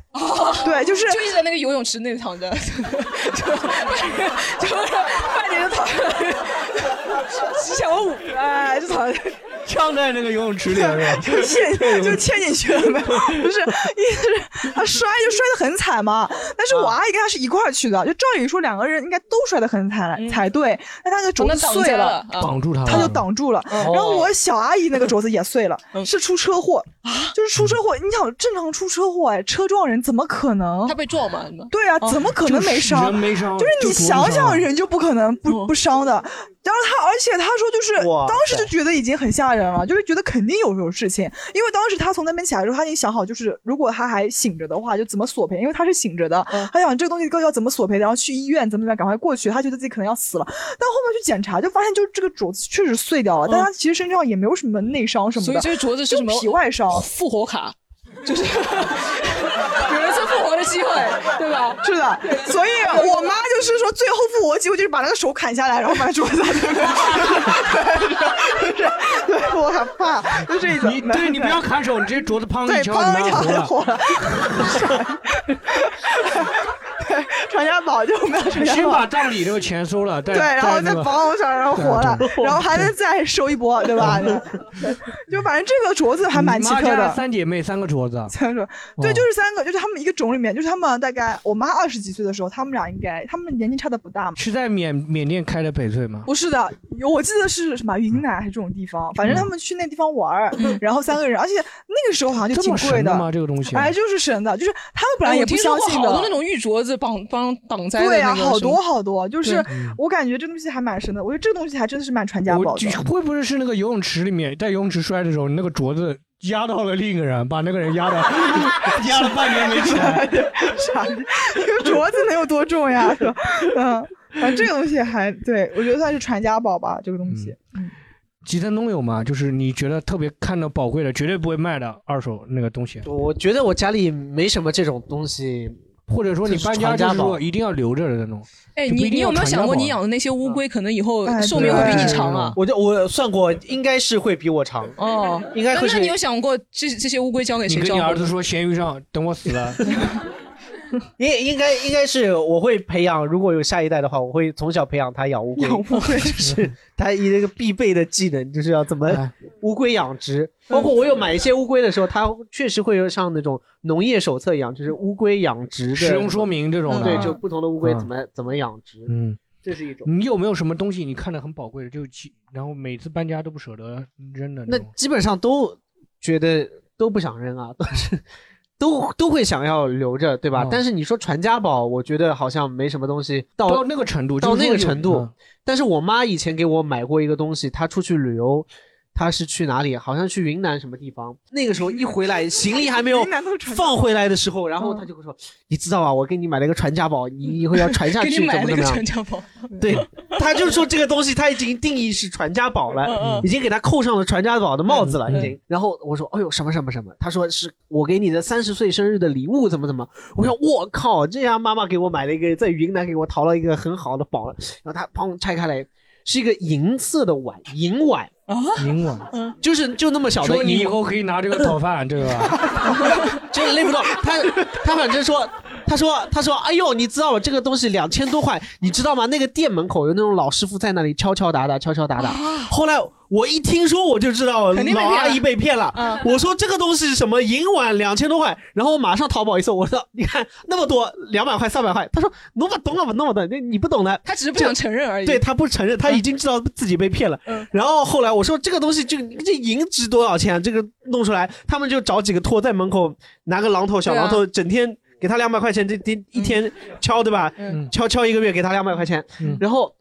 E: 对，就是
D: 就一直在那个游泳池那里躺着，就 就是半年就躺着，吉祥物，哎，就躺着。
B: 呛在那个游 泳池里是吧？
E: 就 陷就嵌进去了呗，不是，意思是他摔就摔得很惨嘛。但是我
B: 啊
E: 阿姨跟他是一块儿去的，就照理说两个人应该都摔得很
B: 嗯
E: 惨才对。但他那个
D: 哦
E: 镯
D: 那
E: 子
D: 挡
E: 碎
D: 架
E: 了
D: 了，挡
B: 住他
E: 他就
B: 了
E: 挡住了。
B: 嗯
E: 然后我小阿姨那个镯子也碎了，是出车祸，
B: 啊
E: 就是出车祸。你想正常出车祸，哎，车撞人怎么可能？
D: 他被撞嘛？
E: 对啊，
D: 哦
E: 怎么可能没伤？
B: 就是人没伤
E: 就是你
B: 就多
E: 想
B: 了伤
E: 想，人就不可能
D: 嗯
E: 不不伤的。然后他，而且他说，就是
B: 哇
E: 当时
B: 塞
E: 就觉得已经很吓人了，就是觉得肯定有有事情，因为当时他从那边起来的时候，他已经想好，就是如果他还醒着的话，就怎么索赔，因为他是醒着的，
D: 嗯
E: 他想这个东西到底要怎么索赔，然后去医院怎么怎么样，赶快过去，他觉得自己可能要死了。但后面去检查，就发现就是这个镯子确实碎掉了，但他其实身上也没有什么内伤什么的，
D: 嗯所以这个镯子是什么
E: 就皮外伤，
D: 复活卡，有人是复活的机会，对吧？
E: 是的，所以我妈就是说，最后复活机会就是把那个手砍下来，然后把它桌子，对，我很怕，就这种。
B: 你对你不要砍手，你直接镯子砰
E: 对
B: 一，敲，
E: 砰
B: 你
E: 一
B: 妈
E: 下就
B: 活了。
E: 火 了。 对，传家宝就没有传家
B: 先把
E: 宝。
B: 葬礼这个钱收了，再
E: 对，然后再
B: 那个
E: 绑我上，然后火了
B: 对，对
E: 然后还能再收一波，对吧？就反正这个镯子还蛮奇特
B: 你
E: 的
B: 妈家。三姐妹三个镯 子啊，
E: 三个，对，就是三个，就是他们一个种里面，就是他们大概我妈二十几岁的时候，他们俩应该，他们年纪差的不大嘛。
B: 是在缅缅甸开的翡翠吗？
E: 不是的，有我记得是什么云南还是这种地方，
B: 嗯
E: 反正他们去那地方玩儿，然后三个人，而且那个时候好像就
B: 这
E: 挺
B: 么
E: 贵
B: 神的吗这个东西
E: 哎，就是神的，就是他们本来
D: 哎
E: 也
D: 我
E: 不
D: 听说
E: 相
D: 过
E: 信的。
D: 好多那种玉镯子绑帮挡灾的
E: 对
D: 那
E: 啊，
D: 个什么，
E: 好多好多，就是
B: 对嗯
E: 我感觉这东西还蛮神的，我觉得这个东西还真的是蛮传家宝的
B: 我就。会不会是那个游泳池里面，在游泳池摔的时候，你那个镯子压到了另一个人，把那个人 压到压了半年没起来。
E: 啥？这个镯子能有多重呀？是吧嗯，反正这个东西还对我觉得算是传家宝吧，这个东西。
B: 嗯吉森东有吗？就是你觉得特别看到宝贵的，绝对不会卖的二手那个东西，
C: 我觉得我家里没什么这种东西，
B: 或者说你搬家就是说一定要留着的那种。
D: 哎，
B: 就不
D: 你
B: 一定
D: 你有没
B: 要
D: 有
B: 传家
D: 想过，
B: 宝
C: 啊
D: 你养的那些乌龟可能以后
C: 哎
D: 寿命会比你长啊？
C: 我就我算过，应该是会比我长。
D: 哦，
C: 应该会
D: 那
C: 是
D: 那你有想过这这些乌龟交给
B: 你
D: 谁
B: 跟
D: 照
B: 你
D: 顾
B: 儿子说，闲鱼上等我死了，
C: 应应该应该是我会培养，如果有下一代的话，我会从小培养他养乌龟。
E: 养乌龟
C: 就是他一个必备的技能，就是要怎
B: 哎
C: 么乌龟养殖。包括我有买一些乌龟的时候，它确实会有像那种农业手册一样，就是乌龟养殖的
B: 使用说明这种的
C: 对，就不同的乌龟
B: 嗯
C: 怎么怎么养殖。
B: 嗯，
C: 这是一种。
B: 你有没有什么东西你看着很宝贵的，就几然后每次搬家都不舍得扔的
C: 那
B: 种？
C: 基本上都觉得都不想扔啊，都是都都会想要留着，对吧？
B: 嗯
C: 但是你说传家宝，我觉得好像没什么东西到
B: 到那个程度
C: 到
B: 就是
C: 那
B: 说
C: 个
B: 有
C: 程度
B: 嗯。
C: 但是我妈以前给我买过一个东西，她出去旅游。她是去哪里？好像去云南什么地方。那个时候一回来，行李还没有放回来的时候，
D: 嗯
C: 然后她就会说：“你知道吧？啊我给你买了一个传家宝，你以后要传下去，
D: 给
C: 怎
D: 你
C: 么
D: 买了
C: 怎么
D: 一个
C: 样
D: 传？”家宝，
C: 对，他就说这个东西他已经定义是传家宝了，已经给他扣上了传家宝的帽子了，已经。然后我说，哎呦，什么什么什么？他说是我给你的三十岁生日的礼物，怎么怎么？我说我靠，这样妈妈给我买了一个，在云南给我淘了一个很好的宝，然后他砰拆开来，是一个银色的碗，银碗
D: 啊，
B: 银碗，
C: 就是就那么小的银
B: 说
C: 碗。
B: 你 以后可以拿这个讨饭，这个吧。
C: 真的累不到他，他反正说他说他说哎呦，你知道我这个东西两千多块，你知道吗？那个店门口有那种老师傅在那里敲敲打打敲敲打打。
D: 啊
C: 后来我一听说我就知道
L: 肯定被
C: 老
L: 骗了
C: 阿姨被骗了
L: 嗯。
C: 我说这个东西是什么银碗两千多块，然后我马上淘宝一搜，我说你看那么多两百块三百块，他说侬不懂啊不弄不懂，那你不懂的。
D: 他只是不想承认而已
C: 对他不承认，他已经知道自己被骗了。
D: 嗯
C: 然后后来我说这个东西这这银值多少钱啊？这个弄出来，他们就找几个托在门口拿个榔头小
L: 对啊
C: 榔头，整天给他两百块钱，这这一天敲对吧？
L: 嗯
C: 敲敲一个月给他两百块钱，
D: 嗯
C: 然后。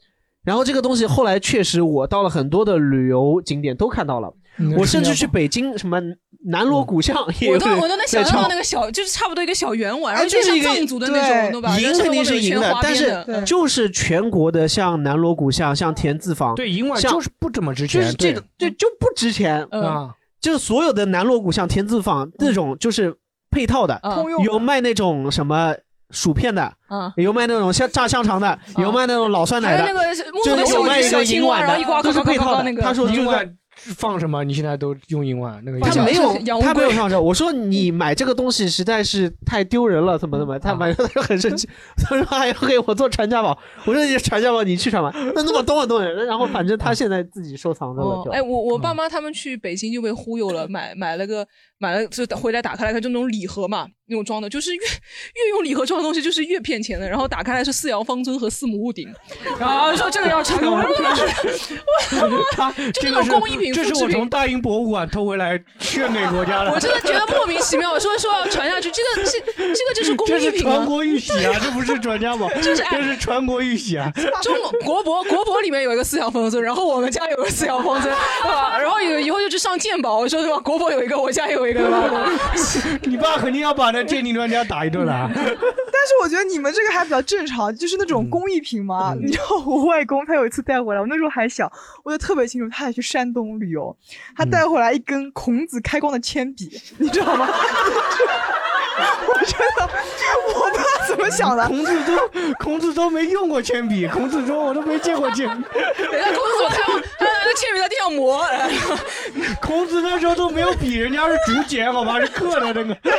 C: 然后这个东西后来确实，我到了很多的旅游景点都看到了，我甚至去北京什么南锣鼓巷也有
D: 嗯我
C: 人在敲，
D: 都我都能想象到那个小，就是差不多一个小圆
E: 哎
D: 碗，然后
C: 这是
D: 像
C: 一个
D: 藏族的那
C: 对
D: 种，对吧？
C: 赢肯定是赢
D: 的
C: 的，，但是就是全国的像南锣鼓巷、像田字坊，
B: 对银碗
C: 像
B: 就是不怎么值钱
C: 就是这种对就不值钱
B: 嗯啊，
C: 就是所有的南锣鼓巷、田字坊那种就是配套的
B: 嗯通用，的
C: 有卖那种什么。薯片的
D: 嗯，
C: 有卖那种像炸香肠的，有卖那种老酸奶的，
D: 还有那个是木头
C: 就
D: 的
C: 是有
D: 小
C: 卖一
D: 小
C: 个
D: 青
C: 银
D: 蛙
C: 碗
D: 然后一刮
C: 的，都是
D: 刮刮
C: 配
D: 刮
C: 套的
D: 刮那。个
C: 他说就是
B: 银碗放什么？你现在都用银碗那个
C: 他没有，他没有上
B: 升。
C: 升。我说你
D: 嗯
C: 买这个东西实在是太丢人了，怎么怎么？他反正他就很生气，他说还要给我做传家宝。我说你传家宝你去传吧，那那么多么多人，然后反正他现在自己收藏着了
D: 哦
C: 就。，
D: 哎，我我爸
B: 嗯
D: 妈他们去北京就被忽悠了，买买了个买了，就回来打开来看，就那种礼盒嘛，那种装的，就是越越用礼盒装的东西就是越骗钱的。然后打开来是四羊方尊和四母戊鼎，然后说这个要传给 我，
B: 他
D: 就
B: 这
D: 那
B: 个
D: 种
B: 是
D: 工艺品
B: 这是
D: 复制
B: 我
D: 品
B: 从大英博物馆偷回来献给国家的。
D: 我真的觉得莫名其妙，说说要传下去，这个这这个就是工
B: 这
D: 艺
B: 是
D: 品啊
B: 传。国玉玺啊，这不是传家 宝，
D: 这是哎
B: 这是传国玉玺啊。
D: 中国博国博里面有一个四羊方尊，然后我们家有个四羊方尊，对吧？然后有以后就去上鉴宝，我说对吧？国博有一个，我家有一个，对吧？
B: 你爸肯定要把那鉴定专家打一顿了啊。
E: 但是我觉得你们这个还比较正常，就是那种工艺品嘛。你知道我外公他有一次带回来，我那时候还小，我就特别清楚，他也去山东旅游，他带回来一根孔子开光的铅笔，你知道吗？ 我觉得我不知道怎么想的。
B: 孔子都孔子都没用过铅笔，孔子说我都没见过铅笔。
D: 人家孔子怎么开过？他那铅笔在地上磨。
B: 孔子那时候都没有笔，人家是竹简，好吧，是刻的那个。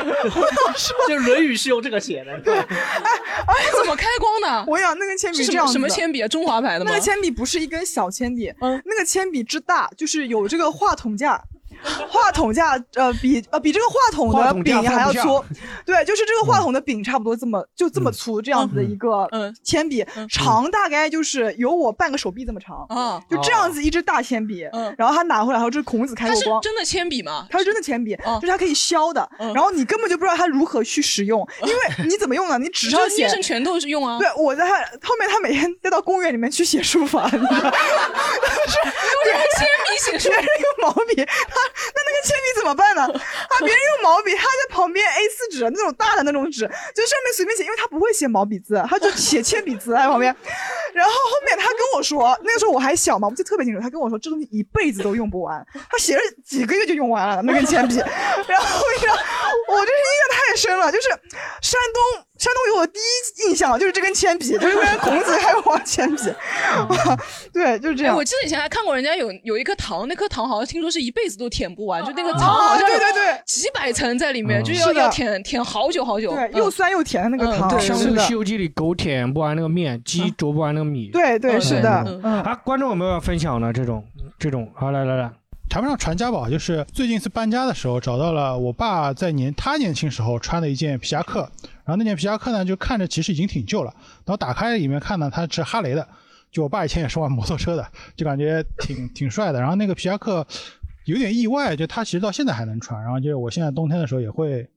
C: 就《论语》是用这个写的。 对，
D: 哎， 怎么开光的？
E: 我想那根铅笔
D: 是什
E: 这
D: 么
E: 样子
D: 什么铅笔啊中华牌的吗嗯
E: 那个铅笔不是一根小铅笔，那个铅笔之大，就是有这个话筒 架。话筒架，呃，比呃比这个话筒
B: 话
E: 的
B: 筒架
E: 柄还要
B: 放不
E: 粗
B: 下，
E: 对，就是这个话筒的柄差不多这么就这么粗这样子的一个
D: 嗯
E: 铅笔，长大概就是有我半个手臂这么长，
D: 啊
E: 就这样子一支大铅笔，然后他拿回来，然后这是孔子开
D: 哦它
E: 过
D: 是
E: 光，
D: 真的铅笔吗？
E: 它是真的铅笔，
D: 嗯
E: 就是它可以削的，然后你根本就不知道它如何去使用，因为你怎么用呢？你纸上
D: 就是
E: 写
D: 捏成拳头是用啊
E: 对，我在他后面，他每天再到公园里面去写书法，你知道吗
D: 用人铅笔写书
E: 别人用毛笔，他那那个铅笔怎么办呢？他别人用毛笔，他在旁边 A 四纸那种大的那种纸，就上面随便写，因为他不会写毛笔字，他就写铅笔字在 旁边。然后后面他跟我说，那个时候我还小嘛，我记得特别清楚，他跟我说这东西一辈子都用不完，他写了几个月就用完了那根铅笔。然后你知道，我这是印象太深了，就是山东山东有我第一印象就是这根铅笔，就是跟孔子还有黄铅笔， 对，就是这样。
D: 哎我记得以前还看过人家有有一颗糖，那颗糖好像听说是一辈子都舔不完，就那个糖好像
E: 啊对对对，
D: 几百层在里面，
B: 嗯
D: 就是要
E: 是的
D: 要舔舔好久好久，
E: 对
D: 嗯，
E: 又酸又甜的那个糖，
B: 像
E: 嗯
B: 那
E: 是
B: 个《
E: 的嗯
B: 西，游记》里狗舔不完那个面，鸡啄不完那个米。
E: 对对是的
B: 嗯啊，观众有没有要分享的 这种这种？好，来来来，
I: 谈不上传家宝，就是最近一次搬家的时候找到了我爸在年他年轻时候穿的一件皮夹克，然后那件皮夹克呢，就看着其实已经挺旧了，然后打开里面看呢，它是哈雷的，就我爸以前也是玩摩托车的，就感觉挺挺帅的。然后那个皮夹克有点意外，就他其实到现在还能穿，然后就是我现在冬天的时候也会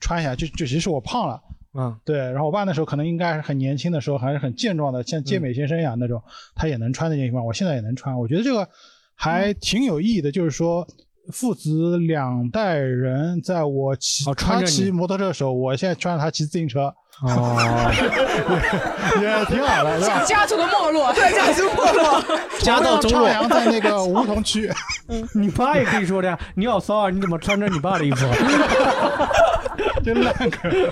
I: 穿一下，就就其实我胖了。
B: 嗯，
I: 对，然后我爸那时候可能应该是很年轻的时候，还是很健壮的，像
B: 嗯
I: 健美先生一样那种，他也能穿那件衣服，我现在也能穿，我觉得这个还
B: 嗯
I: 挺有意义的，就是说父子两代人在我骑、
B: 哦穿
I: 他
B: 着你
I: 骑摩托车的时候，我现在穿着他骑自行车，
B: 哦，
I: 也挺好的，对吧？
D: 家族的没落，
E: 对家族 没落
I: 家道中 落朝阳在那个
B: 梧
I: 桐区。
B: 你爸也可以说的呀，你好骚啊！你怎么穿着你爸的衣服啊？
I: 真烂 梗。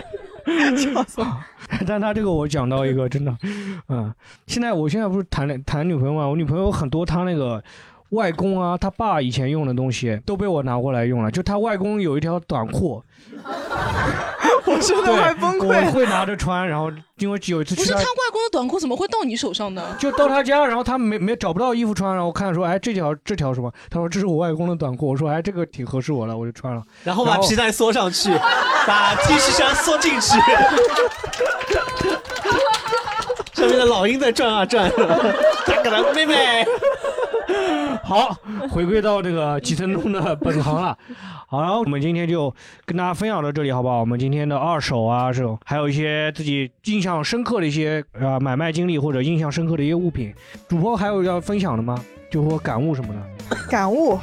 B: 但他这个我讲到一个真的，嗯，现在我现在不是谈恋谈女朋友嘛，我女朋友很多她那个外公啊，她爸以前用的东西都被我拿过来用了，就她外公有一条短裤，
E: 我真的快崩溃
B: 我会拿着穿，然后因为有一次
D: 不
B: 去
D: 是
B: 他
D: 他外公的短裤怎么会到你手上呢？
B: 就到他家，然后他没没找不到衣服穿，然后看说，哎，这条这条什么？他说这是我外公的短裤，我说哎，这个挺合适我了，我就穿了。
F: 然后把皮带缩上去，把 T 恤衫缩进去，上面的老鹰在转啊转， 大个男妹妹。
B: 好，回归到这个吉森中的本行了。好，然后我们今天就跟大家分享到这里，好不好？我们今天的二手啊，这种还有一些自己印象深刻的一些呃买卖经历或者印象深刻的一些物品，主播还有要分享的吗？就或感悟什么的？
E: 感悟，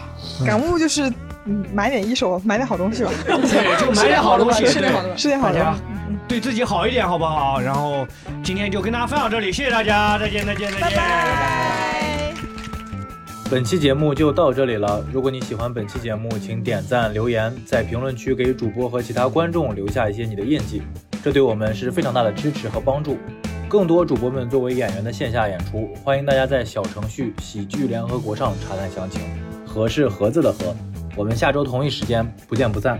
E: 感悟就是嗯买点一手，买点好东西吧。对
B: 就买点好东西，
E: 吃点好东西，吃点好
B: 大
E: 东
B: 家
E: 西。
B: 对自己好一点，好不好？然后今天就跟大家分享到这里，谢谢大家，再见，再见，再见。
A: 本期节目就到这里了。如果你喜欢本期节目，请点赞、留言，在评论区给主播和其他观众留下一些你的印记，这对我们是非常大的支持和帮助。更多主播们作为演员的线下演出，欢迎大家在小程序“喜剧联合国”上查看详情。和是盒子的和，我们下周同一时间不见不散。